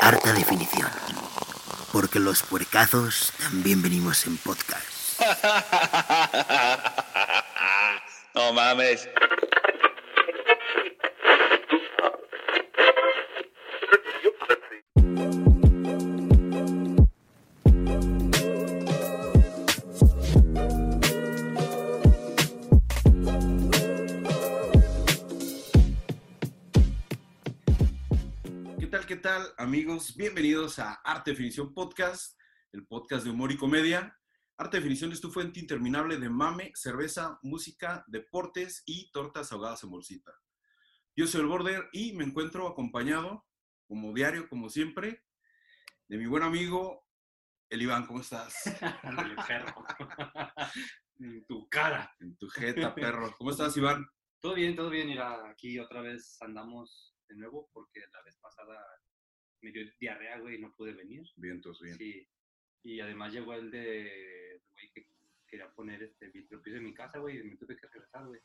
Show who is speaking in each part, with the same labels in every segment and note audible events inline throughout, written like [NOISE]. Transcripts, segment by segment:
Speaker 1: Harta definición. Porque los puercazos también venimos en podcast.
Speaker 2: [LAUGHS] No mames.
Speaker 3: ¿Qué tal, qué tal, amigos? Bienvenidos a Arte Definición Podcast, el podcast de humor y comedia. Arte Definición es tu fuente interminable de mame, cerveza, música, deportes y tortas ahogadas en bolsita. Yo soy el Border y me encuentro acompañado, como diario, como siempre, de mi buen amigo, el Iván. ¿Cómo
Speaker 4: [LAUGHS]
Speaker 3: estás?
Speaker 4: Ándale, perro. [LAUGHS] en tu cara.
Speaker 3: En tu jeta, perro. ¿Cómo estás, Iván?
Speaker 4: Todo bien, todo bien. Mira, aquí otra vez andamos de nuevo porque la vez pasada me dio diarrea, güey, y no pude venir.
Speaker 3: Vientos, bien.
Speaker 4: Sí. Y además llegó el de, el güey, que quería poner este vitropiso en mi casa, güey, y me tuve que regresar, güey.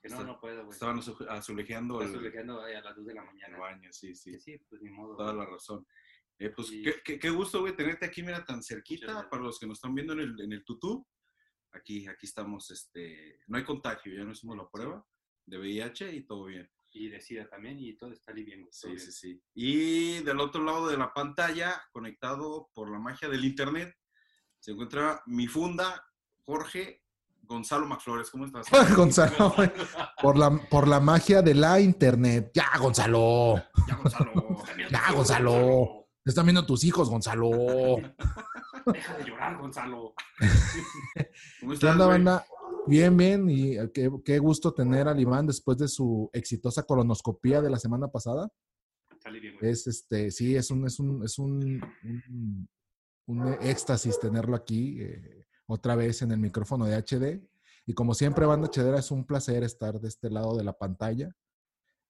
Speaker 4: Que no,
Speaker 3: Está-
Speaker 4: no puedo, güey.
Speaker 3: Estaban azu- azulejeando
Speaker 4: Estaba
Speaker 3: el,
Speaker 4: surgiendo a las 2 de la mañana.
Speaker 3: el baño, sí, sí.
Speaker 4: Sí, sí, pues ni modo.
Speaker 3: Toda
Speaker 4: güey.
Speaker 3: la razón. Eh, pues
Speaker 4: Y-
Speaker 3: qué, qué- qué gusto, güey, tenerte aquí, mira, tan cerquita,
Speaker 4: gracias.
Speaker 3: para los que nos están viendo en el, en el tutú. Aquí, aquí estamos, este, no hay contagio, ya no hicimos la prueba de VIH y todo bien.
Speaker 4: Y decida también y todo está bien, güey. todo
Speaker 3: Sí,
Speaker 4: bien.
Speaker 3: sí, sí. Y del otro lado de la pantalla, conectado por la magia del internet, se encuentra mi funda, Jorge Gonzalo Macflores. ¿Cómo estás?
Speaker 5: [LAUGHS] Gonzalo, güey. por la, por la magia de la internet. Ya, Gonzalo.
Speaker 3: Ya, Gonzalo.
Speaker 5: Ya,
Speaker 4: Oh,
Speaker 5: Gonzalo. Te están viendo tus hijos, Gonzalo.
Speaker 4: Deja de llorar, Gonzalo.
Speaker 3: ¿Cómo
Speaker 5: ¿Qué
Speaker 3: estás,
Speaker 5: onda,
Speaker 3: güey?
Speaker 5: banda? Bien, bien. Y eh, qué, qué gusto tener al Iván después de su exitosa colonoscopía de la semana pasada.
Speaker 4: Sale bien, güey.
Speaker 5: Es este, sí, es un, es un, es un, un, un éxtasis tenerlo aquí eh, otra vez en el micrófono de HD. Y como siempre, banda chedera, es un placer estar de este lado de la pantalla,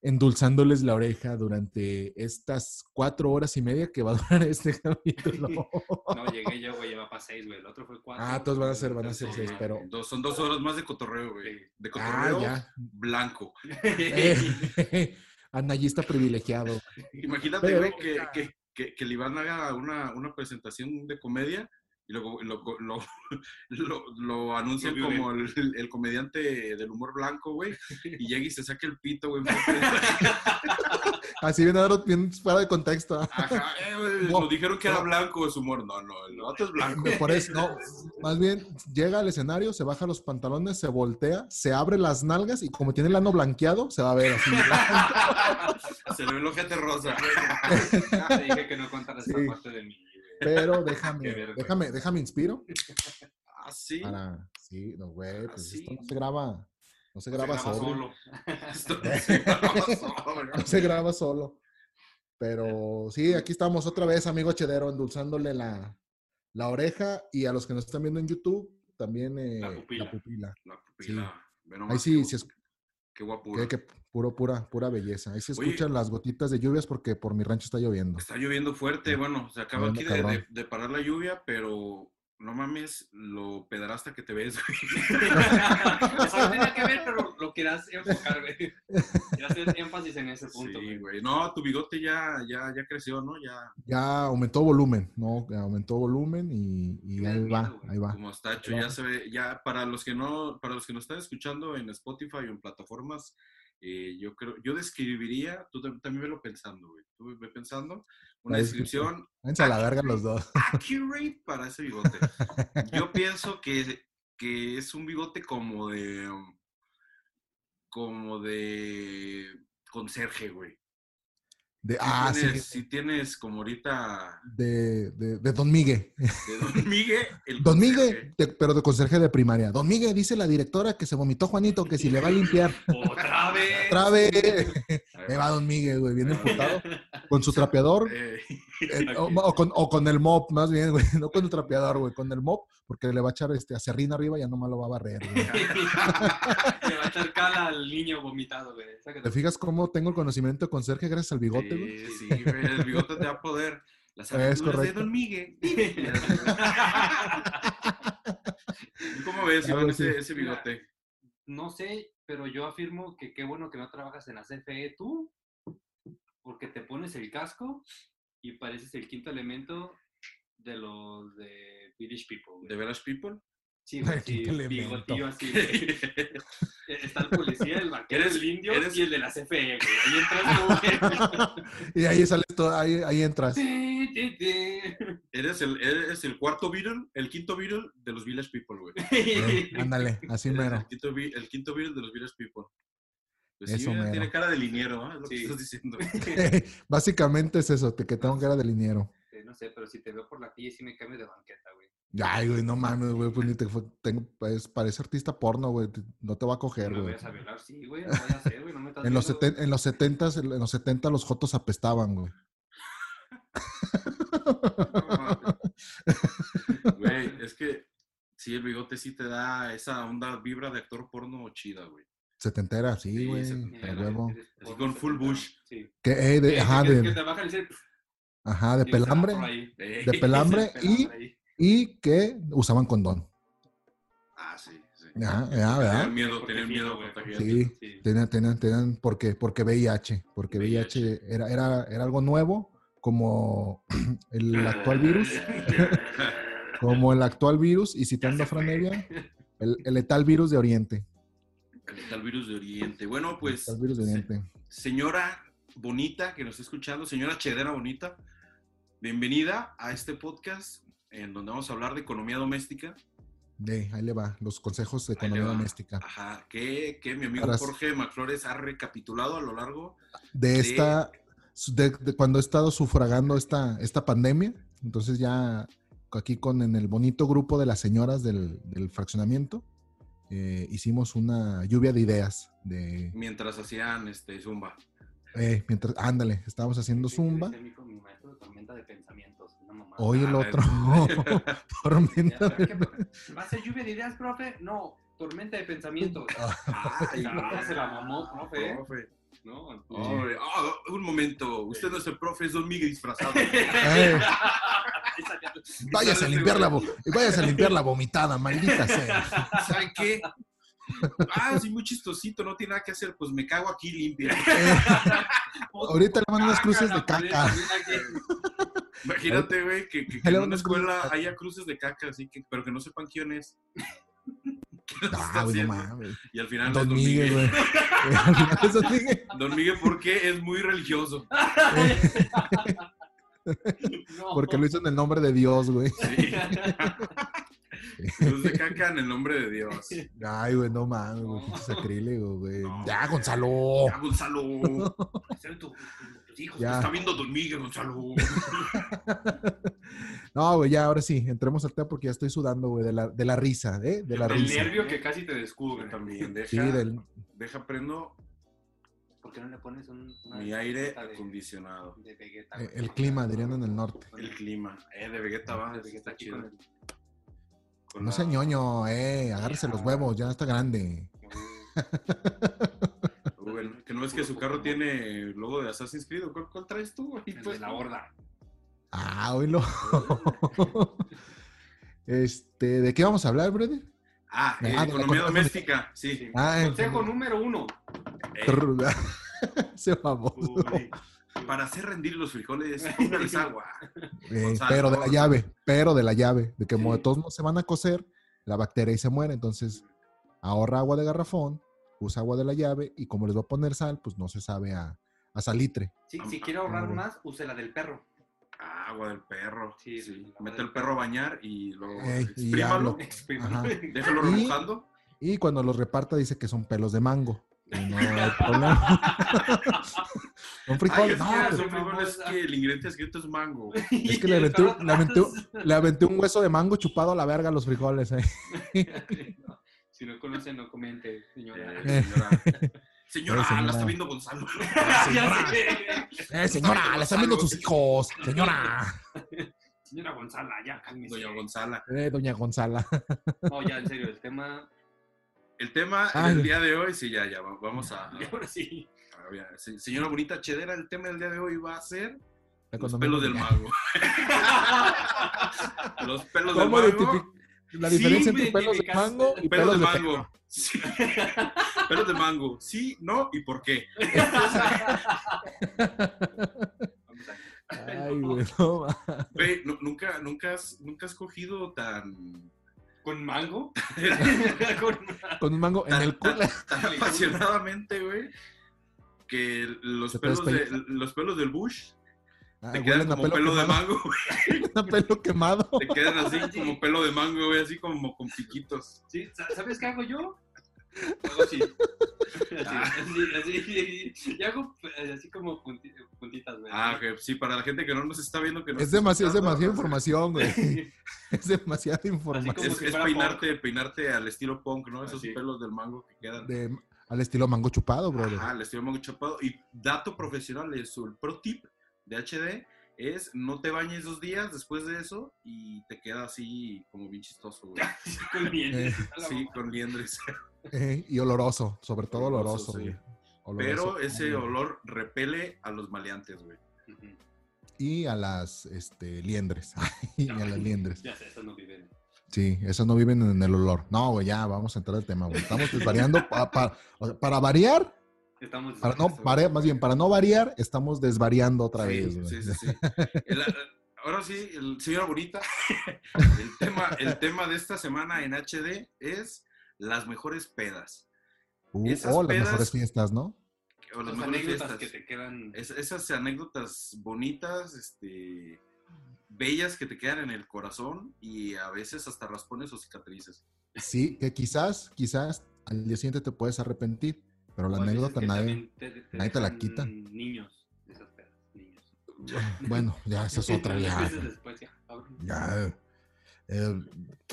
Speaker 5: endulzándoles la oreja durante estas cuatro horas y media que va a durar [LAUGHS] este capítulo.
Speaker 4: No, llegué yo, güey, lleva para 6, güey. El otro fue 4.
Speaker 5: Ah, todos van a ser- van a ser
Speaker 3: seis,
Speaker 5: pero-
Speaker 3: Dos- son dos horas más de cotorreo, güey.
Speaker 4: Sí.
Speaker 3: De
Speaker 5: ah,
Speaker 3: cotorreo
Speaker 5: ya.
Speaker 3: blanco.
Speaker 5: [LAUGHS] Eh, anallista privilegiado.
Speaker 3: Imagínate,
Speaker 5: Pero-
Speaker 3: güey, que, que, que, que el Iván haga una, una presentación de comedia y lo, lo, lo, [LAUGHS] lo, lo anuncian
Speaker 4: Lo
Speaker 3: como el, el comediante del humor blanco, güey,
Speaker 5: [LAUGHS]
Speaker 3: y llega y se saca el pito, güey. enfrente.
Speaker 5: Así bien, ahora bien fuera de contexto. ¿ah?
Speaker 3: Ajá, eh, güey,
Speaker 5: No,
Speaker 3: nos dijeron que era
Speaker 5: no.
Speaker 3: blanco su humor. No, no, el otro es blanco.
Speaker 5: [LAUGHS] Por eso, no. Más bien, llega al escenario, se baja los pantalones, se voltea, se abre las nalgas y como tiene el ano blanqueado, se va a ver así.
Speaker 3: Se le ve el ojete rosa.
Speaker 4: Te dije que no contaras
Speaker 5: Sí.
Speaker 4: esa parte de mí, güey. [LAUGHS]
Speaker 5: Pero [LAUGHS]
Speaker 4: Qué
Speaker 5: déjame,
Speaker 4: verga.
Speaker 5: déjame, déjame inspiro
Speaker 3: Ah, sí.
Speaker 5: para... Sí, no, güey, pues
Speaker 3: Así.
Speaker 5: esto no se graba, no se graba,
Speaker 4: graba
Speaker 5: solo.
Speaker 4: solo.
Speaker 5: [LAUGHS]
Speaker 3: [LAUGHS] Esto no se graba solo.
Speaker 5: No se graba solo. Pero sí, aquí estamos otra vez, amigo Chedero, endulzándole la, la oreja y a los que nos están viendo en YouTube, también eh,
Speaker 4: La
Speaker 5: la,
Speaker 4: pupila.
Speaker 5: pupila.
Speaker 3: La pupila. Ve nomás
Speaker 5: Ahí sí,
Speaker 3: qué-
Speaker 5: sí es-
Speaker 3: Qué guapo.
Speaker 5: Que, que puro, pura, pura belleza. Ahí se
Speaker 3: Oye.
Speaker 5: escuchan las gotitas de lluvias porque por mi rancho está lloviendo.
Speaker 3: Está lloviendo fuerte, bueno, se acaba
Speaker 5: Lloviendo
Speaker 3: aquí de, de-
Speaker 5: cabrón.
Speaker 3: de parar la lluvia, pero no mames lo pedrasta que te ves, güey. [LAUGHS]
Speaker 4: Eso no tenía que ver, pero lo querías enfocar, güey. Querías hacer énfasis en ese punto,
Speaker 3: Sí,
Speaker 4: güey.
Speaker 3: güey. No, tu bigote ya, ya, ya creció, ¿no? Ya,
Speaker 5: Ya aumentó volumen, ¿no? Aumentó volumen y, y
Speaker 4: Me da
Speaker 5: ahí
Speaker 4: miedo,
Speaker 5: va,
Speaker 4: güey.
Speaker 5: ahí va.
Speaker 3: como está hecho,
Speaker 5: Ahí
Speaker 3: ya
Speaker 5: va.
Speaker 3: se ve, ya para los que no, para los que nos están escuchando en Spotify o en plataformas, eh, yo creo, yo describiría, tú tam- también velo pensando, güey. Tú ve pensando, una
Speaker 5: La
Speaker 3: descripción
Speaker 5: Váyanse a la verga los dos.
Speaker 3: accurate para ese bigote. Yo pienso que, que es un bigote como de. um, como de. conserje, güey. Si
Speaker 5: De, ah, sí.
Speaker 3: tienes, Si tienes como ahorita.
Speaker 5: De, de, de Don Miguel.
Speaker 3: [LAUGHS] de
Speaker 5: [LAUGHS]
Speaker 3: Don Miguel. el
Speaker 5: Don
Speaker 3: conserje.
Speaker 5: Miguel, de- pero de conserje de primaria. Don Miguel dice la directora que se vomitó Juanito, que si le va
Speaker 3: [LAUGHS]
Speaker 5: a limpiar.
Speaker 4: Otra vez.
Speaker 5: Otra vez.
Speaker 3: Ahí
Speaker 5: Ahí va Don Miguel, güey, bien
Speaker 3: Ahí va.
Speaker 5: emputado.
Speaker 3: [LAUGHS]
Speaker 5: Con su trapeador.
Speaker 3: Eh,
Speaker 5: eh, o, o con, o con el mop, más bien, güey. [LAUGHS] No con el trapeador, güey. Con el mop, porque le va a echar este acerrín arriba y ya nomás lo va a barrer, güey.
Speaker 4: [LAUGHS] Le va a echar cala al niño vomitado, güey. Sácate.
Speaker 5: ¿Te fijas cómo tengo el conocimiento de conserje gracias al bigote, güey?
Speaker 3: sí, eh, sí, güey, el bigote te va a poder. Las aventuras de
Speaker 5: correcto.
Speaker 3: Don Miguel.
Speaker 5: [LAUGHS]
Speaker 3: ¿Y [LAUGHS] ¿Cómo ves,
Speaker 5: Algo
Speaker 3: Iván,
Speaker 5: así.
Speaker 3: ese, ese bigote?
Speaker 4: No sé, pero yo afirmo E que qué bueno que no trabajas en la CFE tú, porque te pones el casco y pareces el quinto elemento de los de British People, güey.
Speaker 3: ¿De Village People?
Speaker 5: [LAUGHS]
Speaker 4: Sí, güey,
Speaker 5: El
Speaker 4: sí,
Speaker 5: quinto elemento.
Speaker 4: bigotillo
Speaker 3: [LAUGHS]
Speaker 4: así, güey. Está el policía, el vaquero,
Speaker 3: Eres-
Speaker 4: el indio
Speaker 3: eres-
Speaker 4: y el de la CFE, güey. Ahí entras,
Speaker 3: [LAUGHS]
Speaker 4: güey.
Speaker 5: [LAUGHS] y ahí sales todo, ahí,
Speaker 4: [LAUGHS]
Speaker 5: ahí entras.
Speaker 4: Ti, ti, ti.
Speaker 3: eres, el, eres el cuarto Beatle, el quinto Beatle de los Village People, güey.
Speaker 5: Eh, Ándale, así
Speaker 3: Eres
Speaker 5: mero. [LAUGHS]
Speaker 3: El quinto, Be- el quinto Beatle de los Village People. Pues sí,
Speaker 5: Eso
Speaker 3: mira,
Speaker 5: mero.
Speaker 3: tiene cara de liniero, ¿eh? Es lo que
Speaker 4: Sí.
Speaker 3: estás
Speaker 4: [LAUGHS]
Speaker 3: diciendo. [LAUGHS]
Speaker 5: Básicamente es eso, te que tengo cara de liniero.
Speaker 4: Eh, [LAUGHS] No sé, pero si te veo por la calle sí me cambias de banqueta, güey.
Speaker 5: Ay, güey, no mames, güey, pues ni te fue- tengo- pues, parece artista porno, güey, te- no te va a coger,
Speaker 4: Me
Speaker 5: güey.
Speaker 4: vayas a violar, sí, güey. No vayas a hacer, güey. No me estás
Speaker 5: En los,
Speaker 4: viendo,
Speaker 5: seten- en los 70 en los 70 los jotos apestaban, güey.
Speaker 3: Güey, es que sí, el bigote sí te da esa onda vibra de actor porno chida, güey.
Speaker 5: Setentera, sí,
Speaker 3: Sí,
Speaker 5: güey,
Speaker 3: setentera,
Speaker 5: a
Speaker 4: güey.
Speaker 5: huevo.
Speaker 4: Eres
Speaker 3: Así
Speaker 4: porno
Speaker 3: con full
Speaker 4: setentero.
Speaker 3: bush.
Speaker 4: Sí.
Speaker 5: Que, eh, de-
Speaker 4: Eh,
Speaker 5: ajá,
Speaker 4: que- que
Speaker 5: de,
Speaker 4: te bajan y dicen,
Speaker 5: ajá, de
Speaker 4: "Digo, está
Speaker 5: pelambre
Speaker 4: por ahí".
Speaker 3: Ey, [LAUGHS]
Speaker 5: De pelambre
Speaker 4: Sí,
Speaker 5: y,
Speaker 4: pelambre ahí.
Speaker 5: y que usaban condón.
Speaker 3: Ah, sí, sí.
Speaker 5: Ajá, ajá, ¿verdad?
Speaker 3: Tenían miedo,
Speaker 4: Porque
Speaker 3: tenían
Speaker 4: sí,
Speaker 3: miedo a
Speaker 4: güey,
Speaker 3: contagiar.
Speaker 5: Sí,
Speaker 4: Sí.
Speaker 5: tenían, tenían, tenían, porque, porque VIH, porque VIH, Era, era, era algo nuevo, como
Speaker 3: Ah,
Speaker 5: [CLEARS THROAT] el actual virus, como el actual virus, y citando a Fran
Speaker 3: [LAUGHS]
Speaker 5: Evia, el, el letal virus de Oriente.
Speaker 3: Está [LAUGHS] el virus de Oriente. Bueno, pues,
Speaker 5: letal virus de
Speaker 3: se-
Speaker 5: Oriente.
Speaker 3: señora bonita que nos está escuchando, señora Chedera bonita, bienvenida a este podcast en donde vamos a hablar de economía doméstica.
Speaker 5: De, ahí le va, los consejos de
Speaker 3: Ahí le
Speaker 5: economía
Speaker 3: va. Ah,
Speaker 5: doméstica.
Speaker 3: Ajá, que, que mi amigo
Speaker 5: Para-
Speaker 3: Jorge Maclores ha recapitulado a lo largo.
Speaker 5: de
Speaker 3: Sí.
Speaker 5: esta, de, de cuando he estado sufragando esta, esta pandemia. Entonces ya aquí con en el bonito grupo de las señoras del, del fraccionamiento eh, hicimos una lluvia de ideas de
Speaker 3: Mientras hacían este Zumba.
Speaker 5: eh, mientras ándale estábamos haciendo
Speaker 4: Sí, sí,
Speaker 5: zumba
Speaker 4: decía mi co- mi maestro de tormenta de pensamientos. Una mamá.
Speaker 5: hoy el
Speaker 3: Ah,
Speaker 5: otro [LAUGHS]
Speaker 4: Ya, pero
Speaker 5: tormenta
Speaker 3: [LAUGHS]
Speaker 5: de-
Speaker 4: ¿qué- ¿Va a ser lluvia de ideas, profe? No, tormenta de pensamientos.
Speaker 5: [LAUGHS]
Speaker 4: [LAUGHS]
Speaker 3: Ay,
Speaker 4: Ah, se la mamó, profe. ¿eh?
Speaker 3: profe.
Speaker 4: No,
Speaker 5: [LAUGHS]
Speaker 3: Ay, ah, un momento, usted no es el profe, es Don Miguel
Speaker 4: [LAUGHS]
Speaker 3: disfrazado.
Speaker 5: Eh,
Speaker 4: Esa ya-
Speaker 5: váyase a limpiar la vo- váyase a limpiar la vomitada maldita sea
Speaker 3: ¿Sabe qué? Ah, sí, muy chistosito, no tiene nada que hacer, pues me cago aquí limpia.
Speaker 5: Eh, ahorita le mando unas cruces de
Speaker 4: Caca, la
Speaker 5: caca
Speaker 4: pared,
Speaker 3: Imagínate, güey, que, que- que
Speaker 5: Ahí le
Speaker 3: en
Speaker 5: van
Speaker 3: una
Speaker 5: las cruces de
Speaker 3: escuela
Speaker 5: caca.
Speaker 3: haya cruces de caca, así que, pero que no sepan quién es. [LAUGHS] ¿Qué nos está
Speaker 5: Ah, güey, no
Speaker 3: haciendo?
Speaker 5: mames.
Speaker 3: y al final es
Speaker 5: Don
Speaker 3: Don
Speaker 5: Miguel,
Speaker 3: Miguel.
Speaker 5: güey.
Speaker 3: [LAUGHS]
Speaker 5: Al final es Don Miguel.
Speaker 3: Don Miguel, porque es muy religioso.
Speaker 4: no.
Speaker 5: Porque lo hizo en el nombre de Dios, güey.
Speaker 3: Sí. Cruz de caca en el nombre de
Speaker 5: [LAUGHS]
Speaker 3: Dios.
Speaker 5: Ay, güey, no mames, güey.
Speaker 4: No.
Speaker 5: pinche Sacrílego, güey.
Speaker 3: No,
Speaker 5: ya,
Speaker 3: güey.
Speaker 5: Gonzalo.
Speaker 3: Ya, Gonzalo.
Speaker 4: Ser tu- tu- tus hijos.
Speaker 5: Ya.
Speaker 3: Está viendo Don Miguel, Gonzalo.
Speaker 5: No, güey, ya, ahora sí. Entremos al tema porque ya estoy sudando, güey, de la, de la risa, ¿eh? De la
Speaker 3: Del
Speaker 4: El
Speaker 5: risa.
Speaker 4: nervio que casi te descubre.
Speaker 3: También, deja,
Speaker 5: Sí, del...
Speaker 3: deja prendo
Speaker 4: ¿Por qué no le pones un, una
Speaker 3: mi aire
Speaker 4: Ah, de-
Speaker 3: acondicionado.
Speaker 4: de Vegeta,
Speaker 5: eh,
Speaker 4: güey?
Speaker 5: el clima, dirían en el norte.
Speaker 3: El clima. Eh, de Vegeta va,
Speaker 4: Ah, De
Speaker 3: de Vegeta
Speaker 4: Vegeta aquí
Speaker 3: chido.
Speaker 4: con [LAUGHS] el-
Speaker 3: Con
Speaker 5: No
Speaker 3: la-
Speaker 5: sea ñoño, eh. Agárrese los huevos, ya está grande. [LAUGHS]
Speaker 3: Bueno, que no es que su carro tiene logo de Assassin's Creed. ¿o ¿Cuál, cuál traes tú? güey? Pues
Speaker 4: El de la horda. [LAUGHS]
Speaker 5: Ah, oílo. Este, ¿de qué vamos a hablar, brother?
Speaker 3: Ah, eh,
Speaker 5: Ah, de la
Speaker 3: economía
Speaker 5: economía
Speaker 3: doméstica. Sí.
Speaker 5: Ah,
Speaker 4: Consejo número uno.
Speaker 3: Eh,
Speaker 5: [LAUGHS] Se mamó.
Speaker 4: [LAUGHS] Uy,
Speaker 3: para hacer rendir los
Speaker 4: [LAUGHS]
Speaker 3: frijoles, póngales agua.
Speaker 4: Pues,
Speaker 5: Eh,
Speaker 3: Gonzalo.
Speaker 5: pero de la llave, pero de la llave, de que como de
Speaker 4: Sí.
Speaker 5: todos modos se van a cocer, la bacteria y se muere. Entonces, ahorra agua de garrafón, usa agua de la llave y como les va a poner sal, pues no se sabe a, a salitre.
Speaker 4: sí, si quiere ahorrar más, use la del perro.
Speaker 3: Ah, agua del perro. Sí,
Speaker 4: Sí, sí.
Speaker 3: Mete el perro a bañar y luego
Speaker 5: Ey, y
Speaker 3: exprímalo.
Speaker 5: hablo.
Speaker 4: Exprima.
Speaker 5: Ajá.
Speaker 3: [LAUGHS] Déjalo
Speaker 5: Y-
Speaker 3: remojando.
Speaker 5: Y cuando los reparta, dice que son pelos de mango. Y
Speaker 3: [LAUGHS]
Speaker 5: no hay problema. son
Speaker 3: Ay,
Speaker 5: frijoles.
Speaker 3: es
Speaker 5: No, pues,
Speaker 3: que
Speaker 5: pero
Speaker 3: son frijoles
Speaker 4: Mamá,
Speaker 3: que el ingrediente escrito es mango.
Speaker 4: [LAUGHS]
Speaker 5: es que le aventé, un- le aventé un- le aventé un hueso de mango chupado a la verga a los frijoles.
Speaker 3: [LAUGHS]
Speaker 5: eh.
Speaker 4: No, [LAUGHS] Si no conoce, no comente, señora. [LAUGHS]
Speaker 3: Eh, señora.
Speaker 5: [LAUGHS]
Speaker 3: Señora,
Speaker 5: Eh, señora. Ah,
Speaker 3: la está viendo Gonzalo.
Speaker 4: Ya sé.
Speaker 5: Eh, señora, la están viendo sus hijos. Señora.
Speaker 4: Señora Gonzala, ya cálmese.
Speaker 3: [LAUGHS] Doña Gonzala.
Speaker 5: Eh, doña Gonzala.
Speaker 4: No, ya, en serio, el tema.
Speaker 3: El tema
Speaker 5: Ay.
Speaker 3: del día de hoy, sí, ya, ya, va- vamos a...
Speaker 4: Y [LAUGHS] ahora sí.
Speaker 3: a ver, se- Señora Bonita Chedera, el tema del día de hoy va a ser
Speaker 5: La
Speaker 3: los
Speaker 5: economía
Speaker 3: pelos del
Speaker 5: mundial. [LAUGHS]
Speaker 3: mago. los pelos del
Speaker 5: ¿Cómo
Speaker 3: mago.
Speaker 5: identifi- La
Speaker 4: Sí,
Speaker 5: diferencia
Speaker 4: me
Speaker 5: entre pelos de
Speaker 4: identificas.
Speaker 5: mango y
Speaker 3: Pelos de
Speaker 5: perro.
Speaker 3: mango. [LAUGHS] Sí. Pelos de mango. Sí, no y por qué.
Speaker 4: Vamos a-
Speaker 5: Ay, güey. no,
Speaker 3: Güey, nu- nunca, nunca, has, nunca has cogido tan,
Speaker 4: ¿Con [LAUGHS] mango?
Speaker 5: con un mango
Speaker 3: [LAUGHS]
Speaker 5: en el culo.
Speaker 3: tan apasionadamente, güey, que los
Speaker 5: Te puedes
Speaker 3: pelos, de,
Speaker 5: pellizcar.
Speaker 3: los pelos del bush
Speaker 5: Ah,
Speaker 3: te
Speaker 5: huelen
Speaker 3: quedan
Speaker 5: a
Speaker 3: como
Speaker 5: pelo,
Speaker 3: pelo de
Speaker 5: quemado,
Speaker 3: mango, güey.
Speaker 5: [LAUGHS] a pelo quemado.
Speaker 3: Te quedan así como pelo de mango, güey, así como con piquitos.
Speaker 4: Sí, sa- ¿Sabes qué hago yo? Hago
Speaker 3: [LAUGHS]
Speaker 4: así.
Speaker 3: Ah.
Speaker 4: Así, así, así. Y hago eh, así como punti- puntitas, güey.
Speaker 3: Ah, que sí, para la gente que no nos está viendo, que no
Speaker 5: Es
Speaker 3: está
Speaker 5: demasiada, es
Speaker 3: escuchando, o
Speaker 5: demasiada
Speaker 3: sea,
Speaker 5: información, güey. [LAUGHS] Es demasiada información.
Speaker 4: como
Speaker 3: Es,
Speaker 4: si
Speaker 3: es
Speaker 4: fuera
Speaker 3: peinarte, peinarte al estilo punk, ¿no? Esos
Speaker 4: Así.
Speaker 3: pelos del mango que quedan.
Speaker 5: De- al estilo mango chupado, brother.
Speaker 3: Ajá, al estilo mango chapado. Y dato profesional, es el pro tip de HD es no te bañes dos días después de eso y te queda así como bien chistoso,
Speaker 4: [LAUGHS]
Speaker 3: güey.
Speaker 4: [LAUGHS] Con
Speaker 5: Eh,
Speaker 4: dientes. a la
Speaker 3: Sí,
Speaker 4: mamá.
Speaker 3: con liendres.
Speaker 5: Eh, y oloroso, sobre todo
Speaker 3: Oloroso,
Speaker 5: oloroso,
Speaker 3: sí.
Speaker 5: güey. Oloroso.
Speaker 3: Pero ese olor repele a los maleantes, güey.
Speaker 4: Ujú.
Speaker 5: Y a las este, liendres. [LAUGHS] y a las liendres.
Speaker 4: Ya sé, esas no viven.
Speaker 5: Sí, esas no viven en el olor. No, güey, ya vamos a entrar al tema, güey. Estamos desvariando pa- pa- o sea, para variar.
Speaker 4: Estamos
Speaker 5: Para no, para- más bien, para no variar, estamos desvariando otra
Speaker 3: Sí,
Speaker 5: vez, güey.
Speaker 3: Sí, sí,
Speaker 5: [LAUGHS]
Speaker 3: sí. El- ahora sí, el- señora bonita, el tema, el tema de esta semana en HD es las mejores pedas.
Speaker 5: Uh,
Speaker 3: Esas
Speaker 5: o las
Speaker 3: pedas-
Speaker 5: mejores fiestas, ¿no?
Speaker 3: O las
Speaker 4: Las
Speaker 3: mejores
Speaker 4: anécdotas que
Speaker 3: fiestas.
Speaker 4: te quedan.
Speaker 3: Es- esas anécdotas bonitas, este, bellas que te quedan en el corazón y a veces hasta raspones o cicatrices.
Speaker 5: Sí, que quizás, quizás al día siguiente te puedes arrepentir, pero la
Speaker 3: Pues,
Speaker 4: o hay veces
Speaker 5: anécdota
Speaker 4: pues, que
Speaker 5: nadie.
Speaker 4: también te-
Speaker 5: nadie te la
Speaker 4: dejan
Speaker 5: quita.
Speaker 4: Niños, de esas pedas, niños.
Speaker 5: Bueno, ya esa
Speaker 4: [LAUGHS]
Speaker 5: es otra.
Speaker 4: Muchas
Speaker 3: [LAUGHS]
Speaker 5: Ya,
Speaker 4: veces después, ya, cabrón.
Speaker 5: ya. Eh,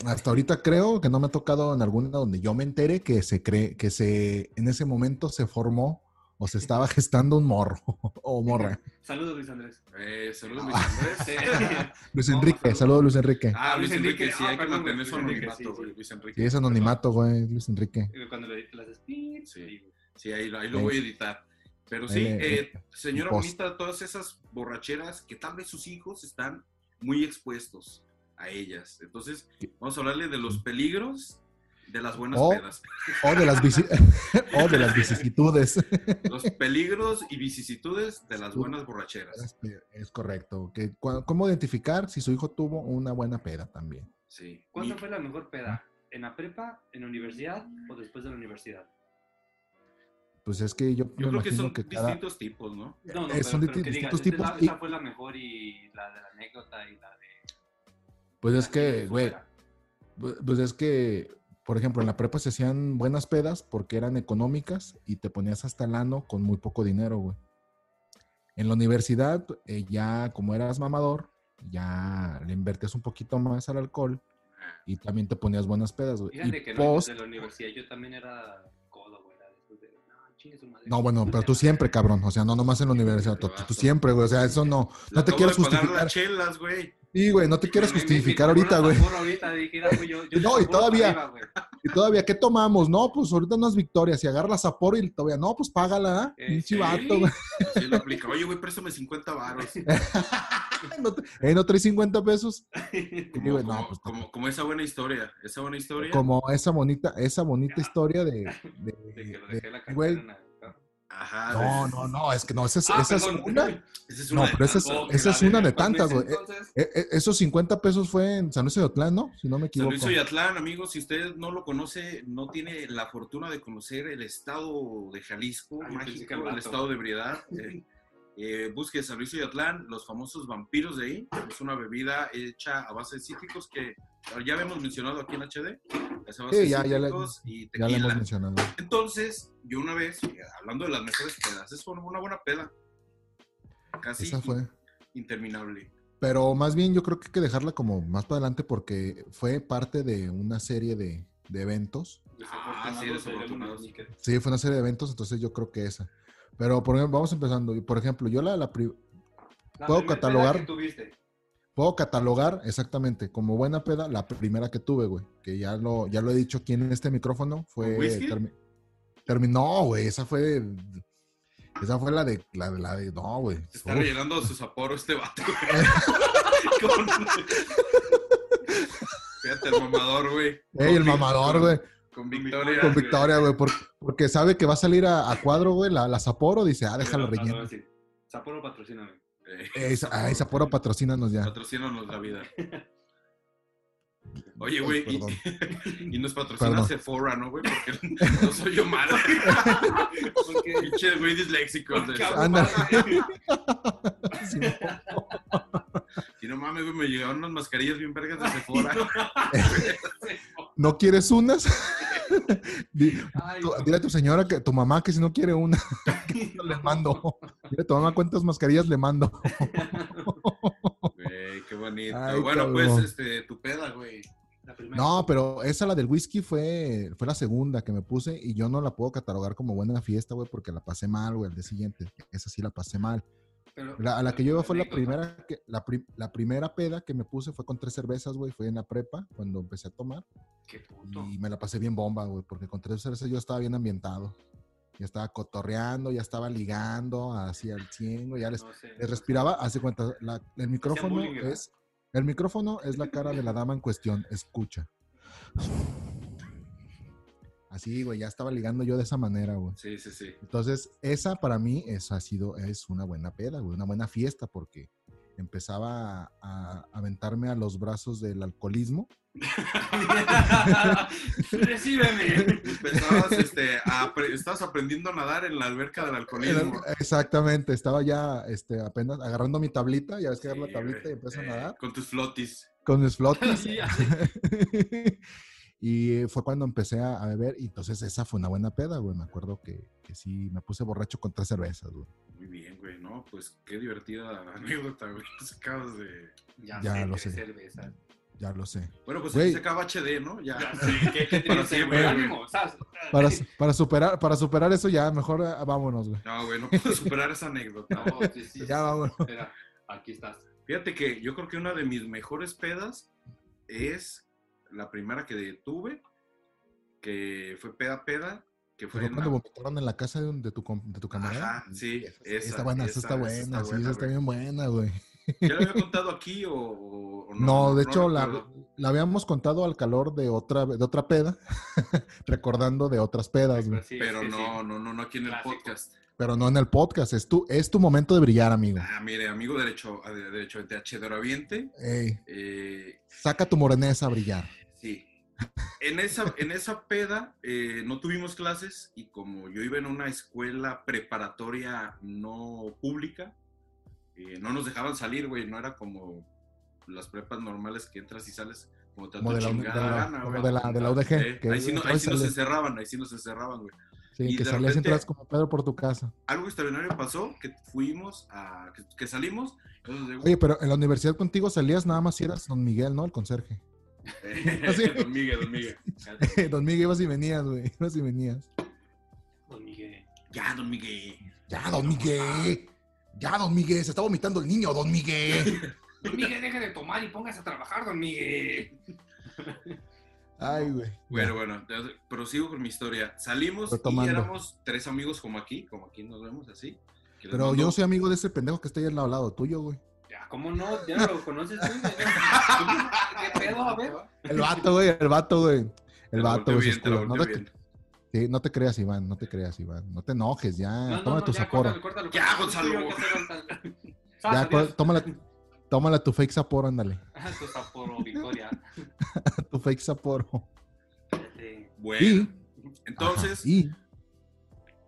Speaker 5: hasta ahorita creo que no me ha tocado en alguna donde yo me entere que se cree, que se en ese momento se formó o se estaba gestando un morro [LAUGHS] o morra.
Speaker 4: Saludos, Luis Andrés.
Speaker 3: Eh, saludos, Luis
Speaker 4: [LAUGHS]
Speaker 3: Andrés.
Speaker 5: Luis
Speaker 4: No,
Speaker 5: Enrique,
Speaker 4: saludos.
Speaker 5: saludos Luis Enrique.
Speaker 3: [LAUGHS] Ah, Luis
Speaker 4: Luis Enrique,
Speaker 3: Enrique, sí,
Speaker 4: ah,
Speaker 3: hay que
Speaker 4: perdón,
Speaker 3: mantener su
Speaker 4: Luis Enrique,
Speaker 3: anonimato,
Speaker 4: sí, sí.
Speaker 3: güey. Luis
Speaker 5: Sí,
Speaker 3: Enrique.
Speaker 5: es anonimato, güey, Luis Enrique.
Speaker 4: Eh, Cuando le las espías.
Speaker 3: Sí. Sí, ahí, ahí lo
Speaker 5: Sí.
Speaker 3: voy a editar. Pero
Speaker 5: Ahí
Speaker 3: sí,
Speaker 5: le-
Speaker 3: eh, señora
Speaker 5: post.
Speaker 3: bonita, todas esas borracheras que tal vez sus hijos están muy expuestos a ellas. Entonces, vamos a hablarle de los peligros de las buenas
Speaker 5: Oh.
Speaker 3: pedas.
Speaker 5: O de las, vici- [LAUGHS] o de
Speaker 3: [LAUGHS]
Speaker 5: las vicisitudes.
Speaker 3: Los peligros y vicisitudes de las buenas borracheras.
Speaker 5: Este, Es correcto. Que, cua- ¿Cómo identificar si su hijo tuvo una buena peda también?
Speaker 3: Sí.
Speaker 4: ¿Cuándo
Speaker 3: Mi-
Speaker 4: fue la mejor peda? ¿En la prepa, en la universidad o después de la universidad?
Speaker 5: Pues es que yo, me
Speaker 3: Yo creo que
Speaker 5: imagino
Speaker 3: son
Speaker 5: que, cada...
Speaker 3: distintos tipos, ¿no?
Speaker 4: No, no,
Speaker 5: Eh,
Speaker 4: pero,
Speaker 5: son
Speaker 4: pero
Speaker 5: disti-
Speaker 4: que digas,
Speaker 5: distintos
Speaker 4: esta es la-
Speaker 5: tipos y-
Speaker 4: esta fue la mejor y la de la anécdota y la de...
Speaker 5: Pues es
Speaker 4: la
Speaker 5: que, güey,
Speaker 4: supera.
Speaker 5: pu- pues es que, por ejemplo, en la prepa se hacían buenas pedas porque eran económicas y te ponías hasta el ano con muy poco dinero, güey. En la universidad, eh, ya como eras mamador, ya le invertías un poquito más al alcohol y también te ponías buenas pedas, güey.
Speaker 4: Ah. Fíjate
Speaker 5: Y
Speaker 4: que no,
Speaker 5: post...
Speaker 4: de la universidad yo también era codo, güey. era de esos de, No, chingue su madre.
Speaker 5: No, bueno, pero tú siempre, cabrón. O sea, no nomás en la universidad, tú, tú siempre, güey. O sea, eso no. No
Speaker 3: Le
Speaker 5: te
Speaker 3: acabo
Speaker 5: quieres
Speaker 3: de pagar
Speaker 5: justificar.
Speaker 3: las chelas, güey.
Speaker 5: Sí, güey, no te quieres
Speaker 4: Me- me- me
Speaker 5: justificar
Speaker 4: tiró
Speaker 5: ahorita,
Speaker 4: la
Speaker 5: güey.
Speaker 4: tambora ahorita, dije, "Mira, güey, yo- yo
Speaker 5: No, y
Speaker 4: tambora para
Speaker 5: todavía-
Speaker 4: arriba,
Speaker 5: [LAUGHS]
Speaker 4: güey".
Speaker 5: Y todavía, ¿qué tomamos? No, pues ahorita unas victorias. Y agarra Sapporo y todavía, no, pues págala, ¿eh?
Speaker 4: Eh,
Speaker 5: Un
Speaker 4: sí.
Speaker 5: chivato, güey.
Speaker 3: Así lo aplica. Oye, güey, préstame 50 varos.
Speaker 5: [LAUGHS] No, te- eh, no traes 50
Speaker 4: [LAUGHS]
Speaker 5: pesos. Y
Speaker 3: Como,
Speaker 5: digo, no,
Speaker 3: como-
Speaker 5: pues,
Speaker 3: como- como esa buena historia. Esa buena historia.
Speaker 5: Como esa bonita, esa bonita
Speaker 4: [LAUGHS]
Speaker 5: historia de. de-
Speaker 4: De que lo
Speaker 5: de-
Speaker 4: dejé la
Speaker 5: güey.
Speaker 4: cartera en la-
Speaker 3: Ajá.
Speaker 5: No,
Speaker 3: de-
Speaker 5: no, no, es que no, esa es,
Speaker 4: Ah,
Speaker 5: esa es
Speaker 4: perdón,
Speaker 5: una.
Speaker 4: güey.
Speaker 3: Esa es
Speaker 5: No,
Speaker 3: una de
Speaker 5: pero esa es,
Speaker 3: tantas,
Speaker 5: esa
Speaker 3: güey.
Speaker 5: es una de
Speaker 4: Pues,
Speaker 5: tantas, güey.
Speaker 4: entonces,
Speaker 5: Eh, eh, esos 50 pesos fue en San Luis de Otlán, ¿no? Si no me
Speaker 3: San
Speaker 5: equivoco.
Speaker 3: Luis Oyatlán, amigos, si usted no lo conoce, no tiene la fortuna de conocer el estado de Jalisco,
Speaker 4: Ah, yo pensé
Speaker 3: mágico,
Speaker 4: que el
Speaker 3: el
Speaker 4: vato.
Speaker 3: estado de
Speaker 4: [LAUGHS]
Speaker 3: ebriedad. eh, eh, busque San Luis Oyatlán, los famosos vampiros de ahí. Es una bebida hecha a base de cítricos que ah, ya habíamos mencionado aquí en HD. Es a base
Speaker 5: Sí,
Speaker 3: de
Speaker 5: ya- ya la-
Speaker 3: cítricos y
Speaker 5: Ya lo hemos
Speaker 3: tequila.
Speaker 5: mencionado.
Speaker 3: Entonces, yo una vez, eh, hablando de las mejores pedas, es una una buena peda. Casi
Speaker 5: Esa fue.
Speaker 3: interminable.
Speaker 5: Pero más bien yo creo que hay que dejarla como más para adelante porque fue parte de una serie de, de eventos.
Speaker 3: Ah, sí, desafortunados.
Speaker 4: ni que-
Speaker 5: Sí, fue una serie de eventos, entonces yo creo que esa. Pero por ejemplo, vamos empezando. Y, Por ejemplo, yo la, la pri-
Speaker 4: La
Speaker 5: Puedo
Speaker 4: primera
Speaker 5: catalogar.
Speaker 4: que tuviste.
Speaker 5: puedo catalogar exactamente como buena peda la primera que tuve, güey. Que ya lo, ya lo he dicho aquí en este micrófono. Fue.
Speaker 3: ¿Con whisky?
Speaker 5: terminó, güey. Esa fue de- Esa fue la de. La de, la de no, güey.
Speaker 3: Se está
Speaker 5: Uf.
Speaker 3: rellenando sus aporos este vato.
Speaker 5: [LAUGHS]
Speaker 3: [LAUGHS] güey. Con- Fíjate, el mamador, güey.
Speaker 5: Ey, el
Speaker 3: Con-
Speaker 5: mamador,
Speaker 3: con-
Speaker 5: güey.
Speaker 3: Con Victoria.
Speaker 5: Con Victoria, güey. por- Porque sabe que va a salir a, a cuadro, güey, la, la Sapporo. Dice, ah, déjalo
Speaker 4: Pero,
Speaker 3: [LAUGHS]
Speaker 5: relleno.
Speaker 4: ahora sí. Sapporo, patrocíname.
Speaker 3: Eh,
Speaker 5: Esa, ah, esa poro patrocínanos ya.
Speaker 3: patrocínanos la
Speaker 5: [LAUGHS]
Speaker 3: vida. Oye, güey,
Speaker 5: Ay, perdón.
Speaker 3: y, [LAUGHS] y nos patrocina
Speaker 5: Perdón.
Speaker 3: Sephora, ¿no, güey? Porque no soy yo malo.
Speaker 5: [LAUGHS]
Speaker 3: [LAUGHS]
Speaker 4: Porque
Speaker 3: Pinche güey
Speaker 5: Ah,
Speaker 3: disléxico. de-
Speaker 4: Cabrón, [LAUGHS]
Speaker 5: Anda.
Speaker 4: madre.
Speaker 5: Sí.
Speaker 3: Y no mames, güey, me llegaron unas mascarillas bien vergas de Sephora.
Speaker 5: ¿No quieres
Speaker 3: [LAUGHS]
Speaker 5: unas? Di-
Speaker 4: Ay,
Speaker 5: tú- Dile a tu señora, que tu mamá, que si no quiere una,
Speaker 4: no.
Speaker 5: le [LAUGHS] mando. Dile a tu mamá cuántas mascarillas le mando.
Speaker 3: Güey, qué bonito.
Speaker 5: Ay,
Speaker 3: bueno,
Speaker 5: cabrón.
Speaker 3: pues, este, tu peda, güey.
Speaker 4: La primera.
Speaker 5: No, pero esa, la del whisky, fue, fue la segunda que me puse y yo no la puedo catalogar como buena fiesta, güey, porque la pasé mal, güey, el día siguiente. Esa sí la pasé mal.
Speaker 4: Pero-
Speaker 5: La, a la que yo iba fue la
Speaker 4: anécdota.
Speaker 5: primera, que, la, pri- la primera peda que me puse fue con tres cervezas, güey. Fue en la prepa cuando empecé a tomar
Speaker 4: Qué puto.
Speaker 5: y me la pasé bien bomba, güey, porque con tres cervezas yo estaba bien ambientado. Ya estaba cotorreando, ya estaba ligando, así al 100, güey, ya les,
Speaker 4: No sé.
Speaker 5: les respiraba. Hace cuenta, la- el micrófono
Speaker 4: bullying, ¿verdad?
Speaker 5: es el micrófono es la cara de la dama en cuestión. Escucha. Así, güey, ya estaba ligando yo de esa manera, güey.
Speaker 3: Sí, sí, sí.
Speaker 5: Entonces, esa para mí es, ha sido, es una buena peda, güey, una buena fiesta, porque empezaba a, a aventarme a los brazos del alcoholismo.
Speaker 4: [LAUGHS]
Speaker 5: [LAUGHS]
Speaker 4: Recíbeme.
Speaker 3: Empezabas, este, a apre- estabas aprendiendo a nadar en la alberca del alcoholismo.
Speaker 5: Era- exactamente, estaba ya este, apenas agarrando mi tablita, ya ves que agarro
Speaker 3: Sí,
Speaker 5: la tablita
Speaker 3: güey.
Speaker 5: y empiezo
Speaker 3: Eh,
Speaker 5: a nadar
Speaker 3: Con tus flotis.
Speaker 5: con mis flotis.
Speaker 4: Sí, así.
Speaker 5: [LAUGHS] y eh, fue cuando empecé a, a beber, y entonces esa fue una buena peda, güey. Me acuerdo que, que sí, me puse borracho con tres cervezas, güey.
Speaker 3: Muy bien, güey, ¿no? Pues qué divertida anécdota, güey. Nos acabas de.
Speaker 4: Ya,
Speaker 5: Ya
Speaker 4: sé,
Speaker 5: lo
Speaker 4: tres
Speaker 5: sé.
Speaker 4: cervezas.
Speaker 5: [LAUGHS] Ya lo sé.
Speaker 3: Bueno, pues
Speaker 5: Güey.
Speaker 3: aquí se acaba HD, ¿no? Ya.
Speaker 4: [LAUGHS] Ya sé, qué- qué
Speaker 3: Para
Speaker 4: triste,
Speaker 3: siempre,
Speaker 4: güey.
Speaker 3: güey.
Speaker 4: Ánimo, ¿sabes?
Speaker 5: Para,
Speaker 3: [LAUGHS]
Speaker 5: para, superar, para superar eso ya, mejor ah, vámonos, güey.
Speaker 3: No, güey, no puedo superar esa anécdota.
Speaker 4: No, sí, sí,
Speaker 5: Ya vámonos.
Speaker 4: espera, aquí estás.
Speaker 3: Fíjate que yo creo que una de mis mejores pedas es la primera que tuve, que fue peda peda, que fue
Speaker 5: Fue
Speaker 3: en
Speaker 5: cuando
Speaker 3: la-
Speaker 5: vomitaron en la casa de, un- de tu, com- de tu camarada.
Speaker 3: Ajá, sí,
Speaker 5: Esa-
Speaker 3: esa,
Speaker 5: está buena, esa,
Speaker 3: esa-
Speaker 5: está
Speaker 3: esa
Speaker 5: buena,
Speaker 3: está
Speaker 5: sí,
Speaker 3: buena,
Speaker 5: esa está
Speaker 3: güey.
Speaker 5: bien buena, güey.
Speaker 3: ¿Ya lo había contado aquí o, o- o
Speaker 5: No, de hecho, la,
Speaker 3: recuerdo.
Speaker 5: la habíamos contado al calor de otra, de otra peda, [LAUGHS] recordando de otras pedas, güey.
Speaker 4: Sí,
Speaker 3: Pero
Speaker 4: sí, sí.
Speaker 3: no, no, no, no aquí en el
Speaker 4: Clásico.
Speaker 3: podcast.
Speaker 5: Pero no en el podcast, es tu, es tu momento de brillar, amigo.
Speaker 3: Ah, mire, amigo derecho, ah, de- derecho de Doraviente,
Speaker 5: Ey,
Speaker 3: eh,
Speaker 5: saca tu morenesa a brillar.
Speaker 3: Sí. En esa, en esa peda eh, no tuvimos clases y como yo iba en una escuela preparatoria no pública, eh, no nos dejaban salir, güey. No era como las prepas normales que entras y sales como te da
Speaker 5: Como
Speaker 3: tu
Speaker 5: de la, de
Speaker 3: chingada
Speaker 5: la-
Speaker 3: gana,
Speaker 5: como
Speaker 3: güey.
Speaker 5: de la- de la UDG.
Speaker 3: Eh,
Speaker 5: que
Speaker 3: ahí sí, no- ahí sí nos
Speaker 5: sale-
Speaker 3: encerraban, ahí sí nos encerraban, güey.
Speaker 5: sí,
Speaker 3: y
Speaker 5: que
Speaker 3: de
Speaker 5: salías y
Speaker 3: repente-
Speaker 5: entras como Pedro por tu casa.
Speaker 3: Algo extraordinario pasó que fuimos a... que, que salimos. entonces,
Speaker 5: Oye, pero en la universidad contigo salías nada más si eras Don Miguel, ¿no? El conserje. [LAUGHS] así.
Speaker 3: don Miguel, don Miguel.
Speaker 5: Don Miguel, ibas y venías, güey. Ibas y venías.
Speaker 4: Don Miguel.
Speaker 3: [LAUGHS] Ya, don Miguel.
Speaker 5: Ya, don Miguel. Ya, don Miguel. Se está vomitando el niño, don Miguel.
Speaker 4: Don Miguel, deje de tomar y póngase a trabajar, don Miguel.
Speaker 5: Ay, güey.
Speaker 3: Bueno, bueno, entonces, prosigo con mi historia. Salimos
Speaker 5: Retomando.
Speaker 3: y éramos tres amigos como aquí, como aquí nos vemos así. que les
Speaker 5: Pero
Speaker 3: mando-
Speaker 5: yo no soy amigo de ese pendejo que está ahí al lado, al lado tuyo, güey.
Speaker 4: Ya, ¿cómo no? Ya lo conoces tú. ya. ¿Qué pedo? A ver.
Speaker 5: El vato, güey. El vato, güey.
Speaker 3: Te
Speaker 5: El
Speaker 3: la
Speaker 5: vato,
Speaker 3: volteo
Speaker 5: güey. se
Speaker 3: bien, te la
Speaker 5: escuda. No
Speaker 3: volteo
Speaker 5: te,
Speaker 3: bien.
Speaker 5: sí, no te creas, Iván. No te creas, Iván. No te enojes, ya.
Speaker 4: No, no,
Speaker 5: tómale
Speaker 4: no,
Speaker 5: tu
Speaker 4: ya, córtalo,
Speaker 5: Sapporo.
Speaker 4: córtalo,
Speaker 3: Ya,
Speaker 4: córtalo.
Speaker 3: Gonzalo.
Speaker 4: Ya, córtalo.
Speaker 5: Ya,
Speaker 4: Sas,
Speaker 5: cuál-
Speaker 4: Ah, adiós.
Speaker 5: tómala, tómala tu fake Sapporo, ándale. [LAUGHS]
Speaker 4: Ah, Tu Sapporo, Victoria.
Speaker 5: Tu fake Sapporo.
Speaker 4: Fíjate.
Speaker 3: Bueno,
Speaker 5: Y,
Speaker 3: entonces,
Speaker 5: ajá, y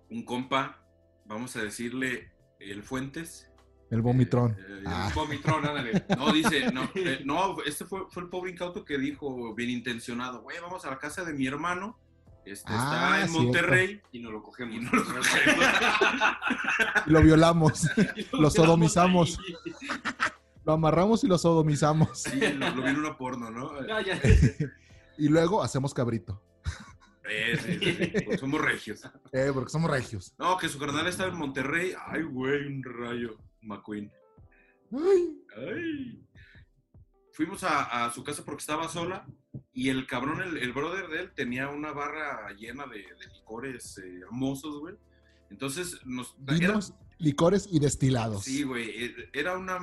Speaker 3: un compa, vamos a decirle el Fuentes.
Speaker 5: el vomitrón.
Speaker 3: Eh, eh,
Speaker 5: Ah.
Speaker 4: Vomitrón, ándale.
Speaker 3: No,
Speaker 5: [LAUGHS]
Speaker 3: dice, no, eh, no, este fue, fue el pobre incauto que dijo, bien intencionado, güey, vamos a la casa de mi hermano, este,
Speaker 5: Ah,
Speaker 3: está en
Speaker 5: cierto.
Speaker 3: Monterrey,
Speaker 4: Y no lo cogemos.
Speaker 3: y no lo cogemos. [LAUGHS]
Speaker 5: Y lo violamos. [LAUGHS] lo sodomizamos. Lo amarramos y lo sodomizamos.
Speaker 3: Sí, lo, lo vi en una porno, ¿no?
Speaker 4: Ya, ya.
Speaker 5: Y luego hacemos cabrito.
Speaker 3: Eh, sí, sí, sí, pues somos regios.
Speaker 5: Eh, porque somos regios.
Speaker 3: No, que su carnal estaba en Monterrey. Ay, güey, un rayo. McQueen.
Speaker 5: Ay.
Speaker 3: Ay. Fuimos a, a su casa porque estaba sola y el cabrón, el, el brother de él, tenía una barra llena de, de licores eh, hermosos, güey. Entonces nos... era-
Speaker 5: Vinos, licores y destilados.
Speaker 3: Sí, güey. eh, Era una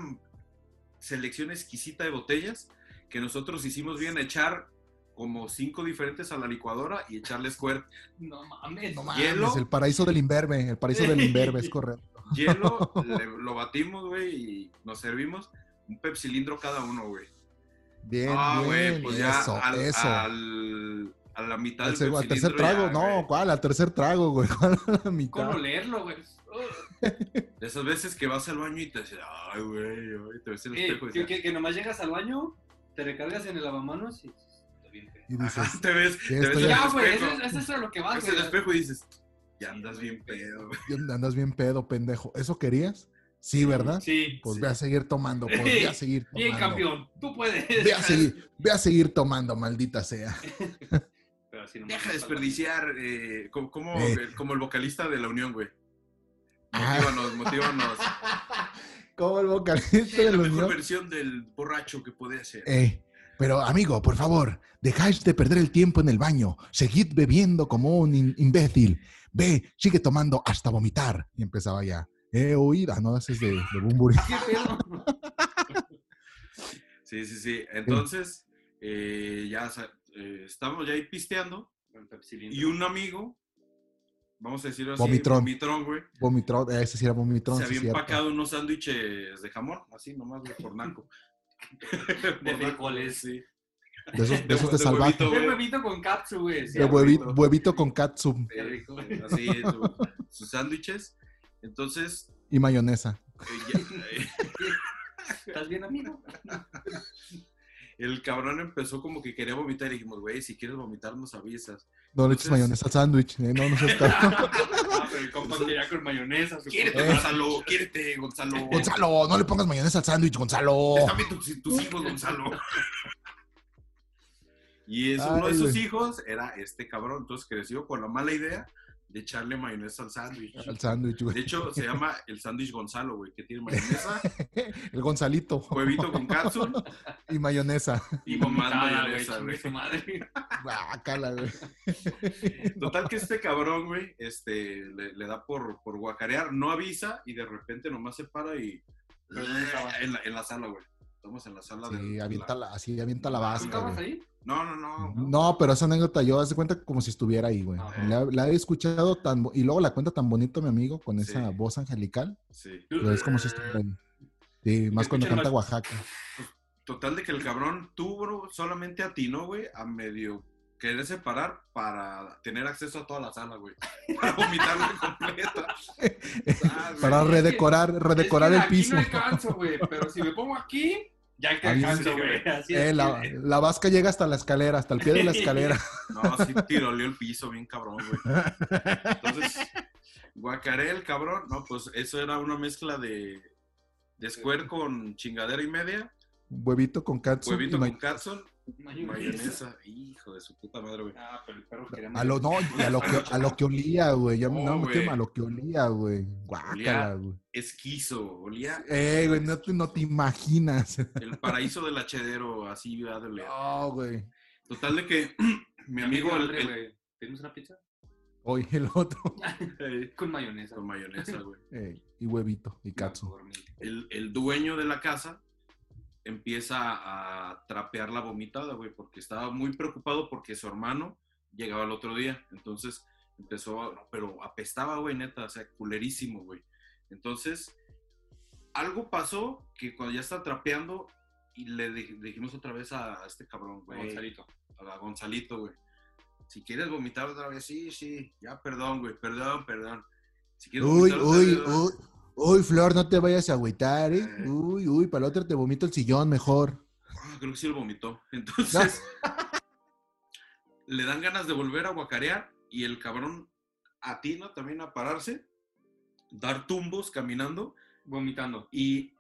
Speaker 3: selección exquisita de botellas que nosotros hicimos bien echar como cinco diferentes a la licuadora y echarle squirt.
Speaker 4: No mames.
Speaker 5: No
Speaker 4: No
Speaker 5: mames,
Speaker 3: ¿Hielo?
Speaker 5: el paraíso del imberbe, el paraíso del imberbe, es correcto. [LAUGHS]
Speaker 3: Hielo, le- lo batimos, güey, y nos servimos un pepsilindro cada uno, güey.
Speaker 5: Bien,
Speaker 3: [LAUGHS] Ah,
Speaker 5: bien,
Speaker 3: güey, pues ya
Speaker 5: eso,
Speaker 3: al,
Speaker 5: eso.
Speaker 3: al- a la mitad
Speaker 5: Al,
Speaker 3: del
Speaker 5: seg- al tercer
Speaker 3: pepsilindro
Speaker 5: trago,
Speaker 3: ya,
Speaker 5: no,
Speaker 3: güey.
Speaker 5: ¿cuál? Al tercer trago, güey, [LAUGHS] ¿cuál a la
Speaker 4: Con
Speaker 5: mitad?
Speaker 4: olerlo, güey.
Speaker 3: Este
Speaker 4: Uh,
Speaker 3: De esas veces que vas al baño y te dices, ay, güey, ay", te ves en el
Speaker 4: eh,
Speaker 3: espejo y
Speaker 4: que,
Speaker 3: dices,
Speaker 4: que- que nomás llegas al baño, te recargas en el lavamanos y está bien feo.
Speaker 5: Y
Speaker 3: "Ajá", [LAUGHS]
Speaker 5: dices,
Speaker 3: te ves,
Speaker 5: Ya
Speaker 3: te ves
Speaker 5: estoy
Speaker 3: en el
Speaker 4: Ya, güey, eso,
Speaker 3: espejo.
Speaker 4: es- eso es a lo que
Speaker 3: Te
Speaker 4: vas,
Speaker 3: ves en el
Speaker 4: güey.
Speaker 3: espejo y dices, ya andas bien pedo, güey.
Speaker 5: "Ya andas bien pedo, pendejo. ¿Eso querías? Sí, ¿verdad?
Speaker 4: Ah, Sí.
Speaker 5: Pues
Speaker 3: sí.
Speaker 5: ve a seguir tomando, pues
Speaker 3: [LAUGHS]
Speaker 5: ve a seguir tomando.
Speaker 4: Bien, campeón. Tú puedes.
Speaker 5: Ve a seguir, ve a seguir tomando, maldita sea.
Speaker 4: Pero así
Speaker 3: Deja
Speaker 4: nomás no
Speaker 3: de
Speaker 4: falta.
Speaker 3: desperdiciar, eh, como, como,
Speaker 5: Eh.
Speaker 3: el- como el vocalista de La Unión, güey.
Speaker 5: Ah.
Speaker 3: Motívanos, motívanos.
Speaker 5: [LAUGHS] Como el vocalista
Speaker 3: Sí,
Speaker 5: de
Speaker 3: la
Speaker 5: los
Speaker 3: mejor
Speaker 5: Unión.
Speaker 3: versión del borracho que puede hacer.
Speaker 5: Eh, pero amigo, por favor, dejáis de perder el tiempo en el baño. Seguid bebiendo como un in- imbécil. Ve, sigue tomando hasta vomitar. Y empezaba ya. He oído. Ah, no, ese es de, de Bumburi.
Speaker 4: ¿Qué pedo?
Speaker 3: Sí, sí, sí. Entonces, eh, ya sa- eh, estamos ya ahí pisteando.
Speaker 4: Con Pepsilindro.
Speaker 3: Y un amigo, vamos a decirlo así,
Speaker 5: Vomitrón.
Speaker 3: vomitrón, güey.
Speaker 5: Vomitrón, eh, ese sí era Vomitrón.
Speaker 3: se
Speaker 5: sí,
Speaker 3: había
Speaker 5: cierto.
Speaker 3: empacado unos sándwiches de jamón, así nomás, güey, por naco. [LAUGHS]
Speaker 4: De
Speaker 3: Por naco,
Speaker 4: frijoles.
Speaker 3: sí.
Speaker 5: De esos de, esos de
Speaker 3: de
Speaker 5: salvaje.
Speaker 3: huevito,
Speaker 4: Un
Speaker 3: güey.
Speaker 4: huevito con capsu, güey. sí,
Speaker 5: de huevito, huevito con katsu
Speaker 4: Qué rico.
Speaker 3: Eh, Así, su- sus sándwiches. Entonces,
Speaker 5: y mayonesa.
Speaker 3: eh, ya- [LAUGHS]
Speaker 4: ¿Estás bien, amigo?
Speaker 3: el cabrón empezó como que quería vomitar y dijimos, güey, si quieres vomitar nos avisas.
Speaker 5: No le eches
Speaker 3: Entonces-
Speaker 5: mayonesa al sándwich. eh, No,
Speaker 3: [LAUGHS]
Speaker 5: no seas tan-
Speaker 4: Ah, pero el compa quería con mayonesa. supongo.
Speaker 3: Quiérete,
Speaker 5: Eh.
Speaker 3: Gonzalo, quiérete, Gonzalo.
Speaker 5: Gonzalo, no le pongas mayonesa al sándwich, Gonzalo.
Speaker 3: Está bien tus, tus hijos, Gonzalo. [LAUGHS] Y es uno
Speaker 5: Ay,
Speaker 3: de sus
Speaker 5: güey.
Speaker 3: hijos era este cabrón. Entonces creció con la mala idea de echarle mayonesa al sándwich.
Speaker 5: Al sándwich,
Speaker 3: De
Speaker 5: güey.
Speaker 3: hecho, se llama el sándwich Gonzalo, güey, que tiene mayonesa,
Speaker 5: El Gonzalito
Speaker 3: huevito con cápsula
Speaker 5: y mayonesa.
Speaker 3: [LAUGHS]
Speaker 5: Ah,
Speaker 3: y mamás
Speaker 4: Vomitada, güey,
Speaker 3: mayonesa,
Speaker 4: chingue
Speaker 3: güey.
Speaker 4: su madre.
Speaker 5: Guácala, güey.
Speaker 3: Total que este cabrón, güey, este, le, le da por, por guacarear, no avisa y de repente nomás se para y...
Speaker 4: Pero ¿dónde estaba?
Speaker 3: En la, en la sala, güey. Estamos en la sala
Speaker 5: Sí,
Speaker 3: del-
Speaker 5: avienta
Speaker 3: la-
Speaker 5: la, así avienta la
Speaker 4: ¿Tú
Speaker 5: vasca,
Speaker 4: estabas
Speaker 5: güey.
Speaker 4: ahí?
Speaker 3: No, no, no.
Speaker 5: No, pero esa anécdota yo hace cuenta como si estuviera ahí, güey.
Speaker 4: Ah,
Speaker 5: La, la he escuchado tan bo- y luego la cuenta tan bonito mi amigo con
Speaker 3: Sí.
Speaker 5: esa voz angelical,
Speaker 3: Sí.
Speaker 5: pero es como si estuviera ahí. Sí, más cuando
Speaker 3: escuchan
Speaker 5: canta
Speaker 3: la-
Speaker 5: Oaxaca.
Speaker 3: Total de que el cabrón tú, bro, solamente atinó, güey, a medio querer separar para tener acceso a toda la sala, güey. [LAUGHS] Para [LAUGHS] vomitarla completa. Ah, güey.
Speaker 5: Para redecorar, redecorar
Speaker 4: Es que
Speaker 5: el piso.
Speaker 4: Aquí no alcanzo, güey, pero si me pongo aquí, ya que
Speaker 5: Avisa,
Speaker 4: alcanzo,
Speaker 3: güey.
Speaker 4: güey. Así
Speaker 5: Eh,
Speaker 4: es.
Speaker 5: la, la vasca llega hasta la escalera, hasta el
Speaker 3: [LAUGHS]
Speaker 5: pie de la escalera.
Speaker 3: No, sí tiroleó el piso bien cabrón, güey. Entonces, guacaré el cabrón. No, pues eso era una mezcla de, de square con chingadera y media,
Speaker 5: Huevito con katsu. y
Speaker 3: huevito
Speaker 5: ma-
Speaker 3: con catsup,
Speaker 4: Mayonesa.
Speaker 3: mayonesa. Hijo de su puta madre, güey.
Speaker 4: Ah, pero el perro quería
Speaker 5: A lo, no, y a lo que, a lo que olía, güey. Ya me-
Speaker 3: No,
Speaker 5: no, me
Speaker 3: güey.
Speaker 5: quema, a lo que olía, güey. Guácala, güey.
Speaker 3: Esquizo, olía
Speaker 5: Eh, güey, no te, no te
Speaker 3: [LAUGHS]
Speaker 5: imaginas.
Speaker 3: el paraíso del hachedero, así iba de oler.
Speaker 5: No, güey.
Speaker 3: Total de que [CLEARS THROAT] mi amigo, el, el-
Speaker 4: ¿Tenemos una pizza?
Speaker 5: Hoy el otro.
Speaker 3: eh,
Speaker 4: Con mayonesa.
Speaker 3: con mayonesa, güey.
Speaker 5: Eh, y huevito y katsu.
Speaker 3: El, el dueño de la casa empieza a trapear la vomitada, güey, porque estaba muy preocupado porque su hermano llegaba el otro día. Entonces empezó, a- no, pero apestaba, güey, neta, o sea, culerísimo, güey. Entonces, algo pasó que cuando ya está trapeando y le di- dijimos otra vez a, a este cabrón, güey,
Speaker 4: Gonzalito.
Speaker 3: a Gonzalito, güey. Si quieres vomitar otra vez, sí, sí, ya, perdón, güey, perdón, perdón. Si quieres
Speaker 5: Uy,
Speaker 3: vomitar otra
Speaker 5: uy,
Speaker 3: vez,
Speaker 5: uy. Uy, Flor, no te vayas a agüitar, ¿eh?
Speaker 3: Eh.
Speaker 5: Uy, uy, para la otra te vomito el sillón mejor.
Speaker 3: Ah, creo que sí lo vomitó. [LAUGHS] Entonces, le dan ganas de volver a guacarear y el cabrón atina también a pararse, dar tumbos caminando
Speaker 4: Vomitando.
Speaker 3: y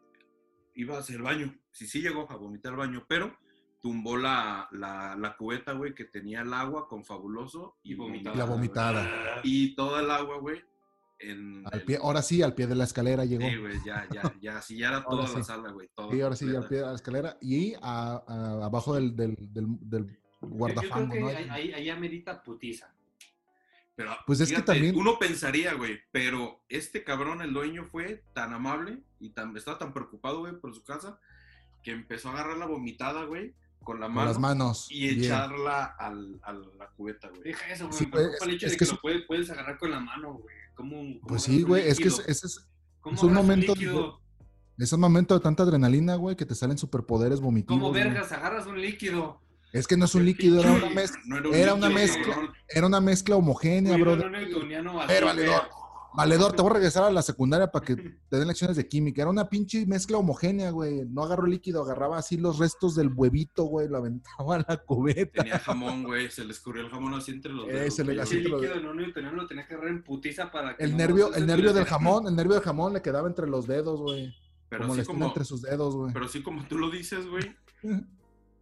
Speaker 3: iba hacia el baño. Sí, sí llegó a vomitar al baño, pero tumbó la, la, la cubeta, güey, que tenía el agua con fabuloso y
Speaker 4: Y vomitada.
Speaker 3: vomitada.
Speaker 5: La
Speaker 3: güey.
Speaker 5: vomitada.
Speaker 3: Y toda el agua, güey, en...
Speaker 5: Al
Speaker 3: el-
Speaker 5: pie, ahora sí, al pie de la escalera llegó.
Speaker 3: Sí, güey, ya, ya, ya, sí, ya era toda
Speaker 5: Ahora
Speaker 3: la
Speaker 5: sí.
Speaker 3: sala, güey. toda
Speaker 5: Sí, ahora sí, al
Speaker 3: completa.
Speaker 5: pie de la escalera. Y a- a- abajo del, del, del, del guardafango,
Speaker 4: Yo creo
Speaker 5: ¿no?
Speaker 4: que ahí- ahí, ahí amerita putiza.
Speaker 3: Pero,
Speaker 5: Pues es que también-
Speaker 3: Uno pensaría, güey, pero este cabrón, el dueño, fue tan amable y tan, estaba tan preocupado, güey, por su casa, que empezó a agarrar la vomitada, güey, con la
Speaker 5: con
Speaker 3: mano
Speaker 5: las manos.
Speaker 3: y
Speaker 5: Bien.
Speaker 3: echarla al, a la cubeta, güey.
Speaker 4: Deja eso, güey.
Speaker 5: Sí,
Speaker 4: me
Speaker 5: güey,
Speaker 4: preocupa el
Speaker 5: es-
Speaker 4: hecho
Speaker 5: es
Speaker 4: de
Speaker 5: que
Speaker 4: que,
Speaker 5: es-
Speaker 4: lo puedes, puedes agarrar con la mano, güey. ¿Cómo, cómo
Speaker 5: Pues
Speaker 4: agarras
Speaker 5: sí,
Speaker 4: un
Speaker 5: güey, es que es,
Speaker 4: líquido?
Speaker 5: ese es,
Speaker 4: ¿Cómo
Speaker 5: es un
Speaker 4: agarras
Speaker 5: momento-
Speaker 4: líquido?
Speaker 5: es un momento de tanta adrenalina, güey, que te salen superpoderes vomitivos.
Speaker 4: ¿Cómo
Speaker 5: güey.
Speaker 4: vergas agarras un líquido?
Speaker 5: Es que no es un líquido, era una,
Speaker 3: Sí,
Speaker 5: mez-
Speaker 3: no
Speaker 5: era una
Speaker 3: líquido,
Speaker 5: mezcla.
Speaker 3: cabrón.
Speaker 5: era una mezcla homogénea,
Speaker 4: Güey,
Speaker 5: bro.
Speaker 4: era un newtoniano
Speaker 5: A ver,
Speaker 4: así,
Speaker 5: valedor. Valedor, te voy a regresar a la secundaria para
Speaker 3: [LAUGHS]
Speaker 5: que te den lecciones de química. Era una pinche mezcla homogénea, güey. No agarró líquido, agarraba así los restos del huevito, güey. Lo aventaba a la cubeta.
Speaker 3: Tenía jamón, güey. Se le escurrió el jamón así entre los
Speaker 5: Eh,
Speaker 3: dedos.
Speaker 5: se le-
Speaker 3: güey.
Speaker 5: así
Speaker 4: Ese
Speaker 5: te lo-
Speaker 4: líquido en un newtoniano lo tenías que agarrar en putiza para que
Speaker 5: El
Speaker 4: no-
Speaker 5: nervio, el
Speaker 4: entonces,
Speaker 5: nervio del
Speaker 4: tenías-
Speaker 5: jamón, el nervio del jamón le quedaba entre los dedos, güey.
Speaker 3: Pero
Speaker 5: Como
Speaker 3: así
Speaker 5: le
Speaker 3: como,
Speaker 5: como... entre sus dedos, güey.
Speaker 3: pero así como tú lo dices,
Speaker 5: [LAUGHS]
Speaker 3: güey.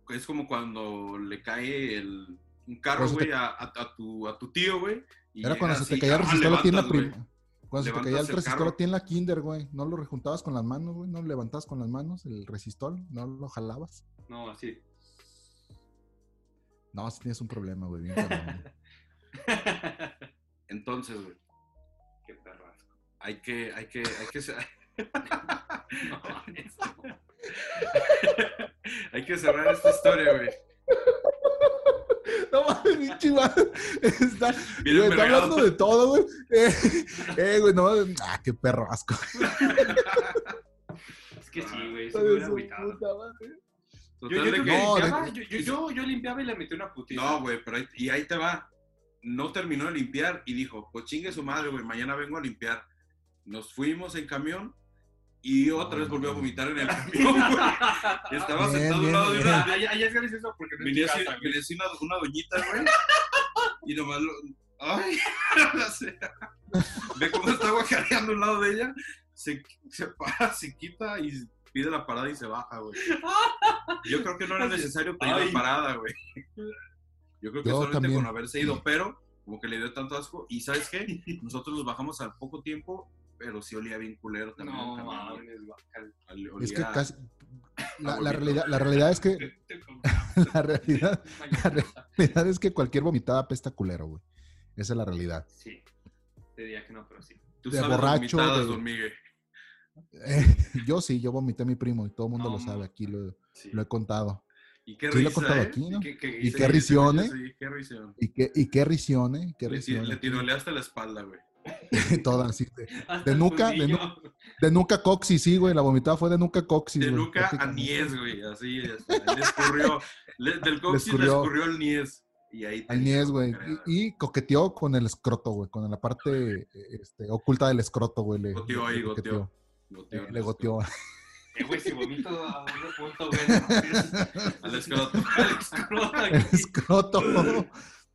Speaker 3: Es como cuando le cae el, un
Speaker 5: Por
Speaker 3: carro,
Speaker 5: eso te-
Speaker 3: güey, a, a- a tu, a tu tío, güey. y
Speaker 5: Era cuando
Speaker 3: llega
Speaker 5: se te
Speaker 3: así,
Speaker 5: caía el
Speaker 3: ah,
Speaker 5: resistor aquí en la
Speaker 3: levantas, güey.
Speaker 5: prima. Cuando se te caía el
Speaker 3: Levantas el
Speaker 5: resistor
Speaker 3: carro.
Speaker 5: aquí en la kinder, güey. No lo rejuntabas con las manos, güey. No lo levantabas con las manos el resistor. No lo jalabas.
Speaker 4: No, así.
Speaker 5: No, si tienes un problema, güey. bien cabrón, güey.
Speaker 3: Entonces, güey,
Speaker 4: Qué perrasco.
Speaker 3: hay que, hay que, hay que, cer-
Speaker 4: [LAUGHS] No, mames.
Speaker 3: [LAUGHS] hay que cerrar esta historia, güey.
Speaker 5: No mames, mi chiva. Está,
Speaker 3: Bien
Speaker 5: güey, está
Speaker 3: envergado.
Speaker 5: hablando de todo, güey. Eh, eh, güey, no mames. Ah, qué perro asco.
Speaker 4: es que
Speaker 5: Ah,
Speaker 4: sí, güey. Eso me hubiera agüitado. Yo, yo,
Speaker 3: Total de
Speaker 4: creo
Speaker 3: que-
Speaker 4: que
Speaker 5: No,
Speaker 4: limpiaba,
Speaker 5: de-
Speaker 4: yo, yo, yo, yo limpiaba y le metí una putiza.
Speaker 3: No, güey, pero ahí- y ahí te va. No terminó de limpiar y dijo, pues chingue su madre, güey, mañana vengo a limpiar. Nos fuimos en camión y otra vez volvió a vomitar en el camión,
Speaker 4: [LAUGHS]
Speaker 3: güey. Estaba
Speaker 5: Bien,
Speaker 3: sentado
Speaker 5: bien,
Speaker 3: al lado de una...
Speaker 4: Ah, ya- ya es gracioso porque no es
Speaker 3: Venía
Speaker 4: tu
Speaker 3: así,
Speaker 4: casa, güey.
Speaker 3: venía así una, una doñita, güey. Y nomás lo... ¡Ay! [LAUGHS] la sea. Ve cómo está guacareando a un lado de ella. Se, se para, se quita y pide la parada y se baja, güey. Yo creo que no era necesario pedir
Speaker 4: Ay.
Speaker 3: la parada, güey. Yo creo que
Speaker 5: Yo
Speaker 3: solamente
Speaker 5: también.
Speaker 3: con haberse ido, pero como que le dio tanto asco. Y ¿sabes qué? Nosotros nos bajamos al poco tiempo, pero sí olía bien culero también.
Speaker 4: No,
Speaker 3: el camión, güey.
Speaker 4: mames, guacal.
Speaker 3: Al-
Speaker 5: Es que
Speaker 3: olía-
Speaker 5: casi. La, la
Speaker 3: Oh, Ah, bonito.
Speaker 5: realidad, la realidad es que
Speaker 4: Te-
Speaker 5: [LAUGHS]
Speaker 4: te
Speaker 5: la realidad,
Speaker 4: compraba.
Speaker 5: la realidad es que cualquier vomitada apesta culero, güey. Esa es la realidad.
Speaker 4: Sí. Te diría que no, pero sí.
Speaker 3: Tú
Speaker 5: de
Speaker 3: sabes
Speaker 5: borracho,
Speaker 3: vomitadas,
Speaker 5: de-
Speaker 3: don Miguel.
Speaker 5: Eh, yo sí, yo vomité a mi primo y todo el mundo
Speaker 4: No,
Speaker 5: lo sabe. Aquí lo,
Speaker 3: Sí.
Speaker 5: lo he contado.
Speaker 3: Y qué
Speaker 5: Sí, lo he
Speaker 3: risa,
Speaker 5: contado
Speaker 3: ¿eh?
Speaker 5: aquí, ¿no?
Speaker 4: ¿Qué- qué-
Speaker 5: Y
Speaker 3: Sí,
Speaker 5: qué
Speaker 3: sí,
Speaker 5: risión,
Speaker 3: sí,
Speaker 5: ¿eh?
Speaker 3: Sí, qué risión.
Speaker 5: Y qué, y qué risión, ¿eh? Qué
Speaker 3: Le, ti-
Speaker 5: risión.
Speaker 3: le tiroleaste la espalda, güey.
Speaker 5: [LAUGHS] Toda así. De,
Speaker 4: hasta
Speaker 5: de
Speaker 4: el
Speaker 5: nuca, de
Speaker 4: fundillo.
Speaker 5: de nuca coxis, sí, güey. La vomitada fue de nuca coxis.
Speaker 3: De
Speaker 5: güey,
Speaker 3: Luca a
Speaker 5: prácticamente.
Speaker 3: Nies, güey. Así, hasta, le escurrió. le- del coxis le
Speaker 5: escurrió.
Speaker 3: escurrió el Nies. Y ahí te
Speaker 5: Al
Speaker 3: digo,
Speaker 5: Nies, güey.
Speaker 3: creo.
Speaker 5: Y, y coqueteó con el escroto, güey. Con la parte este, oculta del escroto, güey. Le,
Speaker 3: Goteó
Speaker 5: le
Speaker 3: ahí,
Speaker 5: coqueteó.
Speaker 3: goteó. Goteó,
Speaker 5: Eh, Le goteó.
Speaker 4: Eh, güey, si vomito a un punto, güey. no mames.
Speaker 5: [LAUGHS]
Speaker 3: [LAUGHS] Al escroto.
Speaker 4: Al escroto aquí.
Speaker 5: El [LAUGHS] escroto.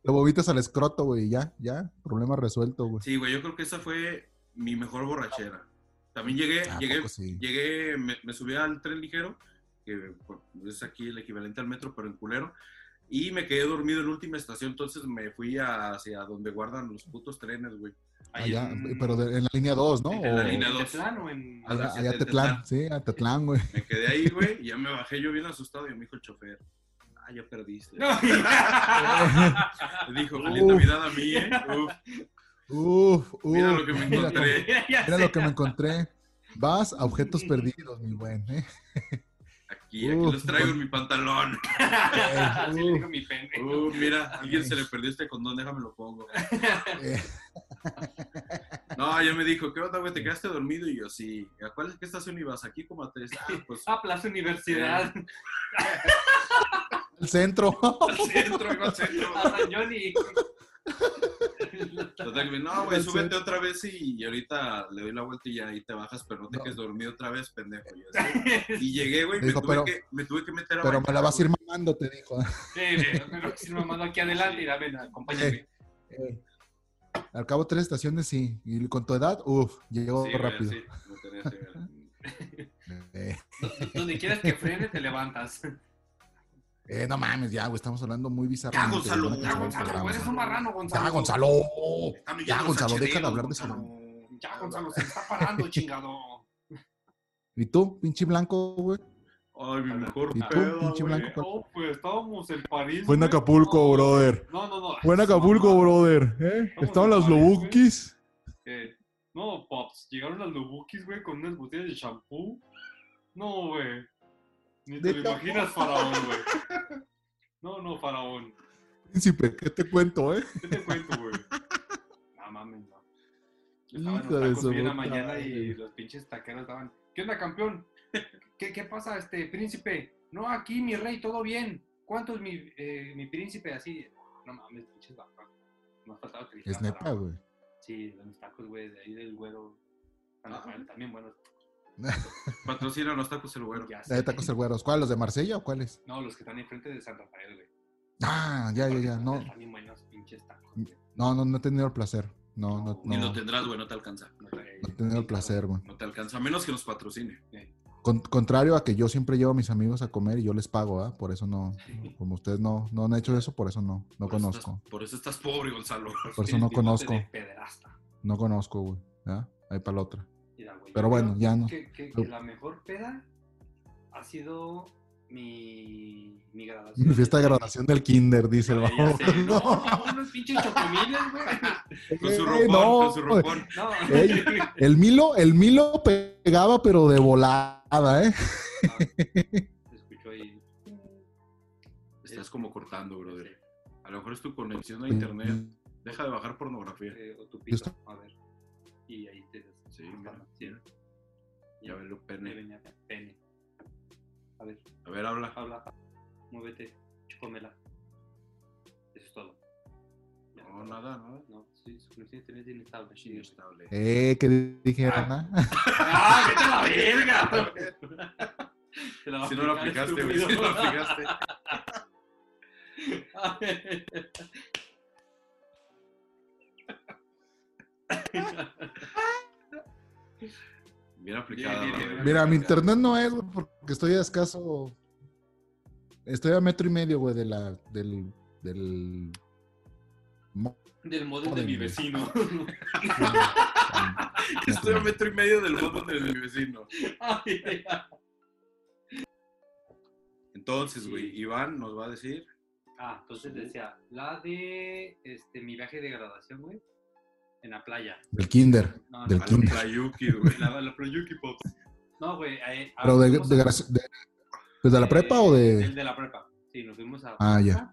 Speaker 5: Te vomitas al escroto, güey. y Ya, ya. Problema resuelto, güey.
Speaker 3: Sí, güey, yo creo que esa fue mi mejor borrachera. También llegué,
Speaker 5: Ah,
Speaker 3: llegué,
Speaker 5: poco sí.
Speaker 3: llegué, me, me subí al tren ligero, que pues, es aquí el equivalente al metro, pero en culero. Y me quedé dormido en la última estación, entonces me fui a- hacia donde guardan los putos trenes, güey.
Speaker 5: Ah,
Speaker 4: Ahí
Speaker 5: ya,
Speaker 4: en-
Speaker 5: Pero de- en la línea 2, ¿no?
Speaker 3: En la
Speaker 5: O-
Speaker 3: línea
Speaker 4: ¿En
Speaker 3: dos.
Speaker 4: Tetlán o en-
Speaker 3: Ah,
Speaker 5: Allá,
Speaker 3: hacia
Speaker 5: allá a
Speaker 3: Tetlán.
Speaker 5: Tetlán, sí, a
Speaker 3: [LAUGHS]
Speaker 5: Tetlán, güey.
Speaker 3: Me quedé ahí, güey, y ya me bajé yo bien asustado y me dijo el chofer, ah, ya perdiste.
Speaker 4: No.
Speaker 3: Me dijo, feliz Navidad a mí, ¿eh? Uf,
Speaker 5: Uf, uf.
Speaker 3: mira lo que me
Speaker 5: mira lo que-
Speaker 3: encontré.
Speaker 4: Ya
Speaker 5: mira
Speaker 4: sé. [LAUGHS]
Speaker 5: lo que me encontré. Vas a objetos perdidos, mi buen,
Speaker 3: [LAUGHS]
Speaker 5: ¿eh?
Speaker 3: Aquí, aquí los traigo en mi pantalón.
Speaker 4: Así le digo a mi pene.
Speaker 3: Uf, mira, a alguien se le perdió este condón, déjame lo pongo.
Speaker 5: Eh,
Speaker 3: No, ya me dijo, ¿qué onda, güey? ¿Te quedaste dormido? Y yo, sí. ¿A cuál qué estación ibas? Aquí como a tres. Ah, pues
Speaker 4: Ah, Plaza Universidad. [LAUGHS]
Speaker 5: el centro.
Speaker 3: al centro, iba al centro.
Speaker 4: A
Speaker 3: [LAUGHS]
Speaker 4: San Johnny.
Speaker 3: Total, güey, no, güey,
Speaker 5: Al
Speaker 3: súbete
Speaker 5: centro.
Speaker 3: otra vez y, y ahorita le doy la vuelta y ya ahí te bajas, pero no te
Speaker 5: No.
Speaker 3: quedes dormido otra vez, pendejo. Y, yo, sí. Y llegué, güey, me,
Speaker 5: Dijo,
Speaker 3: tuve
Speaker 5: pero-
Speaker 3: que- me tuve que meter a
Speaker 5: Pero me
Speaker 3: bañar,
Speaker 5: la vas a ir
Speaker 3: güey.
Speaker 5: mamando, te dijo.
Speaker 4: Sí, pero- pero si no mando aquí adelante, mira, ven, acompáñame.
Speaker 5: Eh, Al cabo tres estaciones, sí. Y con tu edad, uf, llegó
Speaker 3: Sí, güey,
Speaker 5: rápido.
Speaker 3: sí, me tenía así, güey.
Speaker 5: Eh,
Speaker 4: Donde quieras que frene, te levantas.
Speaker 5: eh, no mames, ya, güey, estamos hablando muy bizarro.
Speaker 3: Ya, Gonzalo,
Speaker 4: Ya, Gonzalo, güey, eres un marrano, Gonzalo.
Speaker 5: Ya, Gonzalo.
Speaker 3: Están
Speaker 5: Ya,
Speaker 3: oyendo los
Speaker 5: Gonzalo, deja de
Speaker 3: HD,
Speaker 5: hablar de esa
Speaker 3: Gonzalo.
Speaker 5: mamá.
Speaker 4: Ya, Gonzalo, se está parando, chingado.
Speaker 5: ¿Y tú, pinche blanco, güey?
Speaker 3: Ay, mi mejor
Speaker 5: ¿Y tú,
Speaker 3: pedo,
Speaker 5: pinche
Speaker 3: güey.
Speaker 5: blanco?
Speaker 4: No, pues estábamos en París.
Speaker 5: Buen
Speaker 4: güey.
Speaker 5: Acapulco, brother.
Speaker 4: No, no, no.
Speaker 5: Buen Acapulco, brother. ¿eh?
Speaker 4: Estamos
Speaker 5: Estaban
Speaker 4: en
Speaker 5: las
Speaker 4: París, güey.
Speaker 5: Lobukis.
Speaker 4: Eh, no, paps, llegaron las Lubukis, güey, con unas botellas de shampoo. No, güey. Ni te lo imaginas, faraón, güey. No, no, faraón.
Speaker 5: Príncipe, ¿qué te cuento, eh?
Speaker 4: ¿Qué te cuento, güey? No mames, no. Estaban
Speaker 5: Hijo
Speaker 4: los
Speaker 5: de
Speaker 4: tacos
Speaker 5: su
Speaker 4: hoy en la
Speaker 5: puta
Speaker 4: mañana y
Speaker 5: madre.
Speaker 4: los pinches taqueros estaban. ¿Qué onda, campeón? ¿Qué, qué pasa, este príncipe? No, aquí, mi rey, todo bien. ¿Cuánto es mi, eh, mi príncipe? Así. No mames, pinches vacas. Nos faltaba que
Speaker 5: Es
Speaker 4: dijera
Speaker 5: neta,
Speaker 4: faraón.
Speaker 5: güey.
Speaker 4: Sí, los tacos, güey, de ahí del güero. San
Speaker 3: Ah.
Speaker 4: Rafael, también buenos.
Speaker 3: Patrocina los tacos el güero.
Speaker 4: Ya
Speaker 5: La de
Speaker 4: sé.
Speaker 5: tacos el güeros. ¿Cuál? ¿Los de Marsella o cuáles?
Speaker 4: No, los que están enfrente de San Rafael, güey.
Speaker 5: Ah, ya, ya, ya. No,
Speaker 4: Están bien buenos, pinches tacos, güey.
Speaker 5: no, no, no he tenido el placer. No, no,
Speaker 3: Ni
Speaker 4: Ni
Speaker 5: no.
Speaker 3: lo
Speaker 5: No
Speaker 3: tendrás, güey, no te alcanza.
Speaker 4: No te-
Speaker 5: he tenido el placer, güey.
Speaker 3: No te alcanza, a menos que nos patrocine.
Speaker 5: Con- contrario a que yo siempre llevo a mis amigos a comer y yo les pago, ¿ah? Por eso no, como ustedes no, no han hecho eso, por eso no,
Speaker 3: Por
Speaker 5: no
Speaker 3: eso
Speaker 5: conozco.
Speaker 3: estás- por eso estás pobre,
Speaker 5: [LAUGHS]
Speaker 3: Gonzalo.
Speaker 5: Por eso
Speaker 4: Tienes
Speaker 5: no
Speaker 4: bigote
Speaker 5: conozco.
Speaker 4: de pederasta.
Speaker 5: No conozco, güey. ¿ah? Ahí para la otra.
Speaker 4: Mira, güey,
Speaker 5: Pero
Speaker 4: yo
Speaker 5: bueno,
Speaker 4: creo
Speaker 5: ya no.
Speaker 4: Que, que- que la mejor peda ha sido mi, mi graduación.
Speaker 5: Mi fiesta de graduación del kinder, dice el
Speaker 4: Ya
Speaker 5: [LAUGHS] bajo.
Speaker 4: sé, No,
Speaker 5: No,
Speaker 4: unos pinches chocomiles, güey.
Speaker 3: Con su
Speaker 5: Eh,
Speaker 3: ropón,
Speaker 5: no,
Speaker 3: con su ropón.
Speaker 5: [LAUGHS]
Speaker 4: No,
Speaker 5: Ey. El Milo, el Milo pegaba, pero de volada, ¿eh?
Speaker 4: se escuchó ahí.
Speaker 3: Estás como cortando, brother. A lo mejor es tu conexión a internet. Deja de bajar pornografía.
Speaker 4: Eh, o tu
Speaker 5: Yo
Speaker 4: pito,
Speaker 5: estoy-
Speaker 4: a ver. Y ahí te.
Speaker 3: Sí, mira.
Speaker 4: Sí.
Speaker 3: mira. Ya ve lo
Speaker 4: Ahí
Speaker 3: pene.
Speaker 4: venía, pene. A ver,
Speaker 3: A ver, habla.
Speaker 4: habla, muévete, chúpamela. Eso es todo. Ya.
Speaker 3: No, nada, nada.
Speaker 4: No, sí, su conexión a internet es inestable.
Speaker 3: Sí, estable.
Speaker 5: Eh, que dijeron, ah?
Speaker 4: ¡Ah, vete a la verga! [LAUGHS] Te la va a
Speaker 3: Si no lo
Speaker 4: aplicar,
Speaker 3: aplicaste, güey.
Speaker 4: estúpido.
Speaker 3: Si no lo aplicaste. Bien aplicada.
Speaker 4: Bien, bien,
Speaker 3: brother.
Speaker 4: bien.
Speaker 5: [LAUGHS] Mira, mi internet no es, güey, porque estoy a escaso. Estoy a metro y medio, güey, de la, del, del. mo-
Speaker 4: [LAUGHS] Del modem de mi vecino.
Speaker 3: [LAUGHS] Estoy a metro y medio del botón de mi vecino. Entonces, güey,
Speaker 4: Sí.
Speaker 3: Iván nos va a decir.
Speaker 4: [LAUGHS] ah, entonces decía, la de este, mi viaje de graduación, güey, en la playa.
Speaker 5: Del kinder.
Speaker 4: No,
Speaker 5: Del
Speaker 4: no,
Speaker 3: A
Speaker 5: kinder.
Speaker 3: la Playuki, güey.
Speaker 4: La, la Proyuki Pops. No, güey. eh, ah,
Speaker 5: ¿Pero de,
Speaker 4: fuimos
Speaker 5: de
Speaker 4: a-
Speaker 5: gra- de- desde la
Speaker 4: eh,
Speaker 5: prepa o
Speaker 4: El
Speaker 5: de.?
Speaker 4: de la prepa. Sí, nos fuimos a.
Speaker 5: Ah, ya.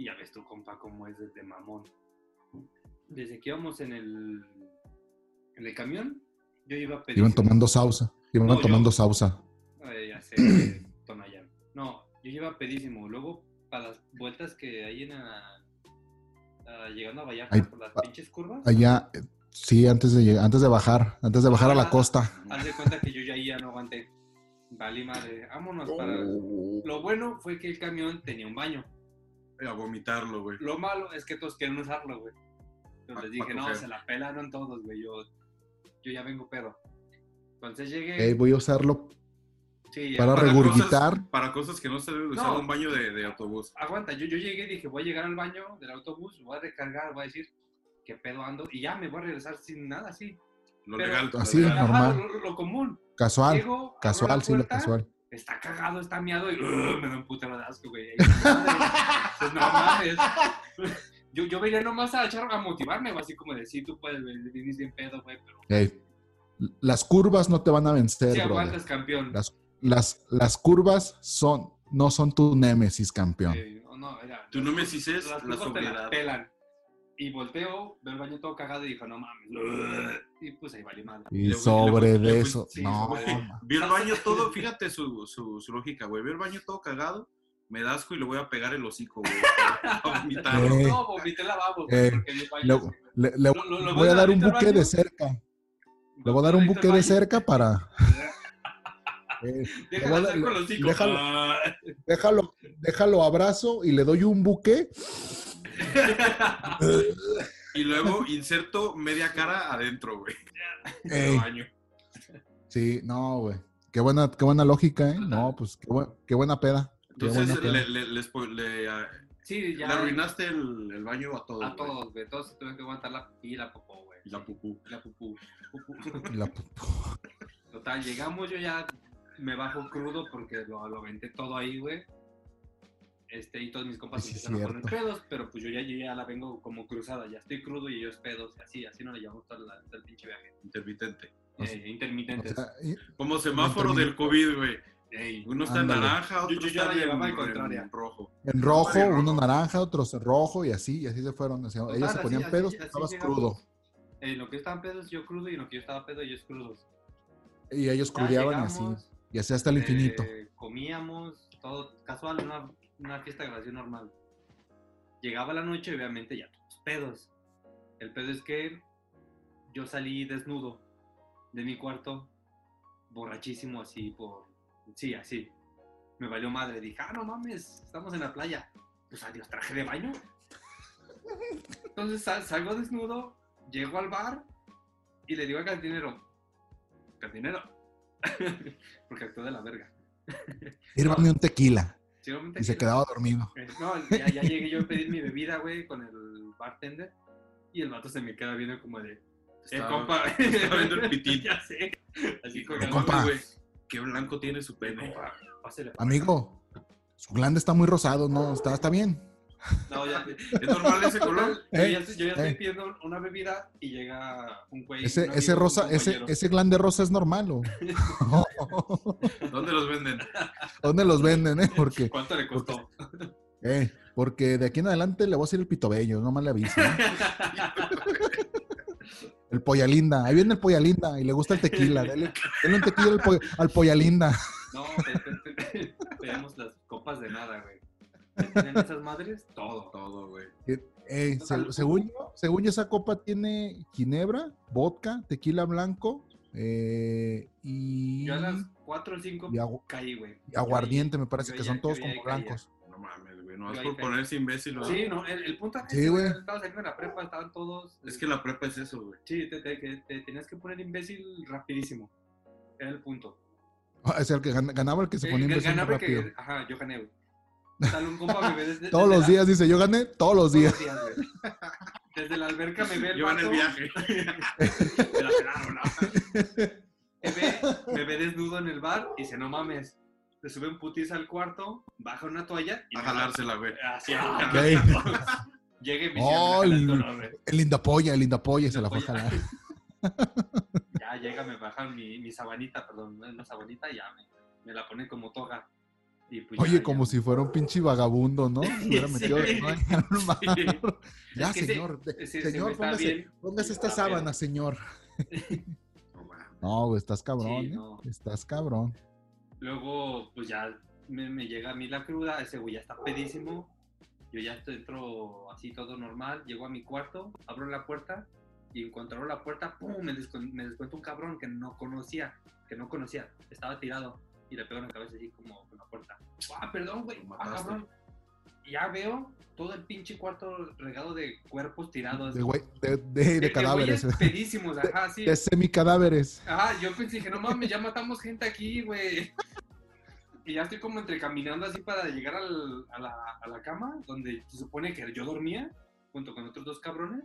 Speaker 4: Y ya ves tu compa cómo es desde mamón. Desde que íbamos en el. En el camión, yo iba pedísimo.
Speaker 5: Iban tomando sausa. Iban
Speaker 4: No, yo-
Speaker 5: tomando sausa.
Speaker 4: Eh, ya
Speaker 5: [CLEARS THROAT]
Speaker 4: sé, Tonayán. No, yo iba pedísimo. Luego, para las vueltas que hay en la. ah, llegando a Vallarta
Speaker 5: Ahí-
Speaker 4: por las
Speaker 5: ah,
Speaker 4: pinches curvas.
Speaker 5: Allá, eh, sí, antes de, lleg- antes de bajar. Antes de bajar a
Speaker 4: Ah,
Speaker 5: la costa.
Speaker 4: Haz de cuenta que yo ya ahí ya no aguanté. Valí madre. Vámonos para.
Speaker 5: Oh.
Speaker 4: Lo bueno fue que el camión tenía un baño.
Speaker 3: A vomitarlo, güey.
Speaker 4: Lo malo es que todos quieren usarlo, güey.
Speaker 3: Pa-
Speaker 5: Ah,
Speaker 4: Entonces les dije,
Speaker 3: pa'
Speaker 4: no,
Speaker 3: coger".
Speaker 4: se la pelaron todos, güey. Yo, yo ya vengo pedo. Entonces llegué.
Speaker 5: Eh, voy a usarlo
Speaker 4: sí, ya-
Speaker 5: para
Speaker 3: para
Speaker 5: regurgitar.
Speaker 3: Para cosas que no se debe usar
Speaker 4: No.
Speaker 3: un baño de, de autobús.
Speaker 4: Aguanta, yo, yo llegué y dije, voy a llegar al baño del autobús, voy a recargar, voy a decir, qué pedo ando. Y ya me voy a regresar sin nada, así.
Speaker 3: Lo
Speaker 4: Pero-
Speaker 3: legal. lo
Speaker 5: Así,
Speaker 3: legal.
Speaker 5: ¿no? normal.
Speaker 4: lo, lo común.
Speaker 5: Casual.
Speaker 4: Llego, abro
Speaker 5: Casual,
Speaker 4: la
Speaker 5: sí, lo
Speaker 4: puerta,
Speaker 5: casual.
Speaker 4: Está cagado, está miado y "Ugh", me da un putero de asco, güey. Ahí,
Speaker 5: [LAUGHS]
Speaker 4: Pues no mames. [LAUGHS] Yo, yo venía nomás a, echar, a motivarme, güey, así como decir, tú puedes, güey, vienes bien pedo, güey, pero
Speaker 5: Ey, Las curvas no te van a vencer,
Speaker 4: Si
Speaker 5: brother.
Speaker 4: aguantas, campeón.
Speaker 5: Las, las, las curvas son, no son tu némesis, campeón.
Speaker 4: Eh, no, no, era,
Speaker 3: Tú no me dices la
Speaker 4: las cosas te las
Speaker 3: sobriedad.
Speaker 4: pelan. Y volteo, veo el baño todo cagado y dijo, no mames. "Ugh". Y pues ahí vale madre.
Speaker 5: Y
Speaker 3: Le-
Speaker 5: sobre
Speaker 3: le-
Speaker 5: de
Speaker 3: le-
Speaker 5: eso.
Speaker 4: sí,
Speaker 5: no,
Speaker 4: güey.
Speaker 3: [LAUGHS]
Speaker 5: ma-
Speaker 3: Vi el baño todo, fíjate su, su, su lógica, güey. Vi el baño todo cagado, me da asco y le voy a pegar el hocico,
Speaker 4: [LAUGHS]
Speaker 3: güey. para vomitarlo.
Speaker 5: Eh,
Speaker 4: No, vomité el lavabo, güey,
Speaker 5: eh,
Speaker 4: porque vi el baño.
Speaker 5: le, le- le
Speaker 4: Lo- lo- lo
Speaker 5: voy a dar un
Speaker 4: ahorita al
Speaker 5: buque de
Speaker 4: baño.
Speaker 5: cerca. Le
Speaker 4: Lo
Speaker 5: voy a dar un
Speaker 4: ahorita
Speaker 5: buque
Speaker 4: al
Speaker 5: de
Speaker 4: baño.
Speaker 5: cerca para. Eh,
Speaker 4: Déjalo
Speaker 5: Le voy a
Speaker 4: hacer
Speaker 5: dar-
Speaker 4: con los hijos.
Speaker 5: déjalo.
Speaker 4: Ah.
Speaker 5: [LAUGHS] déjalo, déjalo abrazo y le doy un
Speaker 4: [LAUGHS]
Speaker 5: buque.
Speaker 3: Y luego inserto media cara adentro, güey. del
Speaker 5: Ey,
Speaker 3: baño.
Speaker 5: sí, no, güey. Qué buena, qué buena lógica, ¿eh?
Speaker 4: Total.
Speaker 5: No, pues qué, buen- qué buena peda. Qué
Speaker 3: Entonces
Speaker 5: buena peda.
Speaker 3: le, le- le spo- le, ah,
Speaker 4: Sí,
Speaker 3: le
Speaker 4: ya.
Speaker 3: arruinaste el, el baño a todos.
Speaker 4: A
Speaker 3: güey.
Speaker 4: todos, güey. Todos tuvieron que aguantar la y la popó, güey.
Speaker 3: Y la pupú.
Speaker 4: La pupú. Pupú.
Speaker 5: La pu-
Speaker 4: Total, llegamos, yo ya me bajo crudo porque lo, lo aventé todo ahí, güey. Este, y todos mis compas
Speaker 5: Sí, es
Speaker 4: empiezan a poner
Speaker 5: cierto.
Speaker 4: pedos, pero pues yo ya, yo ya la vengo como cruzada, ya estoy crudo y ellos pedos, y así, así nos le llevamos todo, la- todo el pinche viaje.
Speaker 3: Intermitente.
Speaker 5: O sea-
Speaker 4: Eh, intermitentes.
Speaker 5: o sea, y-
Speaker 3: Como semáforo del COVID, güey.
Speaker 4: Eh, Ey,
Speaker 3: Uno está en
Speaker 5: Ándale.
Speaker 3: naranja, otro
Speaker 4: Yo- yo ya
Speaker 3: está
Speaker 4: la llevaba
Speaker 3: en,
Speaker 4: al contrario.
Speaker 3: en rojo.
Speaker 5: En rojo, uno naranja, otros en rojo y así, y así se fueron. O sea,
Speaker 4: Total,
Speaker 5: ellos se
Speaker 4: así-
Speaker 5: ponían
Speaker 4: Pues así-
Speaker 5: pedos,
Speaker 4: así
Speaker 5: tú estabas
Speaker 4: llegamos.
Speaker 5: crudo.
Speaker 4: en lo que estaban pedos yo crudo y en lo que yo estaba pedo ellos crudos.
Speaker 5: Y ellos
Speaker 4: Ya
Speaker 5: crudeaban y así,
Speaker 4: llegamos,
Speaker 5: y así hasta el infinito.
Speaker 4: eh, comíamos, todo casual, una, una fiesta de graduación normal. Llegaba la noche, obviamente ya todos pedos. El pedo es que yo salí desnudo de mi cuarto, borrachísimo así por... Sí, así. Me valió madre. Dije, ah, no mames, estamos en la playa. Pues adiós, traje de baño. Entonces sal- salgo desnudo, llego al bar y le digo al cantinero, cantinero, [LAUGHS] porque actuó de la verga.
Speaker 5: Sírvame un tequila.
Speaker 4: Seguramente
Speaker 5: Y se
Speaker 4: que-
Speaker 5: quedaba dormido.
Speaker 4: [LAUGHS] Eh, No, ya, ya llegué yo a pedir mi bebida, güey, con el bartender. Y el vato se me queda viendo como de... Eh,
Speaker 3: Estaba-
Speaker 4: compa.
Speaker 3: [LAUGHS] estaba viendo el pitín.
Speaker 4: [LAUGHS] ya sé. Así con
Speaker 5: Eh,
Speaker 4: el
Speaker 5: compa.
Speaker 3: güey, Qué blanco tiene su pene.
Speaker 4: Pásale.
Speaker 5: Amigo, su glande está muy rosado, ¿no? Está, está bien.
Speaker 4: No, ya.
Speaker 3: ¿Es normal ese [LAUGHS] color?
Speaker 4: Yo ya,
Speaker 5: Eh,
Speaker 4: estoy- yo ya estoy
Speaker 5: eh.
Speaker 4: pidiendo una bebida y llega un güey.
Speaker 5: Ese,
Speaker 4: un
Speaker 5: ese
Speaker 4: amigo,
Speaker 5: rosa,
Speaker 4: un
Speaker 5: ese,
Speaker 4: compañero.
Speaker 5: ese glande rosa es
Speaker 4: [LAUGHS]
Speaker 5: normal, ¿o?
Speaker 3: ¿Dónde los venden?
Speaker 5: ¿Dónde los venden, eh? Porque,
Speaker 4: ¿Cuánto le costó?
Speaker 5: eh, porque de aquí en adelante le voy a hacer el pitobello, no más le aviso. ¿no? El pollalinda, ahí viene el pollalinda y le gusta el tequila. Dele, dele un tequila al, po- al pollalinda.
Speaker 4: [LAUGHS] No, pe- pe- pe- pedimos las copas de nada, güey. ¿Tienen esas madres? Todo.
Speaker 3: Todo, güey.
Speaker 5: Eh, se- según, yo- según yo, esa copa tiene ginebra, vodka, tequila blanco eh, y,
Speaker 4: Yo a las 4 o 5
Speaker 5: y agu-
Speaker 4: caí, güey.
Speaker 5: y aguardiente, me parece
Speaker 4: yo
Speaker 5: que
Speaker 4: ya-
Speaker 5: son
Speaker 4: yo
Speaker 5: todos
Speaker 4: ya
Speaker 5: como
Speaker 4: caía.
Speaker 5: blancos.
Speaker 3: No mames, güey. No es
Speaker 4: Yo
Speaker 3: por
Speaker 4: ahí
Speaker 3: ponerse imbécil, ¿no?
Speaker 4: Sí, no, el, el punto era
Speaker 5: Sí,
Speaker 4: ese,
Speaker 5: güey.
Speaker 4: Estaba saliendo de la prepa, estaban todos.
Speaker 3: Es que la prepa es eso, güey.
Speaker 4: Sí, te, te- que te tenías que poner imbécil rapidísimo. Era el punto.
Speaker 5: [LAUGHS] O sea, el que gan- ganaba el que se
Speaker 4: Eh,
Speaker 5: ponía
Speaker 4: gan-
Speaker 5: imbécil
Speaker 4: ganaba
Speaker 5: más
Speaker 4: que- [LAUGHS]
Speaker 5: rápido.
Speaker 4: ajá, yo gané, güey. Sale un compa me ve desde.
Speaker 5: Todos
Speaker 4: desde
Speaker 5: los
Speaker 4: la-
Speaker 5: días, dice, yo gané todos
Speaker 4: [LAUGHS]
Speaker 5: los días.
Speaker 4: Todos los días, güey. Desde la alberca me ve el
Speaker 3: Yo en el
Speaker 4: vato,
Speaker 3: viaje. Me la pelaron, ¿no?
Speaker 4: Me ve, me ve desnudo en el bar y dice, no mames. Se sube un putis al cuarto, baja una toalla
Speaker 3: [LAUGHS]
Speaker 4: y
Speaker 3: A jalársela, güey.
Speaker 4: Así, a-
Speaker 5: Güey,
Speaker 4: Llegue y me
Speaker 5: Oh,
Speaker 4: dice, "Me
Speaker 5: el-
Speaker 4: jalaste, no, güey".
Speaker 5: el linda polla, el linda polla, se la fue a
Speaker 4: Polla. [LAUGHS]
Speaker 5: jalar.
Speaker 4: Ya llega, me bajan mi, mi sabanita, perdón, no es una sabanita, ya me, me la pone como toga. Y pues
Speaker 5: Oye,
Speaker 4: ya,
Speaker 5: como
Speaker 4: ya.
Speaker 5: si fuera un pinche
Speaker 4: [LAUGHS]
Speaker 5: vagabundo, ¿no? Se hubiera metido [LAUGHS] de
Speaker 4: Sí.
Speaker 5: nuevo al mar. Ya,
Speaker 4: Es que ese-
Speaker 5: señor, de-
Speaker 4: ese- ese güey
Speaker 5: señor,
Speaker 4: está
Speaker 5: póngase,
Speaker 4: bien.
Speaker 5: póngase
Speaker 4: y
Speaker 5: esta
Speaker 4: está bien.
Speaker 5: sábana, señor.
Speaker 3: No mames.
Speaker 5: No, güey, estás cabrón,
Speaker 4: Sí,
Speaker 5: ¿eh?
Speaker 4: no.
Speaker 5: Estás cabrón.
Speaker 4: Luego, pues ya me, me llega a mí la cruda, ese güey ya está pedísimo. Yo ya estoy- entro así todo normal, llego a mi cuarto, abro la puerta y en cuanto abro la puerta, ¡pum! Me, descon- me descuento un cabrón que no conocía, que no conocía, estaba tirado y le pego en la cabeza así como con la puerta. ¡Ah, perdón, güey!
Speaker 3: Lo
Speaker 4: ¡Ah,
Speaker 3: mataste.
Speaker 4: cabrón! Y ya veo todo el pinche cuarto regado de cuerpos tirados.
Speaker 5: De, güey- de, de- [LAUGHS] de
Speaker 4: güeyes
Speaker 5: cadáveres.
Speaker 4: Pedísimos, ajá, sí.
Speaker 5: [LAUGHS] De semicadáveres.
Speaker 4: Ah, yo pensé, dije, no mames, ya matamos gente aquí, güey. [LAUGHS] Y ya estoy como entre caminando así para llegar al- a, la, a la cama, donde se supone que yo dormía, junto con otros dos cabrones.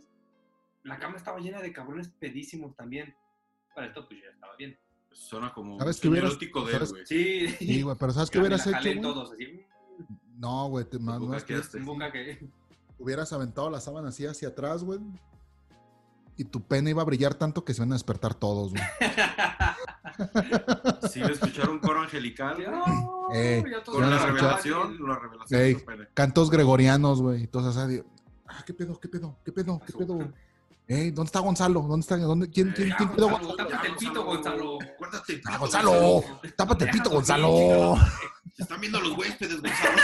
Speaker 4: La cama estaba llena de cabrones pedísimos también. Para esto, pues yo ya estaba bien.
Speaker 3: Suena como
Speaker 5: ¿Sabes
Speaker 3: un
Speaker 5: qué hubieras-
Speaker 3: erótico de él,
Speaker 5: sabes-
Speaker 3: güey.
Speaker 4: Sí.
Speaker 5: Sí,
Speaker 4: [LAUGHS]
Speaker 5: güey, pero ¿sabes qué
Speaker 4: Ya me
Speaker 5: hubieras
Speaker 4: la
Speaker 5: hecho?
Speaker 4: jalé
Speaker 5: güey?
Speaker 4: todos, así,
Speaker 5: No, güey, te más,
Speaker 3: Tú
Speaker 5: más que
Speaker 3: bucaqueaste.
Speaker 4: un boca que...
Speaker 5: hubieras aventado la sábana así hacia atrás, güey. Y tu pene iba a brillar tanto que se iban a despertar todos, güey.
Speaker 3: Sí, me escucharon un coro angelical. güey.
Speaker 4: [LAUGHS] No,
Speaker 5: Eh,
Speaker 4: ya todos
Speaker 3: Con la
Speaker 5: Ya,
Speaker 4: estaban
Speaker 3: revelación,
Speaker 4: bien.
Speaker 3: la revelación
Speaker 5: Ey.
Speaker 3: de su pene.
Speaker 5: Cantos gregorianos, güey. Y todos así, de, ah, qué pedo, qué pedo, qué pedo, qué
Speaker 4: Pasó.
Speaker 5: pedo. Eh, ¿dónde está Gonzalo? ¿Dónde está? ¿Dónde? ¿Quién,
Speaker 3: Eh,
Speaker 5: quién,
Speaker 3: ya,
Speaker 5: quién pedo,
Speaker 4: Gonzalo,
Speaker 5: Gonzalo?
Speaker 4: tápate el pito, Gonzalo.
Speaker 3: Guárdate el
Speaker 5: Ah,
Speaker 3: pito,
Speaker 5: Gonzalo, tápate
Speaker 4: Deja
Speaker 5: el
Speaker 4: [LAUGHS]
Speaker 5: pito,
Speaker 4: tu
Speaker 5: Gonzalo.
Speaker 4: pinche-
Speaker 3: Se están viendo los huéspedes,
Speaker 4: [LAUGHS]
Speaker 3: Gonzalo.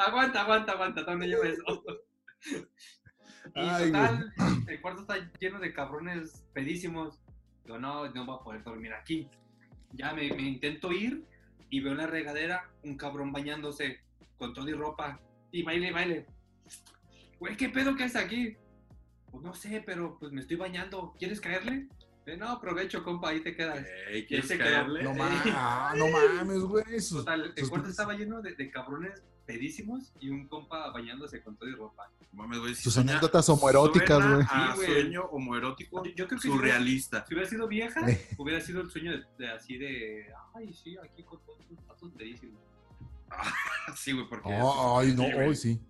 Speaker 4: Aguanta, aguanta, aguanta, todavía no lleva
Speaker 5: [LAUGHS]
Speaker 4: eso. Y
Speaker 5: Ay,
Speaker 4: total, el cuarto está lleno de cabrones pedísimos. Digo, no, no voy a poder dormir aquí. Ya me, me intento ir y veo en la regadera un cabrón bañándose con todo y ropa. Y baile, y baile. Güey, ¿qué pedo que es aquí? Pues no sé, pero pues me estoy bañando. ¿Quieres caerle? Eh, No, aprovecho, compa, ahí te quedas.
Speaker 5: Eh,
Speaker 3: Ey,
Speaker 4: Ese
Speaker 3: ¿quieres
Speaker 4: quedó.
Speaker 3: caerle?
Speaker 5: No
Speaker 4: Eh.
Speaker 5: mames, ah, no mames, güey. Sus-
Speaker 4: Total, el
Speaker 5: sus-
Speaker 4: cuarto estaba lleno de, de cabrones pedísimos y un compa bañándose con todo y ropa.
Speaker 3: Mames, güey. si
Speaker 5: Sus
Speaker 3: suena-
Speaker 5: anécdotas homoeróticas,
Speaker 3: suena
Speaker 5: güey.
Speaker 3: a
Speaker 4: Sí, güey.
Speaker 3: sueño homoerótico
Speaker 4: Yo- yo creo que sí, güey.
Speaker 3: surrealista.
Speaker 4: Si hubiera sido vieja,
Speaker 5: Eh.
Speaker 4: hubiera sido el sueño de, de así de, ay, sí, aquí con todos los patos pedísimos.
Speaker 3: Sí, güey, porque.
Speaker 5: Oh, ay, no,
Speaker 3: Sí, güey.
Speaker 5: hoy sí.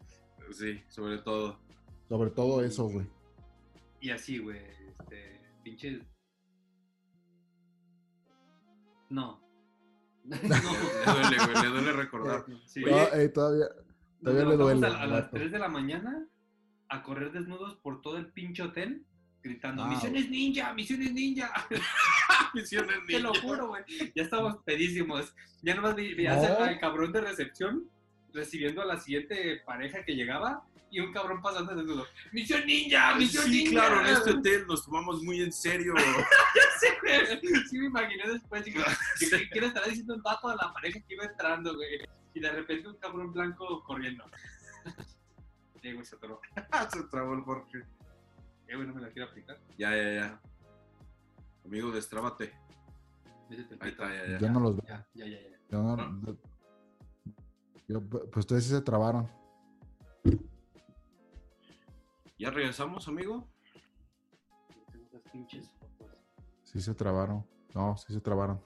Speaker 3: Sí, sobre todo.
Speaker 5: Sobre todo eso, güey.
Speaker 4: Y así, güey, este, pinches
Speaker 3: [LAUGHS]
Speaker 4: No. [LAUGHS] no.
Speaker 3: Le duele, güey, le duele [LAUGHS] recordar.
Speaker 4: Sí.
Speaker 3: Oye,
Speaker 5: No, eh, todavía, todavía
Speaker 4: Nos
Speaker 5: le
Speaker 4: levantamos
Speaker 5: duele.
Speaker 4: A, a
Speaker 5: al
Speaker 4: las
Speaker 5: vato.
Speaker 4: 3 de la mañana a correr desnudos por todo el pinche hotel gritando,
Speaker 5: Ah,
Speaker 4: misiones ninja, misiones ninja.
Speaker 3: Misiones
Speaker 4: Te lo
Speaker 3: Ninja.
Speaker 4: juro, güey. Ya estábamos pedísimos. Ya nomás vi- veías
Speaker 5: No.
Speaker 4: al, al cabrón de recepción recibiendo a la siguiente pareja que llegaba y un cabrón pasando desnudo. Misión ninja, misión
Speaker 3: Sí,
Speaker 4: ninja.
Speaker 3: claro, en [LAUGHS] este hotel nos tomamos muy en serio. [LAUGHS]
Speaker 4: Sí, güey. Sí, me imaginé después. Digo, ¿qué, qué- qué le estará diciendo un vato a la pareja que iba entrando, güey? Y de repente un cabrón blanco corriendo. [LAUGHS] Eh, güey, se atoró.
Speaker 3: Se trabó el Jorge.
Speaker 4: Eh, güey, no me la quiero aplicar.
Speaker 3: Ya, ya, ya. Amigo, destrábate.
Speaker 4: Métete el
Speaker 3: Ahí
Speaker 4: pito.
Speaker 3: está, ya, ya.
Speaker 5: Yo no los veo.
Speaker 4: Ya, ya, ya. ya.
Speaker 5: Yo, no- yo- yo- pues ustedes sí se trabaron.
Speaker 3: ¿Ya regresamos, amigo?
Speaker 4: Tengo esas pinches fotos.
Speaker 5: Sí se trabaron. No, sí se trabaron.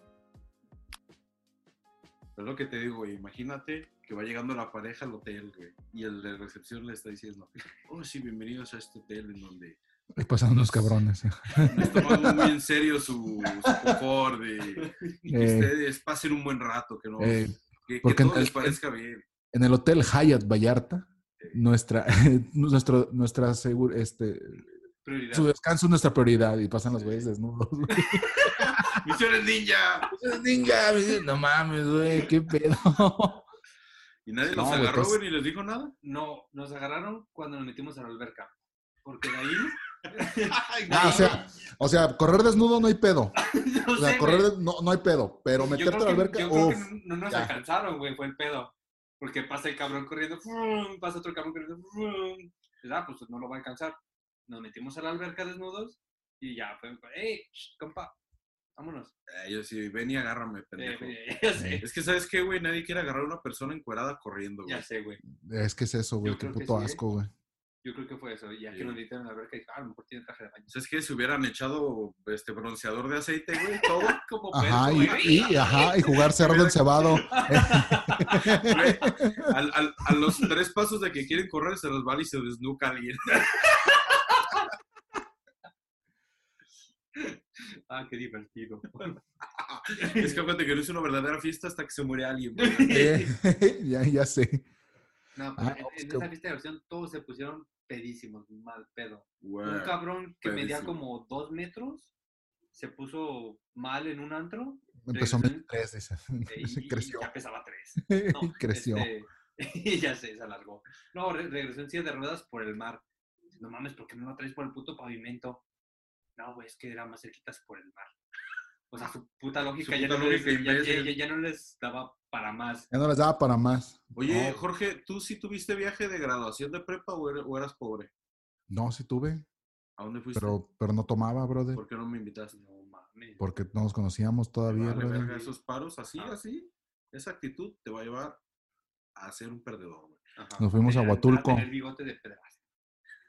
Speaker 3: Es lo que te digo, güey. Imagínate que va llegando la pareja al hotel, güey. Y el de recepción le está diciendo, oh, sí, bienvenidos a este hotel en donde
Speaker 5: Y pasaron
Speaker 4: [LAUGHS]
Speaker 5: unos cabrones.
Speaker 3: les [LAUGHS] tomamos muy en serio su, su confort de y que
Speaker 5: Eh.
Speaker 3: ustedes pasen un buen rato, que no...
Speaker 5: Eh,
Speaker 3: que, que
Speaker 5: porque
Speaker 3: todo
Speaker 5: en-
Speaker 3: les parezca bien.
Speaker 5: en el Hotel Hyatt Vallarta, nuestra, [LAUGHS] nuestro, nuestra segur- este,
Speaker 4: Prioridad.
Speaker 5: su descanso es nuestra prioridad y pasan los güeyes desnudos.
Speaker 4: [LAUGHS]
Speaker 5: güey.
Speaker 3: ¡Misiones ninja!
Speaker 5: Venga, me dicen, no mames, güey, qué [LAUGHS] pedo.
Speaker 3: Y nadie
Speaker 5: No,
Speaker 3: los
Speaker 5: güey,
Speaker 3: agarró,
Speaker 5: pues-
Speaker 3: güey, ni les dijo nada.
Speaker 4: No, nos agarraron cuando nos metimos a la alberca. Porque de
Speaker 5: [LAUGHS]
Speaker 4: ahí.
Speaker 5: Ah, o sea, o sea, correr desnudo no hay pedo.
Speaker 4: no
Speaker 5: O sea,
Speaker 4: sé,
Speaker 5: correr
Speaker 4: güey.
Speaker 5: des- no, no hay pedo, pero
Speaker 4: Yo
Speaker 5: meterte
Speaker 4: creo
Speaker 5: a la
Speaker 4: que-
Speaker 5: alberca,
Speaker 4: Yo creo que
Speaker 5: uf,
Speaker 4: no, no nos
Speaker 5: ya.
Speaker 4: alcanzaron, güey, fue el pedo. Porque pasa el cabrón corriendo, ¡fum! pasa otro cabrón corriendo, ¡fum! Pues, ah, pues no lo va a alcanzar. Nos metimos a la alberca desnudos y ya fue, ¡ey, sh, compa! Vámonos.
Speaker 3: Eh, yo sí, ven y agárrame,
Speaker 4: Eh, [LAUGHS]
Speaker 3: pendejo.
Speaker 4: güey, ya sé,
Speaker 3: Es que, ¿sabes qué, güey? Nadie quiere agarrar a una persona encuerada corriendo, güey.
Speaker 4: ya sé, güey.
Speaker 5: es que es eso, güey,
Speaker 4: Yo
Speaker 5: qué
Speaker 4: creo que
Speaker 5: puto
Speaker 4: sí, ¿eh?
Speaker 5: asco, güey.
Speaker 4: Yo creo que fue eso. Ya
Speaker 3: Sí.
Speaker 4: que nos metieron a la alberca, dije, ah, a lo mejor tiene traje de baño.
Speaker 3: ¿Sabes qué? Si hubieran echado este bronceador de aceite, [LAUGHS] güey, todo.
Speaker 4: Como
Speaker 5: Ajá,
Speaker 4: puerco,
Speaker 5: y,
Speaker 4: güey.
Speaker 5: y- ajá,
Speaker 4: [LAUGHS]
Speaker 5: y jugar cerdo encebado.
Speaker 3: güey. Al- al- a los tres pasos de que quieren correr, se los vale y se desnuca alguien. [LAUGHS]
Speaker 4: Ah, qué divertido.
Speaker 3: Es que acuérdate que no es una verdadera fiesta hasta que se muere alguien, güey. [LAUGHS]
Speaker 5: Eh, [LAUGHS] ya, ya sé.
Speaker 4: No, pero
Speaker 5: Ah,
Speaker 4: en,
Speaker 5: pues
Speaker 4: en
Speaker 5: que-
Speaker 4: esa fiesta de versión todos se pusieron pedísimos, mal pedo.
Speaker 3: Güey.
Speaker 4: Un cabrón que medía
Speaker 3: pedísimo.
Speaker 4: como dos metros se puso mal en un antro
Speaker 5: Empezó
Speaker 4: Regresó
Speaker 5: a meter tres, dice.
Speaker 4: eh,
Speaker 5: [LAUGHS]
Speaker 4: y, y
Speaker 5: Creció.
Speaker 4: ya pesaba tres.
Speaker 5: Y
Speaker 4: No,
Speaker 5: [LAUGHS] creció.
Speaker 4: este, [LAUGHS] y ya se, se alargó. No, re- regresó en silla de ruedas por el mar. No mames, ¿por qué no lo traes por el puto pavimento? No, güey, es que era más cerquitas por el mar. O sea, su puta lógica,
Speaker 3: Su
Speaker 4: ya,
Speaker 3: puta
Speaker 4: no les,
Speaker 3: lógica,
Speaker 4: ya- ya-
Speaker 3: imbécil.
Speaker 4: ya- ya no les daba para más.
Speaker 5: Ya no les daba para más.
Speaker 3: Oye,
Speaker 5: No,
Speaker 3: Jorge, ¿tú sí tuviste viaje de graduación de prepa o, er- o eras pobre?
Speaker 5: no, sí tuve,
Speaker 3: ¿A dónde fuiste?
Speaker 5: pero, pero no tomaba, brother.
Speaker 3: este ¿Por qué no me invitaste?
Speaker 4: No mames.
Speaker 5: Porque no nos conocíamos todavía,
Speaker 3: Vale,
Speaker 5: brother.
Speaker 3: verga, esos paros así,
Speaker 4: Ah.
Speaker 3: así. Esa actitud te va a llevar a ser un perdedor, güey. [LAUGHS]
Speaker 4: Ajá.
Speaker 5: Nos fuimos a
Speaker 4: Era- era
Speaker 5: Huatulco.
Speaker 4: tener bigote de pedraza.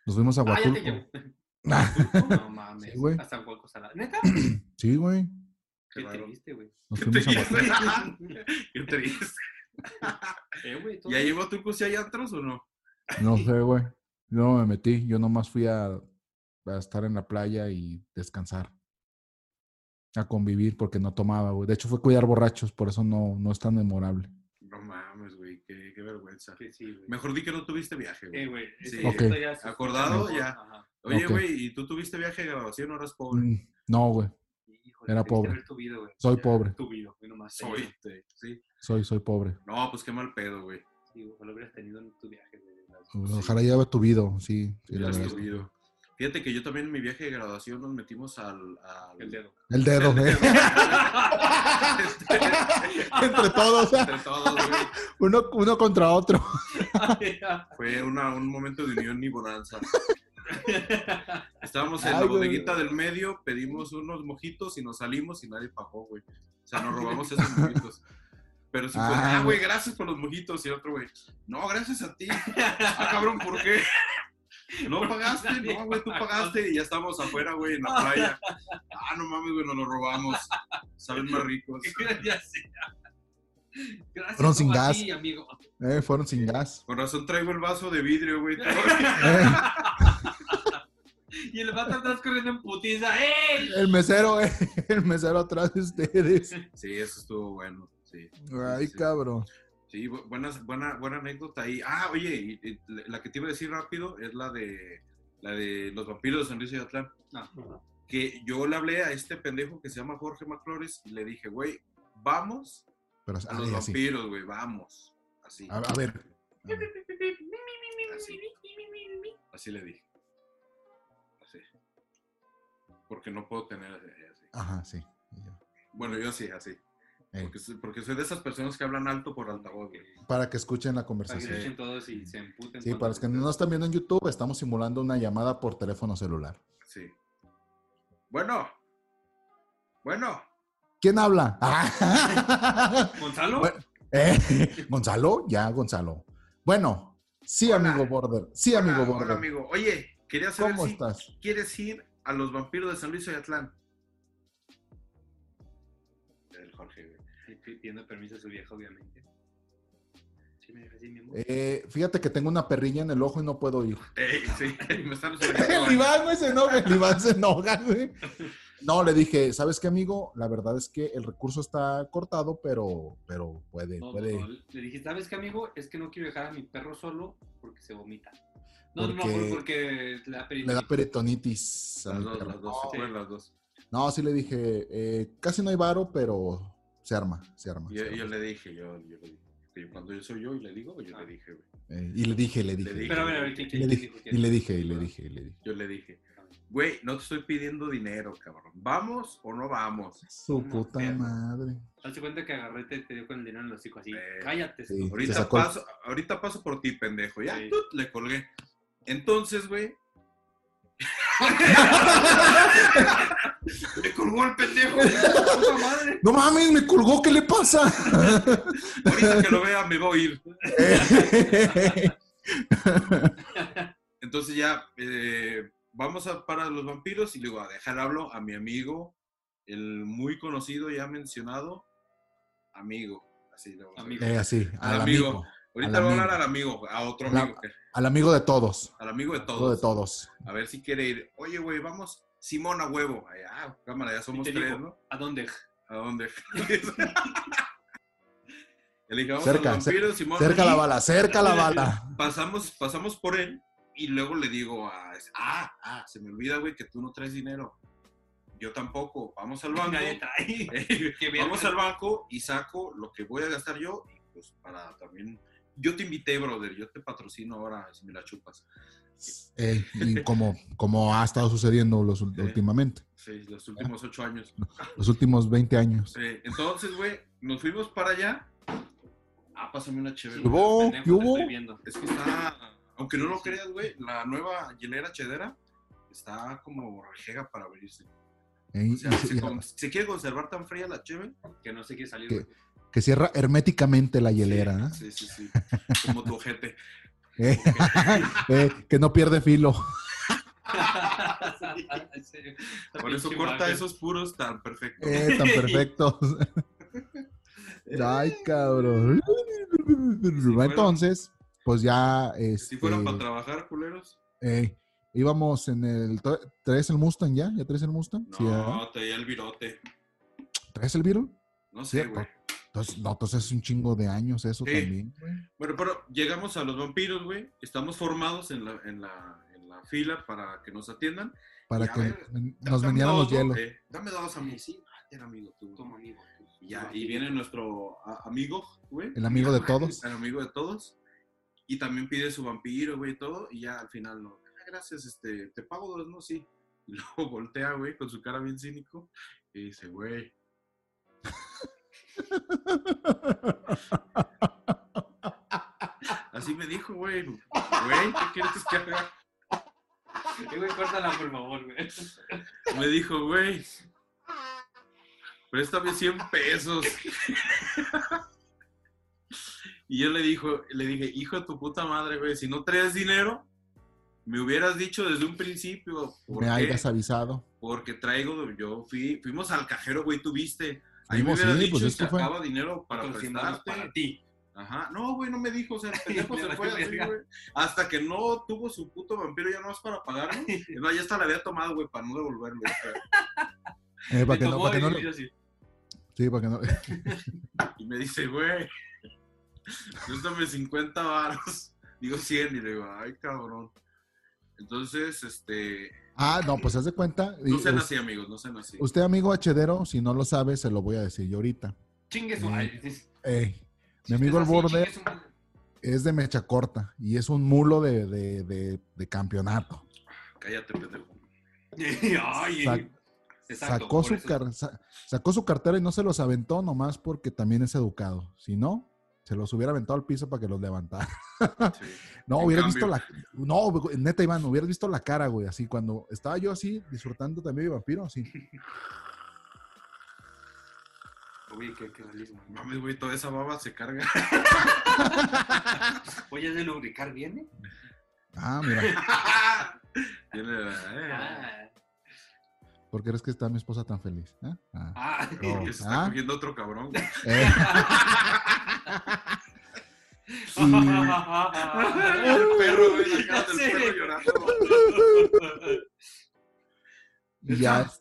Speaker 5: Nos fuimos a
Speaker 4: Ah, ya te
Speaker 5: Huatulco. [LAUGHS]
Speaker 4: llevo. Huatulco, No mames.
Speaker 5: Sí, güey.
Speaker 4: Hasta Huatulco Salado. ¿Neta?
Speaker 5: Sí, güey.
Speaker 3: Qué
Speaker 4: Qué
Speaker 3: raro.
Speaker 4: triste, güey.
Speaker 5: [LAUGHS] Nos
Speaker 3: ¿Qué te
Speaker 5: fuimos a Huatulco.
Speaker 3: dices? ¿Qué te
Speaker 4: [LAUGHS]
Speaker 3: dices?
Speaker 4: Eh, güey, todo-
Speaker 3: ¿Ya llegó tu curso y hay antros o no?
Speaker 5: No sé, güey. Yo no me metí. Yo nomás fui a, a estar en la playa y descansar. A convivir porque no tomaba, güey. De hecho, fue cuidar borrachos, por eso no, no es tan memorable.
Speaker 3: No mames, güey, qué, qué vergüenza.
Speaker 4: Que sí, güey.
Speaker 3: Mejor di que no tuviste viaje, güey.
Speaker 4: Eh, güey.
Speaker 3: Sí.
Speaker 4: esto-
Speaker 5: Ok.
Speaker 4: esto ya se-
Speaker 3: Acordado, ya.
Speaker 4: Ajá.
Speaker 3: Oye,
Speaker 5: ok.
Speaker 3: güey, ¿y tú tuviste viaje de graduación o eras pobre?
Speaker 5: Mm, No, güey.
Speaker 4: Híjole,
Speaker 5: Era
Speaker 4: debiste
Speaker 5: pobre.
Speaker 4: haber tuvido, güey.
Speaker 5: Soy
Speaker 4: Ya,
Speaker 5: pobre.
Speaker 4: tuvido, güey, nomás.
Speaker 3: Soy,
Speaker 4: Sí,
Speaker 3: te- sí.
Speaker 5: Soy, soy pobre.
Speaker 3: No, pues qué mal pedo, güey.
Speaker 4: sí, ojalá hubieras tenido en tu viaje, güey. de verdad.
Speaker 5: Ojalá ya haya tuvido, sí. sí, la
Speaker 3: Hubieras
Speaker 5: verdad.
Speaker 3: subido. Fíjate que yo también en mi viaje de graduación nos metimos al... al-
Speaker 4: El dedo. [LAUGHS]
Speaker 5: El dedo,
Speaker 3: Este,
Speaker 5: ¿eh? güey. [LAUGHS] Entre todos,
Speaker 3: Entre todos, güey.
Speaker 5: uno, uno contra otro.
Speaker 3: Fue una- un momento de unión y bonanza. Estábamos en
Speaker 5: Ay,
Speaker 3: la
Speaker 5: güey.
Speaker 3: bodeguita del medio, pedimos unos mojitos y nos salimos y nadie pagó, güey. O sea, nos robamos esos mojitos. Pero sí fue,
Speaker 5: Ah,
Speaker 3: ah, güey, gracias por los mojitos. Y otro, güey, no, gracias a ti. Ah, cabrón, ¿por qué? No pagaste, no, güey, tú pagaste y ya estamos afuera, güey, en la playa. Ah, no mames, güey, nos lo robamos. Saben más ricos.
Speaker 4: [LAUGHS] Ya sé. Gracias
Speaker 5: Fueron sin
Speaker 4: no, a
Speaker 5: gas.
Speaker 4: ti, amigo.
Speaker 5: Eh, fueron sin gas.
Speaker 3: Con razón traigo el vaso de vidrio, güey. todo.
Speaker 5: Eh,
Speaker 4: Y el vato estás corriendo en putiza. ¡Ey!
Speaker 5: El mesero, eh, el mesero atrás de ustedes.
Speaker 3: [LAUGHS] Sí, eso estuvo bueno. Sí.
Speaker 5: Ay,
Speaker 3: Sí.
Speaker 5: cabrón.
Speaker 3: Sí, bu- buenas, buena, buena anécdota ahí. Ah, oye, y- y la que te iba a decir rápido es la de la de los vampiros de San Luis y Atlán. Que yo le hablé a este pendejo que se llama Jorge Maclores y le dije, güey, vamos
Speaker 5: Pero,
Speaker 3: a los
Speaker 5: ay, Ah, así.
Speaker 3: vampiros, güey, vamos. Así,
Speaker 5: A, a ver,
Speaker 3: así. Así le dije. Así. Porque no puedo tener eh, así.
Speaker 5: ajá, sí. Eh, Y yo,
Speaker 3: Bueno, yo sí, así.
Speaker 5: Ey.
Speaker 3: Porque, soy- porque soy de esas personas que hablan alto por altavoz, güey.
Speaker 5: Para que escuchen la
Speaker 4: Para que
Speaker 5: conversación.
Speaker 4: escuchen todos y se emputen.
Speaker 5: Sí, para los que no nos están viendo en YouTube, estamos simulando una llamada por teléfono celular.
Speaker 3: Sí. Bueno. Bueno.
Speaker 5: ¿Quién habla? [LAUGHS] Ah.
Speaker 4: ¿Gonzalo?
Speaker 5: Bueno, eh, Gonzalo, ya, Gonzalo. Bueno, sí,
Speaker 3: Hola.
Speaker 5: amigo Border. Sí,
Speaker 3: Hola,
Speaker 5: amigo
Speaker 3: hola,
Speaker 5: Border.
Speaker 3: amigo. Oye, quería saber
Speaker 5: ¿Cómo
Speaker 3: si
Speaker 5: estás?
Speaker 3: quieres ir a los vampiros de San Luis Oyatlán. El Jorge, güey.
Speaker 4: Sí, pi- Pidiendo permiso a su vieja, obviamente. Sí, me dejas ir, mi [LAUGHS] amor.
Speaker 5: Eh, fíjate que tengo una perrilla en el ojo y no puedo ir.
Speaker 3: Ey,
Speaker 4: Eh,
Speaker 5: [LAUGHS]
Speaker 3: sí, me
Speaker 4: [LAUGHS]
Speaker 3: están
Speaker 5: El Iván, güey, se enoja, el Iván se enoja, güey. No, le dije, ¿sabes qué, amigo? La verdad es que el recurso está cortado, pero, pero puede,
Speaker 4: No, no,
Speaker 5: puede.
Speaker 4: no. Le dije, ¿sabes qué, amigo? Es que no quiero dejar a mi perro solo porque se vomita. No, no,
Speaker 5: Porque-
Speaker 4: no, porque le da
Speaker 5: Le
Speaker 4: perilla.
Speaker 5: da peritonitis.
Speaker 3: Las
Speaker 5: a mi
Speaker 3: dos,
Speaker 5: perro.
Speaker 3: las dos, se fueron las dos.
Speaker 5: No, sí le dije, eh, casi no hay varo, pero se arma, se arma.
Speaker 3: Yo,
Speaker 5: se arma.
Speaker 3: yo le dije, yo, yo le dije. Que Cuando yo soy yo y le digo, yo le dije, güey.
Speaker 5: Eh, y le dije, le dije.
Speaker 3: dije.
Speaker 4: Pero a ver, a ver, ¿qué, qué,
Speaker 5: Y le
Speaker 4: qué
Speaker 5: dije,
Speaker 4: dijo? ¿Qué
Speaker 5: y le
Speaker 4: dijo?
Speaker 5: dije, y le dije, y le dije.
Speaker 3: Yo le dije, güey, no te estoy pidiendo dinero, cabrón. ¿Vamos o no vamos?
Speaker 5: Su
Speaker 4: No,
Speaker 5: puta
Speaker 4: perro.
Speaker 5: madre.
Speaker 4: Hazte cuenta que agarré te, te dio con el dinero en los hocico así.
Speaker 3: Eh,
Speaker 4: Cállate.
Speaker 5: sí.
Speaker 4: estúpido".
Speaker 5: Se
Speaker 3: Ahorita
Speaker 5: sacó el-
Speaker 3: paso, ahorita paso por ti, pendejo. Ya,
Speaker 4: Sí.
Speaker 3: tut, le colgué. Entonces,
Speaker 4: [LAUGHS]
Speaker 3: güey. le colgó el pendejo.
Speaker 4: ¡Puta madre!
Speaker 5: No mames, me colgó, ¿qué le pasa?
Speaker 3: [LAUGHS]
Speaker 5: [LAUGHS]
Speaker 3: Ahorita que lo vea, me voy a ir. Entonces ya, eh, vamos a para los vampiros y luego a dejar hablo a mi amigo, el muy conocido, ya mencionado, amigo. Así le voy a decir.
Speaker 4: Amigo.
Speaker 5: Eh, así, al
Speaker 3: Al
Speaker 5: amigo.
Speaker 3: amigo. Ahorita
Speaker 5: al
Speaker 3: voy a hablar
Speaker 5: amigo.
Speaker 3: al amigo, a otro
Speaker 5: Al-
Speaker 3: amigo, que-
Speaker 5: Al amigo de todos.
Speaker 3: al amigo de
Speaker 5: Amigo
Speaker 3: todos.
Speaker 5: de todos.
Speaker 3: A ver si quiere ir. Oye, güey, vamos. Simón a huevo. Ay, Ah, cámara, ya somos
Speaker 4: te
Speaker 3: tres,
Speaker 4: digo.
Speaker 3: ¿no?
Speaker 4: ¿A
Speaker 5: [LAUGHS]
Speaker 4: dónde?
Speaker 3: ¿A dónde? [LAUGHS] Le dije, vamos
Speaker 5: Cerca,
Speaker 3: a los vampiros, Simón.
Speaker 5: Cerca
Speaker 3: y
Speaker 5: la bala, cerca la bala.
Speaker 3: Pasamos, pasamos por él y luego le digo a... Ah, ah, se me olvida, güey, que tú no traes dinero. Yo tampoco. Vamos al banco.
Speaker 4: Nadie trae.
Speaker 5: [LAUGHS]
Speaker 4: [LAUGHS] Qué bien.
Speaker 3: vamos al banco y saco lo que voy a gastar yo y pues para también... Yo te invité, brother. Yo te patrocino ahora si me la chupas.
Speaker 5: Eh, y como, como ha estado sucediendo los, ul-
Speaker 3: Sí.
Speaker 5: últimamente,
Speaker 3: Sí, los últimos ocho años.
Speaker 5: los últimos 20 años.
Speaker 3: Sí, entonces, güey, nos fuimos para allá. Ah, pásame una chévere.
Speaker 5: ¿Qué hubo?
Speaker 4: Pendejo,
Speaker 5: ¿Qué
Speaker 4: te
Speaker 5: hubo?
Speaker 4: estoy viendo.
Speaker 3: Es que está, aunque no lo creas, güey, la nueva hielera chedera está como borrajega para abrirse.
Speaker 5: Eh,
Speaker 3: O
Speaker 5: y
Speaker 3: sea,
Speaker 5: se-
Speaker 3: se,
Speaker 5: y-
Speaker 3: con- se quiere conservar tan fría la chévere.
Speaker 4: Que no sé quiere salir. [LAUGHS]
Speaker 5: ¿Qué?
Speaker 4: güey.
Speaker 5: que cierra herméticamente la hielera.
Speaker 3: Sí, sí, sí. sí. Como tu ojete.
Speaker 5: ¿eh? [LAUGHS] Eh, que no pierde filo. [LAUGHS]
Speaker 4: En serio.
Speaker 3: Por eso
Speaker 4: Pinche
Speaker 3: corta
Speaker 4: imagen.
Speaker 3: esos puros tan perfectos.
Speaker 5: Eh, tan
Speaker 3: [LAUGHS]
Speaker 5: perfectos. Ay, cabrón.
Speaker 3: fueron-
Speaker 5: Entonces, pues ya
Speaker 3: Si
Speaker 5: este,
Speaker 3: fueron para trabajar, culeros.
Speaker 5: eh, íbamos en el. tra- ¿Traes el Mustang ya? ¿Ya traes el Mustang?
Speaker 3: No,
Speaker 5: Sí, ¿eh? ¿verdad?
Speaker 3: te di el virote.
Speaker 5: ¿Traes el Beetle?
Speaker 3: No sé,
Speaker 5: Cierto.
Speaker 3: güey.
Speaker 5: Entonces, no, entonces es un chingo de años eso
Speaker 3: Sí.
Speaker 5: también. güey.
Speaker 3: Bueno, pero llegamos a los vampiros, güey. Estamos formados en la, en, la, en la fila para que nos atiendan.
Speaker 5: Para
Speaker 3: Ya
Speaker 5: que
Speaker 3: ver,
Speaker 5: ven-
Speaker 3: Da-
Speaker 5: nos
Speaker 3: dame
Speaker 5: vendieran los
Speaker 3: dos, ¿no?
Speaker 5: hielos.
Speaker 3: Eh, dame dos a mí, sí. Ah, ten, amigo, tú.
Speaker 4: Toma, amigo.
Speaker 3: Y, ya, y viene nuestro a- amigo, güey.
Speaker 5: El amigo de todos.
Speaker 3: [LAUGHS] El amigo de todos. Y también pide su vampiro, güey, y todo. Y ya al final, no. "Ah, gracias, este, te pago dos, ¿no? Sí. [LAUGHS] Y luego voltea, güey, con su cara bien cínico. Y dice, güey,
Speaker 5: [LAUGHS]
Speaker 3: así me dijo, güey. Güey, ¿qué quieres que haga?
Speaker 4: Eh, güey, córtala, por favor, [LAUGHS] güey.
Speaker 3: Me dijo, güey, préstame 100 pesos. Y yo le, dijo, le dije, hijo de tu puta madre, güey, si no traes dinero, me hubieras dicho desde un principio. ¿Por
Speaker 5: Me
Speaker 3: qué?
Speaker 5: hayas avisado.
Speaker 3: Porque traigo, yo fui, fuimos al cajero, güey, tú viste. Ahí me
Speaker 5: Fuimos,
Speaker 3: hubieras
Speaker 5: sí,
Speaker 3: dicho
Speaker 5: pues
Speaker 3: y
Speaker 5: es que fue-
Speaker 3: sacaba dinero para
Speaker 4: Otros cien varos
Speaker 3: prestarte.
Speaker 4: para ti.
Speaker 3: Ajá. No, güey, no me dijo. O sea, el pendejo se fue así, güey. Hasta que no tuvo su puto vampiro ya no es para pagarlo. No, ya hasta la había tomado, güey, para no devolverlo. o sea.
Speaker 5: Eh, para que
Speaker 4: Me
Speaker 5: no,
Speaker 4: tomó
Speaker 5: para que
Speaker 4: y
Speaker 5: no,
Speaker 4: yo así,
Speaker 5: sí, para que no. [LAUGHS]
Speaker 3: Y me dice, güey, préstame 50 varos. [LAUGHS] Digo 100 y le digo, ay, cabrón. Entonces, este,
Speaker 5: Ah, no, pues haz de cuenta. y
Speaker 3: no sean
Speaker 5: us-
Speaker 3: así, amigos, no sean así.
Speaker 5: usted, amigo Hachedero, si no lo sabe, se lo voy a decir yo ahorita.
Speaker 4: Chingue su
Speaker 5: Mm.
Speaker 4: madre. Dices,
Speaker 5: Ey,
Speaker 4: si
Speaker 5: mi amigo
Speaker 4: estás
Speaker 5: el
Speaker 4: así,
Speaker 5: borde
Speaker 4: chingue su madre. [LAUGHS]
Speaker 5: es de mecha corta y es un mulo de, de- de- de campeonato.
Speaker 3: Cállate, pendejo.
Speaker 4: Ay,
Speaker 5: Sac-
Speaker 4: exacto,
Speaker 5: sacó,
Speaker 4: por
Speaker 5: su
Speaker 4: eso.
Speaker 5: car- sa- sacó su cartera y no se los aventó nomás porque también es educado. Si no, se los hubiera aventado al piso para que los levantara. ah.
Speaker 3: Sí.
Speaker 5: No,
Speaker 3: En
Speaker 5: hubiera
Speaker 3: cambio.
Speaker 5: visto la. No, güey, neta, Iván, hubieras visto la cara, güey. Así, cuando estaba yo así, disfrutando también de vampiro, así.
Speaker 4: Oye, qué, qué realismo.
Speaker 3: Mames, güey, toda esa baba se
Speaker 5: [LAUGHS]
Speaker 3: carga.
Speaker 4: Oye, ¿es de lubricar bien? eh?
Speaker 5: Ah, mira,
Speaker 3: Tiene
Speaker 4: [LAUGHS]
Speaker 3: la- eh,
Speaker 4: Ah,
Speaker 5: ¿por qué crees que está mi esposa tan feliz? ¿Eh? Ah.
Speaker 4: ah.
Speaker 5: No.
Speaker 3: que se está
Speaker 5: Ah.
Speaker 3: cogiendo otro cabrón.
Speaker 4: [LAUGHS]
Speaker 3: güey.
Speaker 5: Eh. [LAUGHS] Y-
Speaker 3: El perro, güey, la cara
Speaker 4: Sí.
Speaker 3: del perro llorando.
Speaker 5: y ya.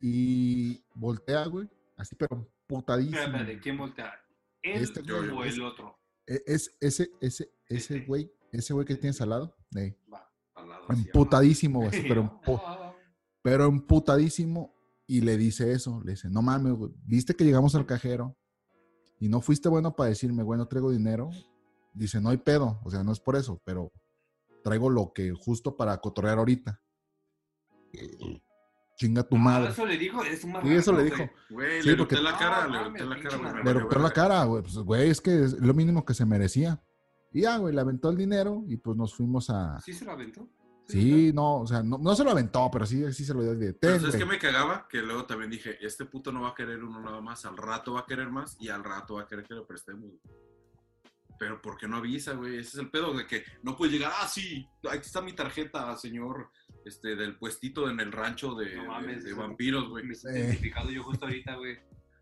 Speaker 5: Y voltea, güey. Así, pero putadísimo.
Speaker 4: Espérate, ¿quién voltea? ¿Él
Speaker 5: Este
Speaker 3: güey,
Speaker 4: o
Speaker 5: este.
Speaker 4: el otro?
Speaker 5: E- Es, ese, ese, ese
Speaker 4: Este.
Speaker 5: güey, ese güey que tienes al lado, eh,
Speaker 3: Al lado, así,
Speaker 5: emputadísimo,
Speaker 4: [LAUGHS]
Speaker 5: güey, así, pero, empu-
Speaker 4: Ah,
Speaker 5: pero emputadísimo. Y le dice eso, le dice, no mames, güey, viste que llegamos al cajero y no fuiste bueno para decirme, güey, no traigo dinero. Dice, no hay pedo, o sea, no es por eso, pero traigo lo que justo para cotorrear ahorita. Eh, Chinga tu madre.
Speaker 4: Eso le dijo, es un
Speaker 5: Y eso le
Speaker 4: marrano,
Speaker 5: dijo.
Speaker 3: Güey,
Speaker 5: Sí,
Speaker 3: le
Speaker 5: porque-
Speaker 3: porque... la cara,
Speaker 4: No,
Speaker 3: le
Speaker 4: mames,
Speaker 3: aventé la cara,
Speaker 4: pinche
Speaker 3: güey. me
Speaker 5: Le
Speaker 3: valió
Speaker 5: rompió la
Speaker 3: verga.
Speaker 5: cara, güey. Pues, güey, es que es lo mínimo que se merecía. Y ya, güey, le aventó el dinero y pues nos fuimos a.
Speaker 4: güey. ¿Sí se lo aventó?
Speaker 5: Sí, no, o sea, no, no se lo aventó, pero sí, sí se lo dio de
Speaker 3: Pero
Speaker 5: ten,
Speaker 3: ¿sabes
Speaker 5: güey.
Speaker 3: qué me cagaba? Que luego también dije, este puto no va a querer uno nada más, al rato va a querer más y al rato va a querer que le prestemos. Pero ¿por qué no avisa, güey? Ese es el pedo de que no puede llegar, ah, sí, aquí está mi tarjeta, señor, este, del puestito en el rancho de,
Speaker 4: No
Speaker 3: de-
Speaker 4: mames,
Speaker 3: de
Speaker 4: eso-
Speaker 3: vampiros, güey.
Speaker 4: Me siento identificado yo justo ahorita, güey.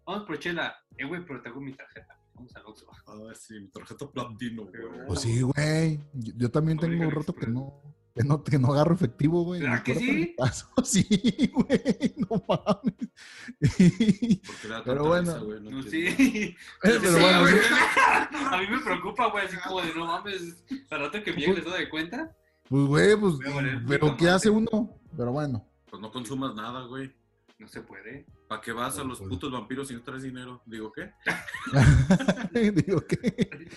Speaker 4: Vamos por chela. Eh, güey, pero tengo mi tarjeta. Vamos al Oxxo.
Speaker 3: Ah, sí, mi tarjeta platino, güey.
Speaker 5: Pues sí, güey. Yo, yo también
Speaker 4: Obliga
Speaker 5: tengo un
Speaker 4: al
Speaker 5: rato que
Speaker 4: expreso.
Speaker 5: no, que no, que no agarro efectivo, güey.
Speaker 4: ¿Verdad
Speaker 5: Me
Speaker 4: que
Speaker 5: cortan
Speaker 4: sí?
Speaker 5: el paso. [LAUGHS] Sí, güey, no mames.
Speaker 3: Porque le da tanta
Speaker 5: Pero bueno.
Speaker 3: risa, güey, no
Speaker 4: No,
Speaker 3: entiendo.
Speaker 4: pues [LAUGHS] sí.
Speaker 5: Eh, Pero
Speaker 4: Sí,
Speaker 5: bueno,
Speaker 4: güey. [LAUGHS]
Speaker 5: sí,
Speaker 4: A mí me preocupa, güey, así como de no mames. Al rato que me llegue el estado de cuenta.
Speaker 5: pues, güey, pues,
Speaker 4: Voy a valer
Speaker 5: pero
Speaker 4: puta
Speaker 5: ¿qué hace
Speaker 4: madre.
Speaker 5: uno? Pero bueno. [LAUGHS]
Speaker 3: Pues no consumas nada, güey.
Speaker 4: No se puede.
Speaker 3: ¿Para qué vas a
Speaker 5: Bueno,
Speaker 3: los
Speaker 5: bueno.
Speaker 3: putos vampiros si no traes dinero? Digo, ¿qué?
Speaker 5: Digo que.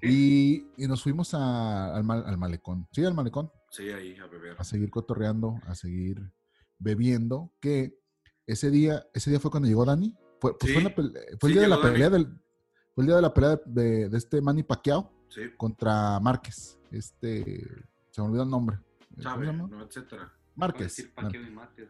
Speaker 5: Y, y nos fuimos a- al, mal- al malecón. Sí, al malecón.
Speaker 3: Sí, ahí, a beber.
Speaker 5: a seguir cotorreando, a seguir bebiendo, que ese día, ese día fue cuando llegó Dani. Fue, pues fue,
Speaker 3: Sí,
Speaker 5: la pele- fue el
Speaker 3: sí,
Speaker 5: día de la
Speaker 3: llegó Dani.
Speaker 5: pelea del, fue el día de la pelea de, de este Manny Pacquiao
Speaker 3: Sí,
Speaker 5: contra Márquez. Este, se me olvidó el nombre. eh, ¿Cómo se
Speaker 3: sabe,
Speaker 5: llama?
Speaker 3: no, etcétera.
Speaker 4: Voy a
Speaker 5: Márquez.
Speaker 4: decir pa' qué me mates.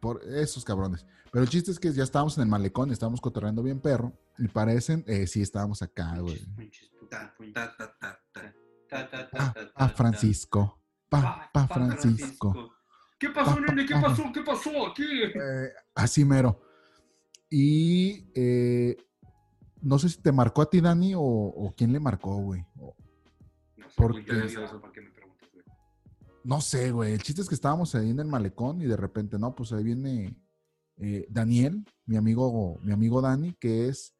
Speaker 5: Por esos cabrones. Pero el chiste es que ya estábamos en el malecón, estábamos cotorreando bien perro. Y parecen, eh, sí, estábamos acá, güey.
Speaker 4: Pinches putas,
Speaker 3: Ta,
Speaker 4: puñetas.
Speaker 3: ta, ta, ta, ta.
Speaker 4: Ta, ta, ta, ta,
Speaker 5: Pa,
Speaker 4: ta,
Speaker 5: pa
Speaker 4: ta.
Speaker 5: Ah, Francisco. Pa,
Speaker 4: Pa-
Speaker 5: pa
Speaker 4: pa
Speaker 5: Francisco.
Speaker 4: ¿Qué pasó,
Speaker 5: Pa-
Speaker 4: nene? ¿Qué
Speaker 5: pa-
Speaker 4: pasó? ¿Qué pasó? ¿Qué?
Speaker 5: Eh, así mero. Y eh, no sé si te marcó a ti, Dani, o, o quién le marcó, güey. O-
Speaker 4: No sé,
Speaker 5: ¿Por
Speaker 4: güey,
Speaker 5: qué?
Speaker 4: ya sabes ¿Por qué me preguntas, güey?
Speaker 5: No sé, güey. El chiste es que estábamos ahí en el malecón y de repente, no, pues ahí viene eh, Daniel, mi amigo, mi amigo Dani, que es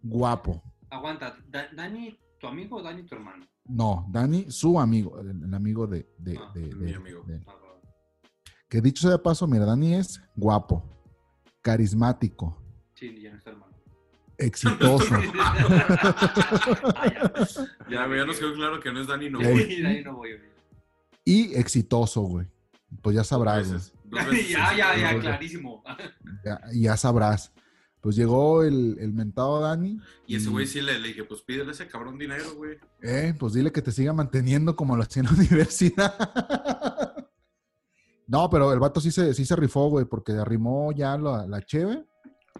Speaker 5: guapo.
Speaker 4: Aguanta, Da- Dani, tu amigo o Dani, tu hermano.
Speaker 5: No, Dani, su amigo, el, el amigo de, de-
Speaker 4: Ah,
Speaker 5: de-
Speaker 3: mi
Speaker 5: de-
Speaker 3: amigo.
Speaker 5: de-
Speaker 4: Ah, va, va.
Speaker 5: Que dicho sea de paso, mira, Dani es guapo, carismático,
Speaker 4: Sí, ya no es tu hermano. [LAUGHS]
Speaker 5: exitoso.
Speaker 4: Ah, ya.
Speaker 3: Ya, güey, ya nos quedó claro que no es Dani no
Speaker 5: Ey.
Speaker 3: voy.
Speaker 4: Sí, Dani, no voy, güey.
Speaker 5: y exitoso, güey. Pues ya sabrás, güey.
Speaker 3: Veces, dos veces
Speaker 4: [LAUGHS] Ya,
Speaker 3: sí.
Speaker 4: ya,
Speaker 5: no,
Speaker 4: ya,
Speaker 5: no.
Speaker 4: clarísimo.
Speaker 5: ya, ya sabrás. Pues llegó el, el mentado Dani.
Speaker 3: Y ese güey sí le, le dije, pues pídele a ese cabrón dinero, güey.
Speaker 5: Eh, pues dile que te siga manteniendo como lo hacía en la [LAUGHS] universidad. no, pero el vato sí se, sí se rifó, güey, porque arrimó ya la, la cheve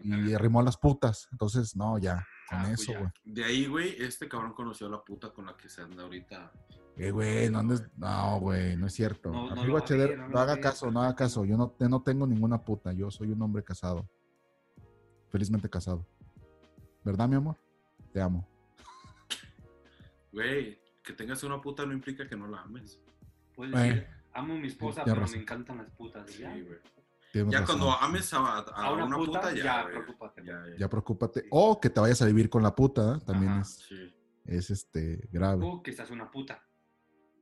Speaker 5: y arrimó a las putas. Entonces, no, ya, con
Speaker 4: Ah, pues
Speaker 5: eso,
Speaker 4: ya.
Speaker 5: güey.
Speaker 3: De ahí, güey, este cabrón conoció a la puta con la que se anda ahorita.
Speaker 5: Eh, güey, no andes- No, güey, no es cierto.
Speaker 4: No, no
Speaker 5: Amigo
Speaker 4: lo va a
Speaker 5: Heder,
Speaker 4: ver, no
Speaker 5: no,
Speaker 4: lo va a
Speaker 5: haga
Speaker 4: ver.
Speaker 5: caso, no haga caso. Yo no, yo no tengo ninguna puta. Yo soy un hombre casado. Felizmente casado. ¿Verdad, mi amor? Te amo.
Speaker 3: Güey, que tengas una puta no implica que no la ames.
Speaker 4: Puedes
Speaker 5: Bueno.
Speaker 4: decir, amo a mi esposa,
Speaker 5: Ya
Speaker 4: pero
Speaker 5: razón.
Speaker 4: me encantan las putas.
Speaker 3: Sí,
Speaker 4: Pues ¿ya?
Speaker 3: güey.
Speaker 5: Tienes
Speaker 3: Ya
Speaker 5: razón.
Speaker 3: cuando ames a, a
Speaker 4: A
Speaker 3: una, puta, ya, güey.
Speaker 4: preocúpate.
Speaker 3: Ya, ya.
Speaker 5: Ya preocúpate. O que te vayas a vivir con la puta, ¿eh? también
Speaker 4: Ajá.
Speaker 5: es,
Speaker 3: Sí.
Speaker 5: es este grave.
Speaker 4: O que estás una puta.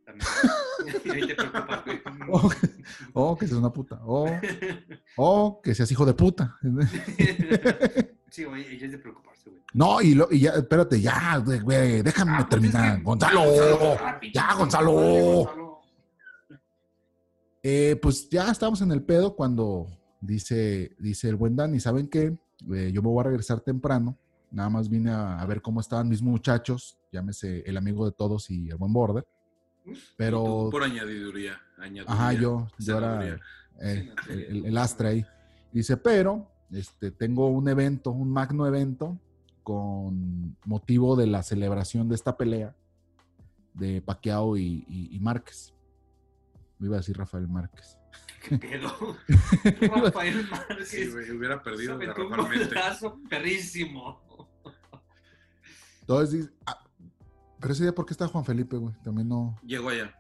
Speaker 4: También. [LAUGHS] y ahí te preocupas,
Speaker 5: [LAUGHS]
Speaker 4: güey.
Speaker 5: O, o que seas una puta. O, o que seas hijo de puta. [LAUGHS]
Speaker 4: sí, güey, ella es de preocuparse, güey.
Speaker 5: No, y, lo- y ya, espérate, ya, güey, déjame
Speaker 4: Ah, pues es
Speaker 5: terminar.
Speaker 4: que-
Speaker 5: Gonzalo,
Speaker 4: Ah, pinche
Speaker 5: ya,
Speaker 4: Gonzalo,
Speaker 5: Gonzalo.
Speaker 4: Gonzalo.
Speaker 5: Eh, pues ya estamos en el pedo cuando dice, dice el buen Dani, ¿saben qué? Eh, yo me voy a regresar temprano. Nada más vine a, a ver cómo estaban mis muchachos, llámese el amigo de todos y el buen border. Pero,
Speaker 3: Tú por añadiduría. añadiduría.
Speaker 5: ajá, yo, yo
Speaker 3: Sabiduría.
Speaker 5: era eh,
Speaker 4: Sí,
Speaker 5: el,
Speaker 4: no,
Speaker 5: el- el astre ahí. Dice, pero este, tengo un evento, un magno evento, con motivo de la celebración de esta pelea de Paquiao y, y- y Márquez. Iba a decir
Speaker 4: [LAUGHS]
Speaker 5: Rafael Márquez. [LAUGHS]
Speaker 4: ¿Qué pedo? Rafael Márquez.
Speaker 3: Sí, güey, hubiera
Speaker 4: se
Speaker 3: perdido
Speaker 4: aventó un
Speaker 3: garrafalmente.
Speaker 4: golazo perrísimo.
Speaker 5: Entonces dices, ah, pero ese día, ¿por qué está Juan Felipe, güey? También no
Speaker 3: Llegó allá.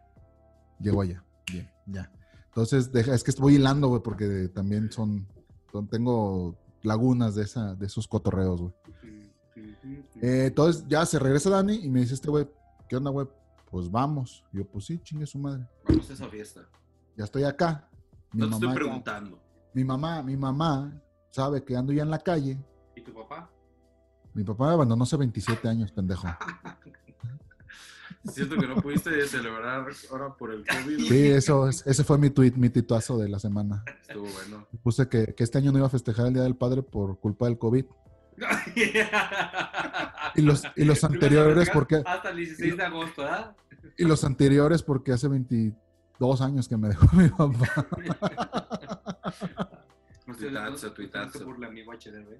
Speaker 5: llegó allá. Bien, ya. Entonces, deja, es que estoy hilando, güey, porque también son, son- tengo lagunas de, esa, de esos cotorreos, güey.
Speaker 3: Mm,
Speaker 5: Eh, entonces, ya se regresa Dani y me dice este güey, ¿qué onda, güey? Pues vamos. Y yo, pues sí, chingue su madre.
Speaker 3: Vamos a esa fiesta.
Speaker 5: Ya estoy acá. Mi
Speaker 3: No te estoy
Speaker 5: mamá ya-
Speaker 3: preguntando.
Speaker 5: mi mamá, mi mamá sabe que ando ya en la calle.
Speaker 4: ¿Y tu papá?
Speaker 5: Mi papá me abandonó hace 27 años, pendejo.
Speaker 3: Siento que no pudiste celebrar ahora por el COVID.
Speaker 5: Sí, eso, es- ese fue mi tweet, mi tituazo de la semana.
Speaker 3: Estuvo bueno.
Speaker 5: Puse que, que este año no iba a festejar el Día del Padre por culpa del COVID. Y los,
Speaker 4: [LAUGHS]
Speaker 5: y los anteriores, porque,
Speaker 4: Hasta el 16 de agosto, ¿verdad?
Speaker 5: y los anteriores porque hace 22 años que me dejó [LAUGHS] mi papá.
Speaker 4: No
Speaker 3: Tuitazo, tuitazo.
Speaker 4: No por la mi HD, güey.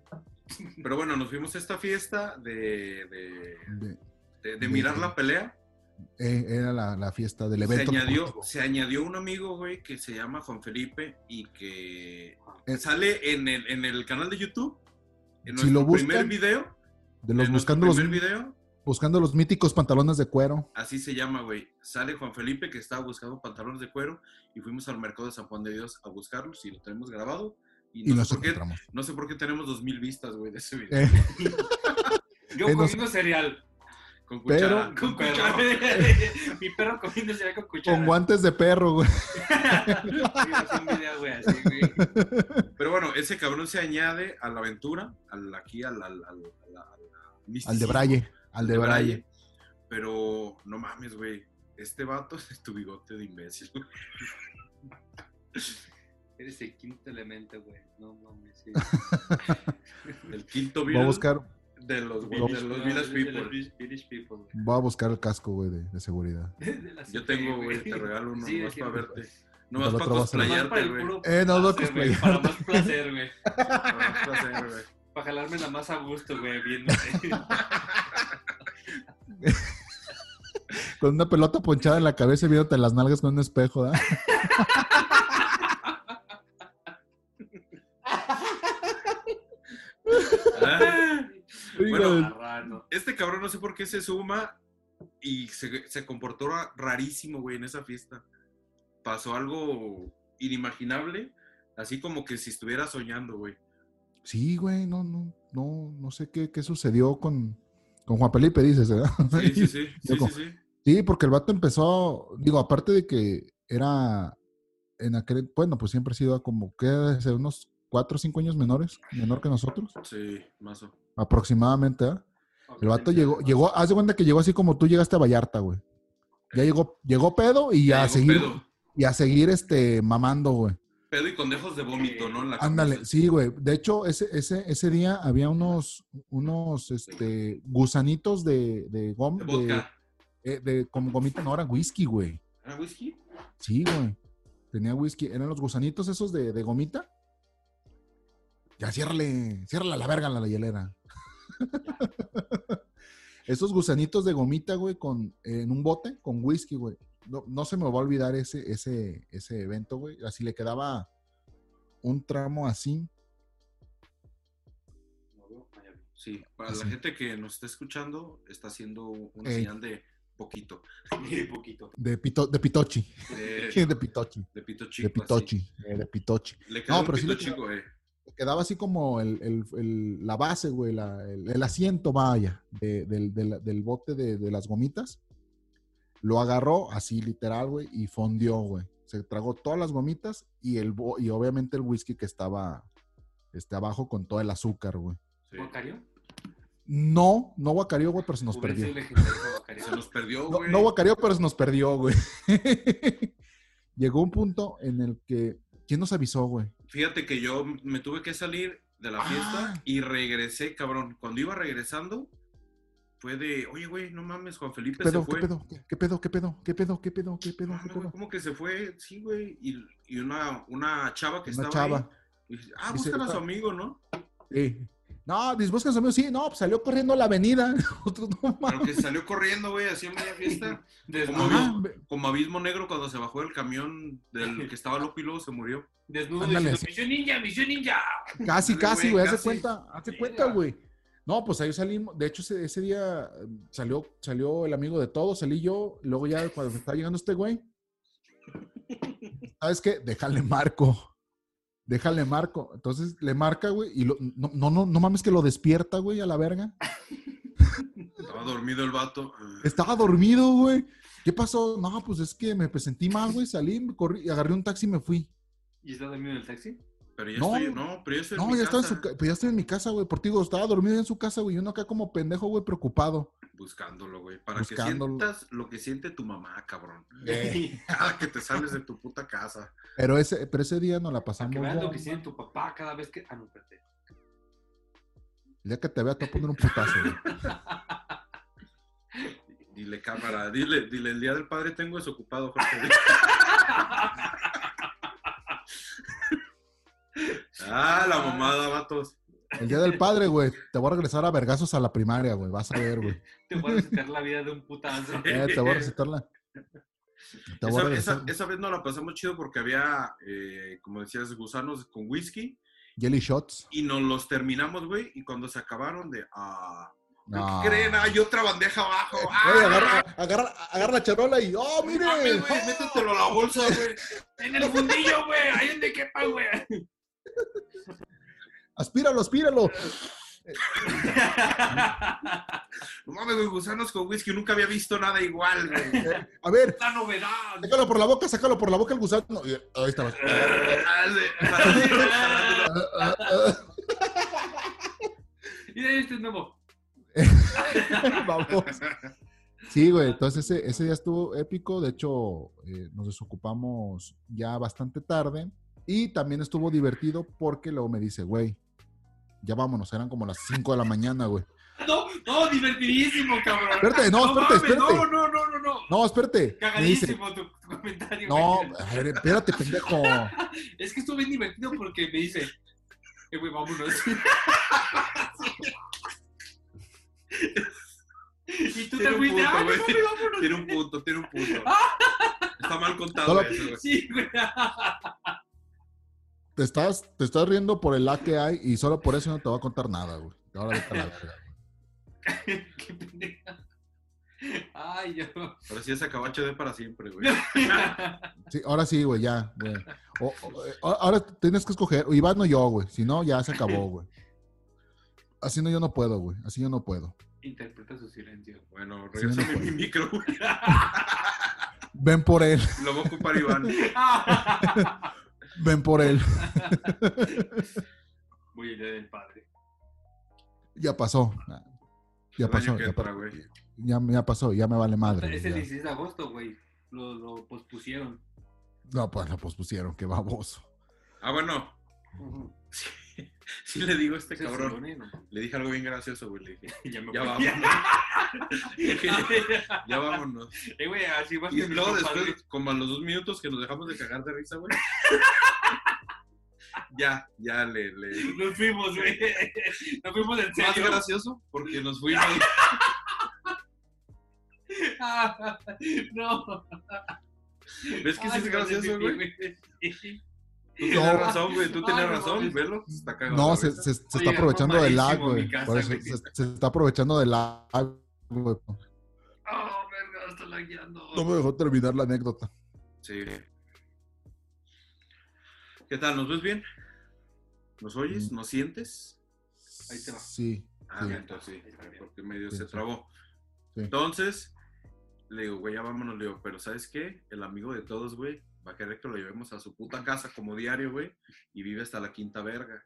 Speaker 3: Pero bueno, nos fuimos a esta fiesta de, de,
Speaker 5: De-
Speaker 3: de- de mirar la pelea.
Speaker 5: eh, era la, la fiesta del
Speaker 3: Se
Speaker 5: evento.
Speaker 3: añadió, se añadió un amigo, güey, que se llama Juan Felipe y que
Speaker 5: Eh,
Speaker 3: sale en el, en el canal de YouTube. En
Speaker 5: Si lo
Speaker 3: nuestro
Speaker 5: buscan,
Speaker 3: primer video.
Speaker 5: de los
Speaker 3: en nuestro
Speaker 5: buscando, los,
Speaker 3: primer video.
Speaker 5: buscando los míticos pantalones de cuero.
Speaker 3: Así se llama, güey. Sale Juan Felipe que estaba buscando pantalones de cuero y fuimos al mercado de San Juan de Dios a buscarlos y lo tenemos grabado.
Speaker 5: Y
Speaker 3: Y no,
Speaker 5: los
Speaker 3: sé, por qué,
Speaker 5: encontramos.
Speaker 3: no sé por qué tenemos dos mil vistas, güey, de ese video.
Speaker 5: Eh,
Speaker 4: Yo
Speaker 5: Eh, no
Speaker 4: comiendo cereal.
Speaker 3: Con
Speaker 5: pero-
Speaker 3: cuchara.
Speaker 4: Con
Speaker 3: con
Speaker 4: cuchara.
Speaker 3: cuchara.
Speaker 4: [LAUGHS] mi perro comiendo cereal con cuchara.
Speaker 5: con
Speaker 4: [LAUGHS]
Speaker 5: guantes de perro, güey.
Speaker 4: Sí, hace un video, güey, así, güey.
Speaker 3: Pero bueno, ese cabrón se añade a la aventura, al, aquí al, al, al, al- al-
Speaker 5: Al de
Speaker 3: misticismo,
Speaker 5: Braille. Al de Braille.
Speaker 3: Pero no mames, güey. Este vato [LAUGHS] es tu bigote de imbécil. güey.
Speaker 4: Eres el quinto elemento, güey. No mames. sí.
Speaker 3: El quinto
Speaker 5: Voy a
Speaker 3: Beatle
Speaker 5: buscar,
Speaker 3: de los,
Speaker 5: voy a
Speaker 3: de los Village
Speaker 4: De los
Speaker 3: People.
Speaker 4: Village- Village People, güey.
Speaker 5: voy a buscar el casco, güey, de, de seguridad.
Speaker 4: De la
Speaker 3: Yo
Speaker 4: CP,
Speaker 3: tengo, güey, te regalo uno
Speaker 4: Sí,
Speaker 3: nomás
Speaker 4: sí,
Speaker 3: para
Speaker 4: güey.
Speaker 3: verte. Nomás
Speaker 5: Del
Speaker 3: para
Speaker 5: otro va a ser-
Speaker 4: Nomás
Speaker 3: cosplayarte,
Speaker 4: para el
Speaker 3: güey.
Speaker 4: puro
Speaker 5: Eh, no, no,
Speaker 4: placer,
Speaker 5: cosplay.
Speaker 4: güey, Para más placer, güey.
Speaker 3: Nomás para hacer,
Speaker 4: [LAUGHS]
Speaker 3: güey.
Speaker 4: Para jalarme la más a gusto, güey,
Speaker 5: [LAUGHS]
Speaker 4: viéndote.
Speaker 5: Con una pelota ponchada en la cabeza y viéndote las nalgas con un espejo, ¿verdad?
Speaker 3: Ah, Bueno,
Speaker 4: Marrano.
Speaker 3: Este cabrón no sé por qué se suma y se, se comportó ra- rarísimo, güey, en esa fiesta. Pasó algo inimaginable, así como que si estuviera soñando, güey.
Speaker 5: Sí, güey, no, no, no, no sé qué, qué sucedió con, con Juan Felipe, dices, ¿verdad?
Speaker 3: Sí, sí,
Speaker 5: [LAUGHS]
Speaker 3: sí, sí,
Speaker 5: Loco.
Speaker 3: sí, sí.
Speaker 5: Sí, porque el vato empezó, digo, aparte de que era en aquel, bueno, pues siempre ha sido como que desde unos cuatro o cinco años menores, menor que nosotros,
Speaker 3: Sí, mazo.
Speaker 5: aproximadamente, ¿verdad? El vato llegó, llegó, haz de cuenta que llegó así como tú llegaste a Vallarta, güey. Ya llegó, llegó pedo y a
Speaker 3: Llegó
Speaker 5: seguir,
Speaker 3: Pedo,
Speaker 5: y a seguir este mamando, güey.
Speaker 3: pedo y con dejos de vómito, ¿no? En la
Speaker 5: Ándale,
Speaker 3: cabeza.
Speaker 5: sí, güey. De hecho, ese, ese, ese día había unos, unos este, gusanitos de, de gom,
Speaker 3: De
Speaker 5: de,
Speaker 3: vodka.
Speaker 5: eh, de, como gomita, no, era whisky, güey.
Speaker 3: ¿Era whisky?
Speaker 5: Sí, güey. Tenía whisky. Eran los gusanitos esos de, de gomita. Ya, ciérrale, ciérrale a la verga la, la hielera. [LAUGHS] esos gusanitos de gomita, güey, con, en un bote con whisky, güey. No, no se me va a olvidar ese, ese, ese evento, güey. Así le quedaba un tramo así,
Speaker 3: Sí, para la
Speaker 5: Así.
Speaker 3: gente que nos está escuchando, está haciendo una
Speaker 5: Ey.
Speaker 3: señal de poquito. [LAUGHS] De poquito.
Speaker 5: De, pito, de Pitochi. [LAUGHS]
Speaker 3: De,
Speaker 5: De Pitochi.
Speaker 3: de pito chico.
Speaker 5: De Pitochi. eh, De Pitochi.
Speaker 3: así. Le quedó
Speaker 5: No,
Speaker 3: un
Speaker 5: pero sí
Speaker 3: pito
Speaker 5: le quedó.
Speaker 3: chico, eh.
Speaker 5: Quedaba así como el, el- el- la base, güey, la- el, el asiento, vaya, de- del, del- del bote de, de las gomitas. Lo agarró así literal, güey, y fondió, güey. Se tragó todas las gomitas y, el, bo- y obviamente el whisky que estaba este, abajo con todo el azúcar, güey.
Speaker 3: Sí.
Speaker 4: ¿Guacario?
Speaker 5: No, no guacareó, güey, pero se nos
Speaker 4: Hubiera
Speaker 5: perdió.
Speaker 4: sido legendario Guacario.
Speaker 3: Se nos perdió,
Speaker 5: No,
Speaker 3: güey.
Speaker 5: no guacareó, pero se nos perdió, güey. [LAUGHS] Llegó un punto en el que... ¿Quién nos avisó, güey?
Speaker 3: Fíjate que yo me tuve que salir de la fiesta
Speaker 5: Ah.
Speaker 3: y regresé, cabrón. Cuando iba regresando, fue de, oye, güey, no mames, Juan Felipe
Speaker 5: ¿Qué pedo?
Speaker 3: se
Speaker 5: ¿Qué
Speaker 3: fue.
Speaker 5: pedo? ¿Qué- ¿Qué pedo? ¿Qué pedo? ¿Qué pedo? ¿Qué pedo? ¿Qué pedo?
Speaker 3: Mames,
Speaker 5: ¿Qué
Speaker 3: güey,
Speaker 5: pedo?
Speaker 3: ¿Cómo que se fue? Sí, güey. Y, y una, una chava que
Speaker 5: Una
Speaker 3: estaba
Speaker 5: chava.
Speaker 3: ahí. Y dice, ah,
Speaker 5: Dice,
Speaker 3: buscan a su
Speaker 5: "Ah".
Speaker 3: amigo, ¿no?
Speaker 5: Sí. No, buscan amigos, sí, no, pues salió corriendo a la avenida. [LAUGHS] Nosotros, no
Speaker 3: Pero
Speaker 5: mames.
Speaker 3: que salió corriendo, güey, hacía media
Speaker 5: [LAUGHS]
Speaker 3: fiesta.
Speaker 4: Desnudo,
Speaker 5: Ajá,
Speaker 3: Como abismo negro cuando se bajó del camión del que estaba Lopi y luego se murió.
Speaker 4: desnudo
Speaker 5: Ah, Ándale,
Speaker 4: diciendo,
Speaker 5: sí.
Speaker 4: ¡Misión ninja, misión ninja!
Speaker 5: casi,
Speaker 3: Ándale,
Speaker 5: casi,
Speaker 3: güey,
Speaker 5: güey, hace
Speaker 3: casi.
Speaker 5: cuenta, hace
Speaker 4: Mira.
Speaker 5: cuenta, güey. No, pues ahí salimos, de hecho ese, ese día eh, salió, salió el amigo de todos, salí yo, luego ya cuando me estaba llegando este güey, ¿sabes qué? Déjale marco, déjale marco. Entonces le marca, güey, y lo- no, no, no, no mames que lo despierta, güey, a la verga.
Speaker 3: Estaba dormido el vato.
Speaker 5: Estaba dormido, güey. ¿Qué pasó? No, pues es que me presentí mal, güey, salí, me corrí, agarré un taxi y me fui.
Speaker 4: ¿Y está dormido en el taxi?
Speaker 3: "Ah, Pero ya
Speaker 5: No.
Speaker 3: estoy, no, pero ya estoy en
Speaker 5: No,
Speaker 3: mi
Speaker 5: ya estaba en
Speaker 3: casa
Speaker 5: su ca- pues ya estoy en mi casa, güey. Por ti, digo, estaba dormido en su casa, güey. y Uno acá como pendejo, güey, preocupado.
Speaker 3: buscándolo, güey. Para
Speaker 5: Buscándolo.
Speaker 3: que sientas lo que siente tu mamá, cabrón. [LAUGHS]
Speaker 4: [LAUGHS]
Speaker 3: Cada que te sales de tu puta casa.
Speaker 5: Pero ese, pero ese día nos la
Speaker 4: Para
Speaker 5: pasamos.
Speaker 4: que veas
Speaker 5: ya.
Speaker 4: lo que siente tu papá cada vez que... Ah, no, espérate.
Speaker 5: El día que te vea, te voy a poner un putazo, güey.
Speaker 3: Dile cámara, dile, dile, el día del padre tengo desocupado, Jorge. [LAUGHS] ah, la mamada, vatos.
Speaker 5: El día del padre, güey. Te voy a regresar a vergazos a la primaria, güey. Vas a ver, güey.
Speaker 4: Te voy a recetar la vida de un
Speaker 5: [LAUGHS]
Speaker 4: putazo. [LAUGHS]
Speaker 5: Eh, te voy a recetar la. Te voy a
Speaker 3: Esa,
Speaker 5: regresar.
Speaker 3: esa- esa vez no la pasamos chido porque había, eh, como decías, gusanos con whisky
Speaker 5: Jelly shots.
Speaker 3: y nos los terminamos, güey. Y cuando se acabaron de, ah,
Speaker 5: No.
Speaker 3: ¿qué creen? Hay otra bandeja abajo. ¡Ah!
Speaker 5: Güey, agarra, agarra, agarra la charola y. ¡Oh, mire!
Speaker 3: Mames, güey, métetelo a la bolsa,
Speaker 5: [LAUGHS]
Speaker 3: güey.
Speaker 4: ¡En el fundillo, güey! ¡Ahí donde quepa, güey!
Speaker 5: ¡Aspíralo, aspíralo!
Speaker 3: No mames, güey, gusanos con whisky. Nunca había visto nada igual, güey.
Speaker 5: A ver,
Speaker 4: ¡La novedad!
Speaker 5: sácalo por la boca, sácalo por la boca el gusano. Y- Ahí está. [LAUGHS]
Speaker 3: Ah, sí, jalándolo.
Speaker 4: Y de ahí este es nuevo.
Speaker 5: Vamos. Sí, güey, entonces ese, ese día estuvo épico, de hecho eh, nos desocupamos ya bastante tarde y también estuvo divertido porque luego me dice, güey, ya vámonos, eran como las 5 de la mañana, güey.
Speaker 4: Ah, No, no, divertidísimo, cabrón.
Speaker 5: Espérate, no, espérate,
Speaker 4: mames,
Speaker 5: espérate.
Speaker 4: No, no, no, no, no.
Speaker 5: No, espérate, me dice,
Speaker 4: Cagadísimo tu, tu comentario.
Speaker 5: no,
Speaker 4: güey.
Speaker 5: a ver, espérate, pendejo.
Speaker 4: Es que estuvo bien divertido porque me dice, eh, güey, vámonos. [LAUGHS] y tú
Speaker 3: Tiene
Speaker 4: te
Speaker 3: un
Speaker 4: fuiste,
Speaker 3: punto, güey.
Speaker 4: ah, no, mames, vámonos.
Speaker 3: Tiene un punto, tiene un punto. Está mal contado
Speaker 5: Solo-
Speaker 3: eso, güey.
Speaker 4: Sí, güey. [LAUGHS]
Speaker 5: Te estás, te estás riendo por el la que hay y solo por eso no te voy a contar nada, güey. Ahora vete a la verga.
Speaker 4: Qué pendeja. Ay, yo.
Speaker 3: Pero sí, se acabó HD para siempre, güey.
Speaker 5: Sí, ahora sí, güey, ya, güey. O- o- eh, a- ahora tienes que escoger, o Iván o yo, güey. Si no, ya se acabó,
Speaker 4: [LAUGHS]
Speaker 5: güey. Así no, yo no puedo, güey. Así yo no puedo.
Speaker 4: [LAUGHS] Interpreta su [LAUGHS] silencio.
Speaker 3: Bueno, regresame
Speaker 5: no,
Speaker 3: mi
Speaker 5: güey.
Speaker 3: micro, güey.
Speaker 5: Ven por él, [LAUGHS]
Speaker 3: Lo va a ocupar Iván.
Speaker 5: ven por él.
Speaker 4: Muy el día del padre.
Speaker 5: Ya pasó. Ya
Speaker 3: El año
Speaker 5: pasó.
Speaker 3: que
Speaker 5: Ya,
Speaker 3: entra,
Speaker 5: pa-
Speaker 3: güey.
Speaker 5: ya, ya pasó, ya me vale madre.
Speaker 4: es
Speaker 5: güey,
Speaker 4: el
Speaker 5: ya.
Speaker 4: 16 de agosto, güey. Lo, lo pospusieron.
Speaker 5: No, pues lo pospusieron, qué baboso.
Speaker 3: Ah, bueno. Sí le digo a este
Speaker 4: Es el
Speaker 3: cabrón.
Speaker 4: segundo, ¿no?
Speaker 3: Le dije algo bien gracioso, güey. Le dije,
Speaker 4: [LAUGHS] Ya me
Speaker 3: ya
Speaker 4: voy.
Speaker 3: vámonos. Le dije, ya vámonos.
Speaker 4: [LAUGHS] Eh, güey, así vas
Speaker 3: Y
Speaker 4: con mi
Speaker 3: luego
Speaker 4: compadre.
Speaker 3: después, como a los dos minutos que nos dejamos de cagar de risa, güey. Ya, ya le, le.
Speaker 4: Nos fuimos, güey. [LAUGHS] Nos fuimos en
Speaker 3: Más
Speaker 4: serio.
Speaker 3: gracioso porque nos fuimos.
Speaker 4: Ah, [LAUGHS] no.
Speaker 3: ¿Ves que sí
Speaker 4: Ay,
Speaker 3: es
Speaker 4: no,
Speaker 3: gracioso,
Speaker 4: sí,
Speaker 3: güey?
Speaker 4: sí, sí.
Speaker 3: Tú tenías razón, güey. Tú tenías razón, velo. Se está cagando.
Speaker 5: No,
Speaker 3: la
Speaker 5: se,
Speaker 3: risa.
Speaker 5: se- se
Speaker 4: Oye,
Speaker 5: está aprovechando
Speaker 4: fue
Speaker 5: del lag,
Speaker 4: malísimo mi
Speaker 5: güey.
Speaker 4: casa,
Speaker 5: Por eso
Speaker 4: güey.
Speaker 5: se, se está aprovechando del lag, güey.
Speaker 4: Oh, verga, está lagueando.
Speaker 5: No me dejó terminar la anécdota.
Speaker 3: Sí. ¿Qué tal? ¿Nos ves bien? ¿Nos oyes?
Speaker 5: Mm.
Speaker 3: ¿Nos sientes?
Speaker 4: Ahí te va.
Speaker 5: Sí.
Speaker 3: Ah,
Speaker 5: sí.
Speaker 3: bien, entonces sí, porque medio
Speaker 5: Sí,
Speaker 3: se
Speaker 5: sí.
Speaker 3: trabó.
Speaker 5: Sí.
Speaker 3: Entonces, le digo, güey, ya vámonos, le digo, pero ¿sabes qué? El amigo de todos, güey, va a querer que lo llevemos a su puta casa como diario, güey, y vive hasta la quinta verga.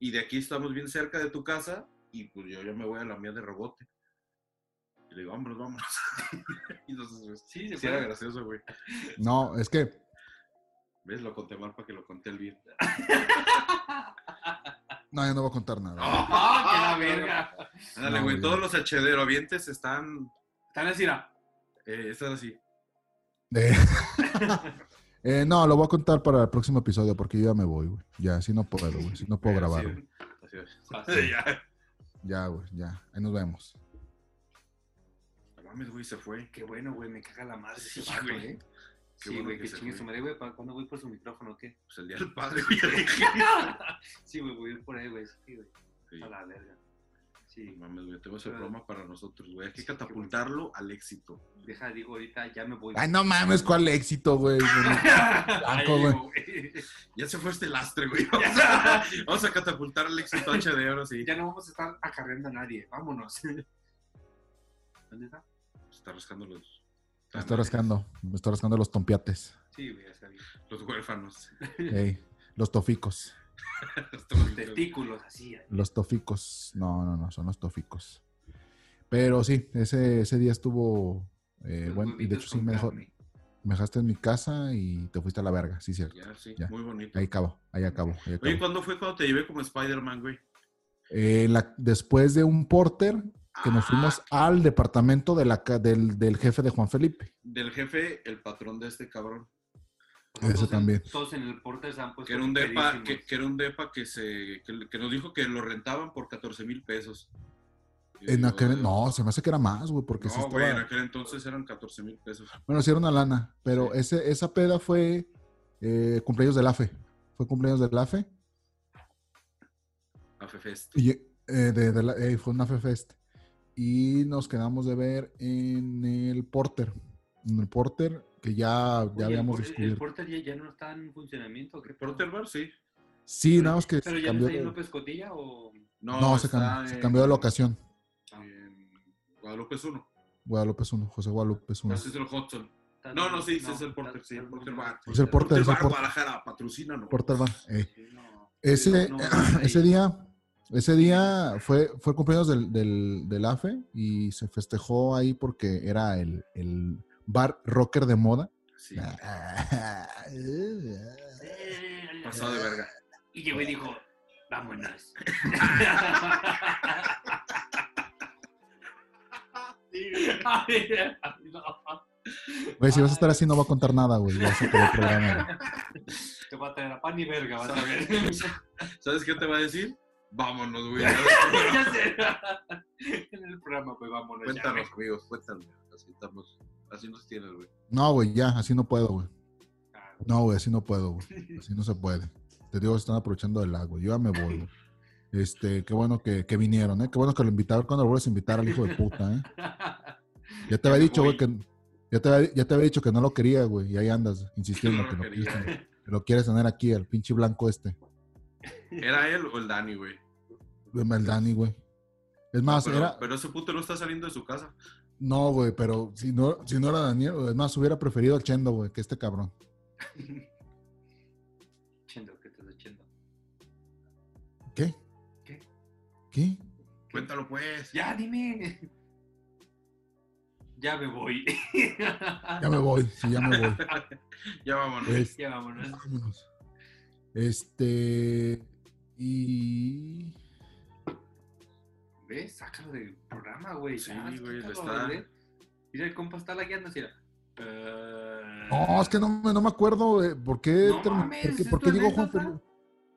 Speaker 3: Y de aquí estamos bien cerca de tu casa, y pues yo ya me voy a la mía de rebote. Y le digo, vámonos, vámonos. [LAUGHS] y entonces, pues,
Speaker 4: Sí, se
Speaker 3: sí era
Speaker 4: fue.
Speaker 3: gracioso, güey.
Speaker 5: No, es que
Speaker 3: ¿Ves? Lo conté mal para que lo conté el bien.
Speaker 5: no, yo no voy a contar nada.
Speaker 4: Ah, que la verga.
Speaker 3: Ándale,
Speaker 5: No,
Speaker 3: güey,
Speaker 5: güey.
Speaker 3: todos los hachederovientes están,
Speaker 4: Están así, mira.
Speaker 3: eh, están así.
Speaker 5: Eh, [LAUGHS] eh, no, lo voy a contar para el próximo episodio porque yo ya me voy, güey. Ya, si no puedo, güey. Si no puedo
Speaker 3: Así,
Speaker 5: grabar,
Speaker 3: güey.
Speaker 5: güey.
Speaker 3: Así, güey.
Speaker 4: Así. Ah,
Speaker 3: Ya.
Speaker 5: Ya, güey, ya. Ahí nos vemos.
Speaker 3: No mames, güey, se fue.
Speaker 4: Qué bueno, güey, me caga la madre ese
Speaker 3: Sí,
Speaker 4: vato,
Speaker 3: güey.
Speaker 4: ¿eh?
Speaker 3: Qué
Speaker 4: sí,
Speaker 3: bueno
Speaker 4: güey,
Speaker 3: que
Speaker 4: que
Speaker 3: se
Speaker 4: chingue
Speaker 3: fue.
Speaker 4: su madre, güey. ¿Para cuándo voy por su micrófono o [LAUGHS] qué?
Speaker 3: Pues el día del padre, güey, ya dije.
Speaker 4: sí, güey, voy a ir por ahí, güey. Sí, güey.
Speaker 3: Sí.
Speaker 4: A la verga.
Speaker 3: No
Speaker 4: Sí,
Speaker 3: mames, güey, tenemos el
Speaker 4: Ah.
Speaker 3: programa para nosotros, güey. Hay que
Speaker 4: Sí, qué
Speaker 3: catapultarlo al éxito.
Speaker 4: deja, digo ahorita, ya me voy.
Speaker 5: Ay,
Speaker 4: [LAUGHS]
Speaker 5: no mames, cuál éxito, güey.
Speaker 4: Ahí
Speaker 5: Blanco,
Speaker 4: digo, güey.
Speaker 3: Ya se fue este lastre, güey. [LAUGHS] Vamos a, vamos a catapultar al
Speaker 4: [LAUGHS]
Speaker 3: éxito HD ahora sí.
Speaker 4: Ya no vamos a estar acarreando a nadie. Vámonos. [LAUGHS] ¿Dónde está?
Speaker 3: Se Está rascando los. [LAUGHS]
Speaker 5: Me estoy rascando. Me estoy rascando los tompiates.
Speaker 4: Sí, güey, ya está bien.
Speaker 3: Los
Speaker 4: [LAUGHS]
Speaker 3: huérfanos.
Speaker 5: Ey, los toficos.
Speaker 3: Los
Speaker 4: Los
Speaker 3: testículos.
Speaker 4: testículos, así. ahí.
Speaker 5: Los toficos. No, no, no, son los toficos. Pero sí, ese, ese día estuvo eh,
Speaker 4: Los
Speaker 5: bueno. Y de
Speaker 4: huevitos
Speaker 5: hecho sí
Speaker 4: con
Speaker 5: me, dejó-
Speaker 4: carne.
Speaker 5: me dejaste en mi casa y te fuiste a la verga, sí, cierto.
Speaker 3: Ya, sí,
Speaker 5: Ya.
Speaker 3: muy bonito.
Speaker 5: Ahí acabó, ahí acabó. Ahí acabó.
Speaker 3: Oye, ¿cuándo fue cuando te llevé como Spider-Man, güey?
Speaker 5: Eh, la- después de un porter que
Speaker 4: Ah,
Speaker 5: nos fuimos al departamento de la, ca- del, del jefe de Juan Felipe.
Speaker 3: Del jefe, el patrón de este cabrón.
Speaker 5: Ese
Speaker 4: Todos en-
Speaker 5: también.
Speaker 4: Todos en el porter se han puesto.
Speaker 3: Que era un depa, que,
Speaker 4: pedísimos.
Speaker 3: que era un depa que se, que, que nos dijo que lo rentaban por 14 mil pesos. Y
Speaker 5: En
Speaker 3: yo,
Speaker 5: aquel, no, se me hace que era más, güey, porque
Speaker 3: no,
Speaker 5: sí estaba-
Speaker 3: güey, en aquel entonces eran 14 mil pesos.
Speaker 5: Bueno, sí era una lana, pero
Speaker 3: Sí.
Speaker 5: ese, esa peda fue eh, cumpleaños del AFE. Fue cumpleaños del AFE.
Speaker 3: A Fefest.
Speaker 5: Y, eh, de- de la- eh, fue una FEFEST. Y nos quedamos de ver en el porter. En el porter, que ya,
Speaker 4: Oye, el
Speaker 5: ya habíamos
Speaker 4: por- El
Speaker 5: descubierto.
Speaker 4: porter ya, ya no está en funcionamiento. ¿qué pedo?
Speaker 3: ¿Porter Bar? Sí.
Speaker 5: Sí, nada más que
Speaker 4: Pero
Speaker 5: se
Speaker 4: ya no
Speaker 5: cambió.
Speaker 4: está ahí
Speaker 5: de-
Speaker 4: López Cotilla o.
Speaker 5: No, se, cam-
Speaker 3: está
Speaker 5: se
Speaker 3: en-
Speaker 5: cambió de locación.
Speaker 3: en Guadalupe 1.
Speaker 5: Guadalupe 1, José Guadalupe 1.
Speaker 3: Ese es el Hudson. No, no, sí, sí es el Porter,
Speaker 4: está-
Speaker 3: sí, el
Speaker 4: está-
Speaker 3: Porter
Speaker 4: no,
Speaker 3: Bar.
Speaker 5: Es el porter,
Speaker 3: Porter
Speaker 5: es el
Speaker 3: Bar
Speaker 5: porter.
Speaker 3: Guadalajara, patrocínanos.
Speaker 5: Porter Bar, eh.
Speaker 3: Sí, no.
Speaker 5: Ese, [CLEARS THROAT]
Speaker 3: No, no, ahí.
Speaker 5: ese día, ese día fue, fue el cumpleaños del, del, del AFE y se festejó ahí porque era el, el bar rocker de moda.
Speaker 3: Sí, pasado de verga.
Speaker 4: Y llegó y dijo,
Speaker 3: [LAUGHS]
Speaker 4: vámonos. [LAUGHS] [LAUGHS]
Speaker 5: Güey, si vas a estar así no va a contar nada, güey. Ya se acabó el programa, güey.
Speaker 4: Te va a traer a pan y verga, vas a ver.
Speaker 3: ¿Sabes qué te va a decir? Vámonos, güey.
Speaker 4: ya sé. [LAUGHS] En el programa, pues vámonos. ya,
Speaker 3: cuéntanos, amigos, cuéntanos. Así estamos. Así nos tienes, güey.
Speaker 5: No, güey, ya, así no puedo, güey.
Speaker 4: güey.
Speaker 5: No, güey, así no puedo, güey. Así no se puede. Te digo, se están aprovechando del lago. Yo ya me voy, güey. Este, qué bueno que, que vinieron, ¿eh? Qué bueno que lo invitaron cuando lo vuelves a invitar al hijo de puta, ¿eh? Ya te
Speaker 4: Ya me
Speaker 5: había dicho,
Speaker 4: voy.
Speaker 5: güey, que ya te, había- ya te había dicho que no lo quería, güey, y ahí andas insistiendo
Speaker 3: No
Speaker 5: que,
Speaker 3: lo
Speaker 5: lo
Speaker 3: quería.
Speaker 5: quieres, tener- que lo quieres tener aquí, el pinche blanco este,
Speaker 3: ¿Era él o el Dani, güey?
Speaker 5: el Dani, güey. Es más,
Speaker 3: Pero,
Speaker 5: Ah, era,
Speaker 3: pero ese puto no está saliendo de su casa.
Speaker 5: no, güey, pero si no, si no era Daniel, güey, es más, hubiera preferido al Chendo, güey, que este cabrón.
Speaker 4: Chendo, ¿qué estás echando?
Speaker 5: ¿Qué?
Speaker 4: ¿Qué?
Speaker 5: ¿Qué?
Speaker 3: Cuéntalo, pues.
Speaker 4: Ya, dime. Ya me voy. [LAUGHS]
Speaker 5: Ya me voy, sí, ya me voy.
Speaker 3: Ya vámonos.
Speaker 5: Es-
Speaker 4: Ya vámonos.
Speaker 5: vámonos. Este, y...
Speaker 4: ¿Ves? Sácalo del programa, güey.
Speaker 3: Sí,
Speaker 4: Ya,
Speaker 3: güey, lo
Speaker 4: sácalo,
Speaker 3: está.
Speaker 4: güey. Mira, el compa está lagueando así. era. Eh,
Speaker 5: No, es que no, me- no me acuerdo eh, por qué,
Speaker 4: No
Speaker 5: termi-
Speaker 4: mames,
Speaker 5: por qué,
Speaker 4: ¿es
Speaker 5: por
Speaker 4: tu
Speaker 5: qué llegó Juan
Speaker 4: anécdota?
Speaker 5: Felipe.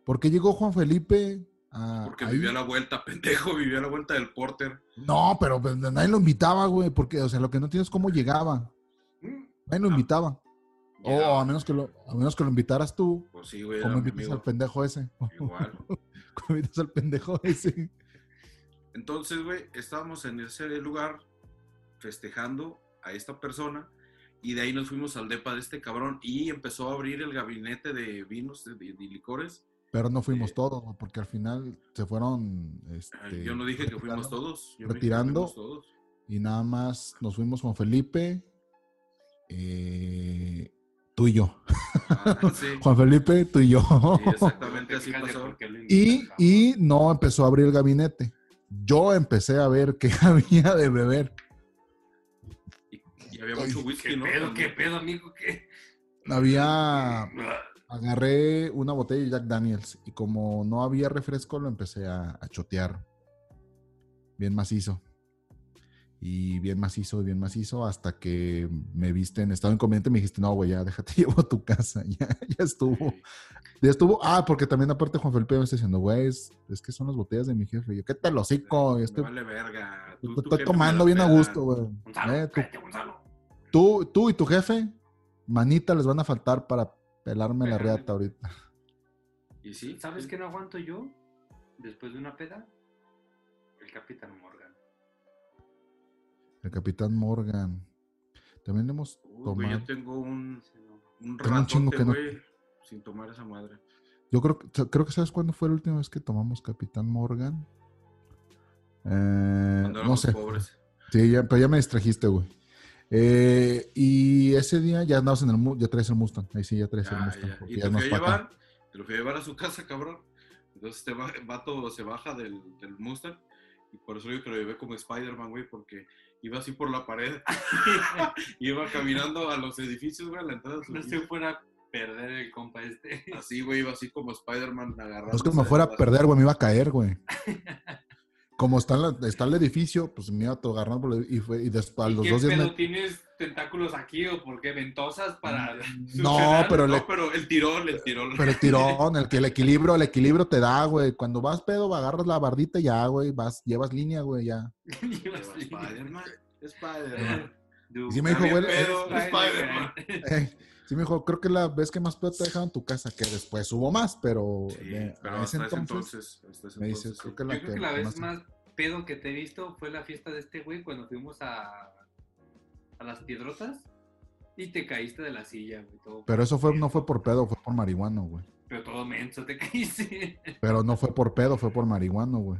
Speaker 5: ¿Por qué llegó Juan Felipe a,
Speaker 3: Porque
Speaker 5: ahí?
Speaker 3: vivió a la vuelta, [LAUGHS] pendejo. Vivió a la vuelta del Porter.
Speaker 5: No, pero pues, nadie lo invitaba, güey, porque, o sea, lo que no tienes es cómo llegaba.
Speaker 4: Mm,
Speaker 5: Nadie lo invitaba. O
Speaker 3: Ah, Ya.
Speaker 5: Oh, a menos que lo, a menos que lo invitaras tú,
Speaker 3: Pues sí, güey.
Speaker 5: como
Speaker 3: era mi
Speaker 5: invitas
Speaker 3: amigo.
Speaker 5: al pendejo ese. [LAUGHS]
Speaker 3: Igual.
Speaker 5: Como invitas al pendejo ese.
Speaker 3: Entonces, güey, estábamos en ese lugar festejando a esta persona y de ahí nos fuimos al depa de este cabrón y empezó a abrir el gabinete de vinos y licores.
Speaker 5: Pero no fuimos
Speaker 3: Sí.
Speaker 5: todos, güey, porque al final se fueron.
Speaker 3: Ay,
Speaker 5: este,
Speaker 3: Yo no dije que fuimos
Speaker 5: retirando,
Speaker 3: todos. Yo no dije que
Speaker 5: retirando.
Speaker 3: fuimos todos.
Speaker 5: Y nada más nos fuimos con Felipe, eh, tú y yo.
Speaker 3: Ah, sí.
Speaker 5: [LAUGHS] Juan Felipe, tú y yo. [LAUGHS]
Speaker 3: Sí, exactamente así
Speaker 4: Fíjate
Speaker 3: pasó.
Speaker 4: por qué lo
Speaker 5: Y,
Speaker 4: invitamos.
Speaker 5: y no empezó a abrir el gabinete. Yo empecé a ver qué [LAUGHS] había de beber.
Speaker 3: Y había
Speaker 5: Ay,
Speaker 3: mucho
Speaker 4: ¿Qué
Speaker 3: whisky, ¿no?
Speaker 4: pedo, qué
Speaker 3: También.
Speaker 4: pedo, amigo? ¿Qué?
Speaker 5: Había, agarré una botella de Jack Daniels y como no había refresco lo empecé a, a chotear. Bien macizo. Y bien macizo, bien macizo, hasta que me viste en estado inconveniente y me dijiste, no, güey, ya déjate, [LAUGHS] llevo a tu casa, ya, ya estuvo. Ya estuvo, ah, porque también aparte Juan Felipe me está diciendo, güey, es, es que son las botellas de mi jefe. Y yo, ¿qué te lo hocico? Este
Speaker 3: Me
Speaker 5: Yo
Speaker 3: vale
Speaker 5: estoy,
Speaker 3: verga. Tú-
Speaker 5: estoy-
Speaker 3: tú
Speaker 5: estoy
Speaker 3: jefe me
Speaker 5: tomando
Speaker 3: la
Speaker 5: bien a
Speaker 3: pela.
Speaker 5: gusto, güey.
Speaker 4: Gonzalo,
Speaker 5: Eh, tú-
Speaker 4: cállate, Gonzalo.
Speaker 5: tú, tú y tu jefe, manita, les van a faltar para pelarme la
Speaker 4: Pelarme.
Speaker 5: reata ahorita.
Speaker 3: Y sí,
Speaker 4: ¿Sabes
Speaker 3: sí.
Speaker 4: qué no aguanto yo? Después de una peda, el Capitán Morgan.
Speaker 5: El Capitán Morgan. También le hemos
Speaker 3: Uy, güey,
Speaker 5: tomado.
Speaker 3: yo tengo un,
Speaker 4: Ese no.
Speaker 3: un
Speaker 5: Tengo un chingo
Speaker 3: ratote,
Speaker 5: que no- Eh,
Speaker 3: güey, sin tomar esa madre.
Speaker 5: Yo creo que, creo que sabes cuándo fue la última vez que tomamos Capitán Morgan. Eh,
Speaker 3: Cuando
Speaker 5: no
Speaker 3: éramos
Speaker 5: sé.
Speaker 3: pobres.
Speaker 5: Sí, ya, pero ya me distrajiste, güey. Eh, y ese día ya andabas en el Mu- ya traes el Mustang. Ahí sí, [LAUGHS] ya traes el
Speaker 3: Ya,
Speaker 5: Mustang.
Speaker 3: Ah, ya.
Speaker 5: porque
Speaker 3: Y
Speaker 5: ya
Speaker 3: te
Speaker 5: no
Speaker 3: fui a
Speaker 5: es pa' acá.
Speaker 3: llevar, te lo fui a llevar a su casa, cabrón. Entonces este va- vato se baja del, del Mustang y por eso yo que lo llevé como Spider-Man, güey, porque iba así por la pared. [LAUGHS] iba caminando a los edificios, güey, a la entrada de su
Speaker 4: No se fuera a perder el compa este.
Speaker 3: Así, güey, iba así como Spider-Man agarrando.
Speaker 5: No es que me fuera a perder, güey, me iba a caer,
Speaker 4: [LAUGHS]
Speaker 5: güey. Como está, la- está el edificio, pues me iba a agarrar por el- y, fue, y después, a
Speaker 4: ¿Y
Speaker 5: los
Speaker 4: ¿Qué
Speaker 5: dos días
Speaker 4: pedo?
Speaker 5: me-
Speaker 4: ¿Tienes tentáculos aquí o por qué? ¿Ventosas
Speaker 3: Mm.
Speaker 4: [LAUGHS] para.?
Speaker 5: [LAUGHS] No,
Speaker 4: succionar?
Speaker 5: pero, le,
Speaker 3: No, pero el tirón, el tirón.
Speaker 5: pero el tirón, el, que- el equilibrio, el equilibrio te da, güey. Cuando vas pedo, agarras la bardita y ya, güey, vas, llevas línea, güey, ya.
Speaker 4: [LAUGHS] Llevas así.
Speaker 3: Spider-Man, Spider-Man.
Speaker 4: Du-
Speaker 5: Y sí me dijo,
Speaker 3: Está bien
Speaker 5: güey,
Speaker 3: pedo,
Speaker 4: Spider-Man.
Speaker 3: Spider-Man.
Speaker 5: Ey, sí, me dijo, creo que la vez que más pedo te dejaron en tu casa, que después hubo más, pero,
Speaker 3: Sí,
Speaker 5: de-
Speaker 3: pero
Speaker 5: a ese
Speaker 3: hasta ese
Speaker 5: entonces,
Speaker 3: entonces, hasta ese
Speaker 5: me dice,
Speaker 3: entonces,
Speaker 5: creo
Speaker 3: sí.
Speaker 5: que la
Speaker 4: Yo creo que la
Speaker 5: que
Speaker 4: vez más pedo que te he visto fue la fiesta de este güey cuando fuimos a, a las piedrotas y te caíste de la silla, güey. Todo,
Speaker 5: Pero eso fue, no fue por pedo, fue por marihuano, güey.
Speaker 4: pero todo menso, te [LAUGHS] caíste.
Speaker 5: Pero no fue por pedo, fue por marihuano, güey.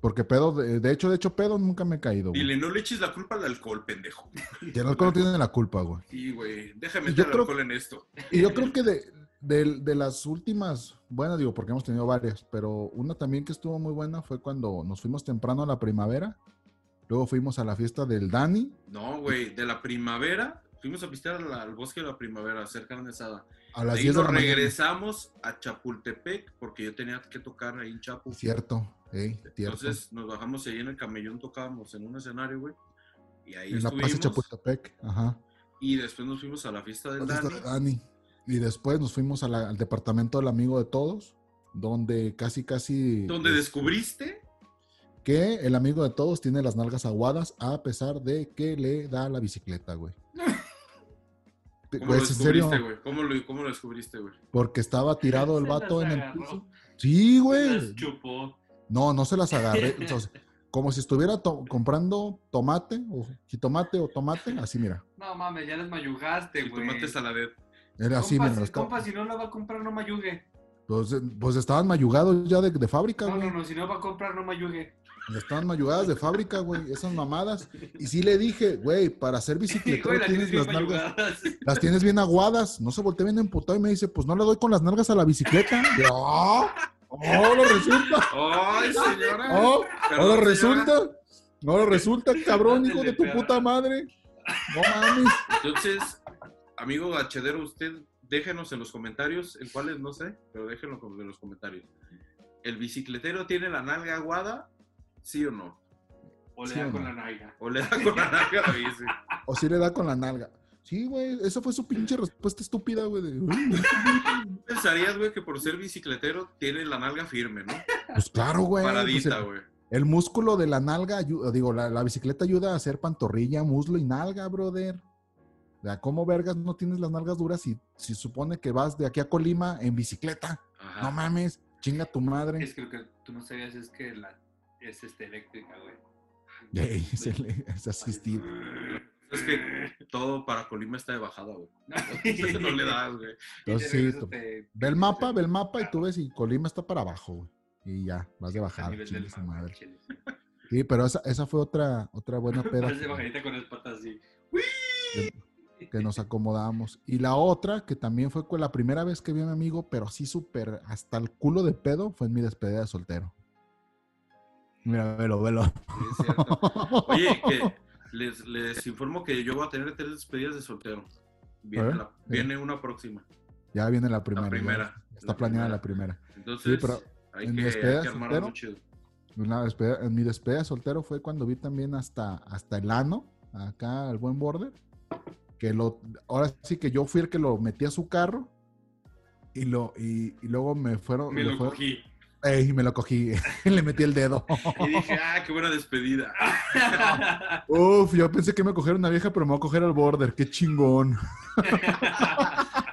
Speaker 5: Porque pedo, de, de hecho, de hecho, pedo nunca me he caído, güey.
Speaker 3: Dile, no le eches la culpa al alcohol, pendejo.
Speaker 5: Y el alcohol no tiene la culpa, güey.
Speaker 3: Sí, güey, déjame
Speaker 5: Yo
Speaker 3: meter el
Speaker 5: creo-
Speaker 3: alcohol en esto.
Speaker 5: Y yo creo que de, de- de las últimas, bueno, digo, porque hemos tenido varias, pero una también que estuvo muy buena fue cuando nos fuimos temprano a la primavera, luego fuimos a la fiesta del Dani,
Speaker 3: No, güey, de la primavera, fuimos a pistear al, al bosque de la primavera, cerca de Nesada.
Speaker 5: a las
Speaker 3: Ahí
Speaker 5: 10 de
Speaker 3: nos
Speaker 5: la mañana.
Speaker 3: regresamos a Chapultepec porque yo tenía que tocar ahí en Chapu.
Speaker 5: Cierto, ey, cierto.
Speaker 3: Entonces nos bajamos ahí en el camellón, tocábamos en un escenario, güey. Y ahí
Speaker 5: en la
Speaker 3: estuvimos.
Speaker 5: Plaza Chapultepec, ajá.
Speaker 3: y después nos fuimos a la fiesta del
Speaker 5: la fiesta
Speaker 3: Dani.
Speaker 5: del Dani. Y después nos fuimos a la- al departamento del amigo de todos, donde casi, casi...
Speaker 3: Donde
Speaker 5: este,
Speaker 3: descubriste
Speaker 5: Que el amigo de todos tiene las nalgas aguadas a pesar de que le da la
Speaker 3: [LAUGHS]
Speaker 5: bicicleta, güey. Te-
Speaker 3: cómo
Speaker 5: güey,
Speaker 3: lo
Speaker 5: es en serio,
Speaker 3: descubriste, güey. ¿Cómo lo, cómo lo descubriste, güey?
Speaker 5: porque estaba tirado el
Speaker 4: Se las
Speaker 5: vato en el
Speaker 4: agarró.
Speaker 5: piso. Sí,
Speaker 4: Las
Speaker 5: güey.
Speaker 4: chupó.
Speaker 5: No, no se
Speaker 3: [LAUGHS]
Speaker 5: las agarré. O sea, como si estuviera to- comprando tomate o jitomate o tomate, así mira.
Speaker 4: No mames, ya las mayugaste,
Speaker 3: Y
Speaker 4: Este güey.
Speaker 3: tomate saladez.
Speaker 5: Era así,
Speaker 4: Compa,
Speaker 5: mira.
Speaker 4: si-
Speaker 5: los
Speaker 4: compa, si no la va a comprar, no mayugue.
Speaker 5: Pues, eh, pues estaban mayugados ya de, de fábrica,
Speaker 4: No,
Speaker 5: güey.
Speaker 4: no, no, si no va a comprar, no
Speaker 5: [LAUGHS]
Speaker 4: mayugue.
Speaker 5: Estaban mayugadas de fábrica, güey. Esas mamadas. Y sí le dije, güey, para ser
Speaker 4: Güey,
Speaker 5: bicicletero
Speaker 4: las tienes
Speaker 5: tienes
Speaker 4: bien
Speaker 5: las nalgas.
Speaker 4: mayugadas.
Speaker 5: las tienes bien aguadas. No se voltea bien emputado y me dice, pues no le doy con las nalgas a la bicicleta. Y yo, ¡Ah! ¡Oh, lo resulta!
Speaker 3: ¡Ay, señora!
Speaker 5: ¡Oh,
Speaker 3: Perdón,
Speaker 5: ahora
Speaker 3: señora.
Speaker 5: resulta! ¡Ahora resulta, cabrón, hijo
Speaker 4: Ándale,
Speaker 5: de tu
Speaker 4: perra.
Speaker 5: puta madre! ¡No mames!
Speaker 3: Entonces, amigo gachedero, usted déjenos en los comentarios, en cuáles no sé, pero déjenlo como en los comentarios. ¿El bicicletero tiene la nalga aguada? ¿Sí o no?
Speaker 4: O le
Speaker 5: Sí,
Speaker 4: da
Speaker 5: o
Speaker 4: con
Speaker 5: no.
Speaker 4: la nalga.
Speaker 3: ¿O le da con
Speaker 5: [LAUGHS]
Speaker 3: la nalga a la bici?
Speaker 5: O si le da con la nalga. Sí, güey, esa fue su pinche respuesta estúpida, güey. de, "Uy,
Speaker 3: Pensarías, güey, que por ser bicicletero tiene la nalga firme, ¿no?
Speaker 5: Pues claro, güey. pues
Speaker 3: Paradita,
Speaker 5: el,
Speaker 3: güey.
Speaker 5: el músculo de la nalga, ayu- digo, la, la bicicleta ayuda a hacer pantorrilla, muslo y nalga, brother. O sea, ¿cómo vergas no tienes las nalgas duras si, si supone que vas de aquí a Colima en bicicleta?
Speaker 3: Ajá.
Speaker 5: No mames, chinga tu madre.
Speaker 4: Es que lo que tú no sabías es que la, es este, eléctrica, güey.
Speaker 5: Ey, [LAUGHS] se le- es asistir.
Speaker 3: Es que todo para Colima está de bajada,
Speaker 5: [LAUGHS]
Speaker 3: güey. Entonces no le
Speaker 4: [LAUGHS]
Speaker 3: das, güey.
Speaker 5: Entonces, sí, tú-
Speaker 4: este,
Speaker 5: Ve el mapa, ve el mapa y tú ves y Colima está para abajo, güey. Y ya, vas de bajada, chinga su madre. Sí, pero esa, esa fue otra, otra buena peda
Speaker 4: Parece
Speaker 5: que,
Speaker 4: bajadita con las patas así.
Speaker 5: que nos acomodamos. Y la otra, que también fue con la primera vez que vi a mi amigo, pero así súper hasta el culo de pedo, fue en mi despedida de soltero. Mira, velo, velo.
Speaker 3: Sí, es cierto. Oye, que les, les informo que yo voy a tener tres despedidas de soltero.
Speaker 5: A
Speaker 3: Viene,
Speaker 5: ver,
Speaker 3: la-
Speaker 5: sí.
Speaker 3: viene una próxima.
Speaker 5: [LAUGHS] Ya viene la primera. ya
Speaker 3: primera,
Speaker 5: Está
Speaker 3: la
Speaker 5: planeada
Speaker 3: primera.
Speaker 5: la primera.
Speaker 3: Entonces,
Speaker 5: Sí, pero
Speaker 3: hay,
Speaker 5: en
Speaker 3: que,
Speaker 5: mi
Speaker 3: hay
Speaker 5: despedida
Speaker 3: que
Speaker 5: de
Speaker 3: armarla
Speaker 5: soltero-
Speaker 3: muy chido.
Speaker 5: Una pues, despedida- en mi despedida de soltero fue cuando vi también hasta, hasta el ano, acá al buen border, que lo, ahora sí que yo fui el que lo metí a su carro y lo, y, y luego me fueron,
Speaker 4: Me
Speaker 5: me
Speaker 4: lo
Speaker 5: fueron-
Speaker 4: cogí.
Speaker 5: Ey, me lo cogí, [LAUGHS] le metí el dedo.
Speaker 3: Y dije, ah, qué buena
Speaker 5: [LAUGHS]
Speaker 3: despedida.
Speaker 5: Uf, yo pensé que me cogieron una vieja, pero me voy a coger al border, qué chingón,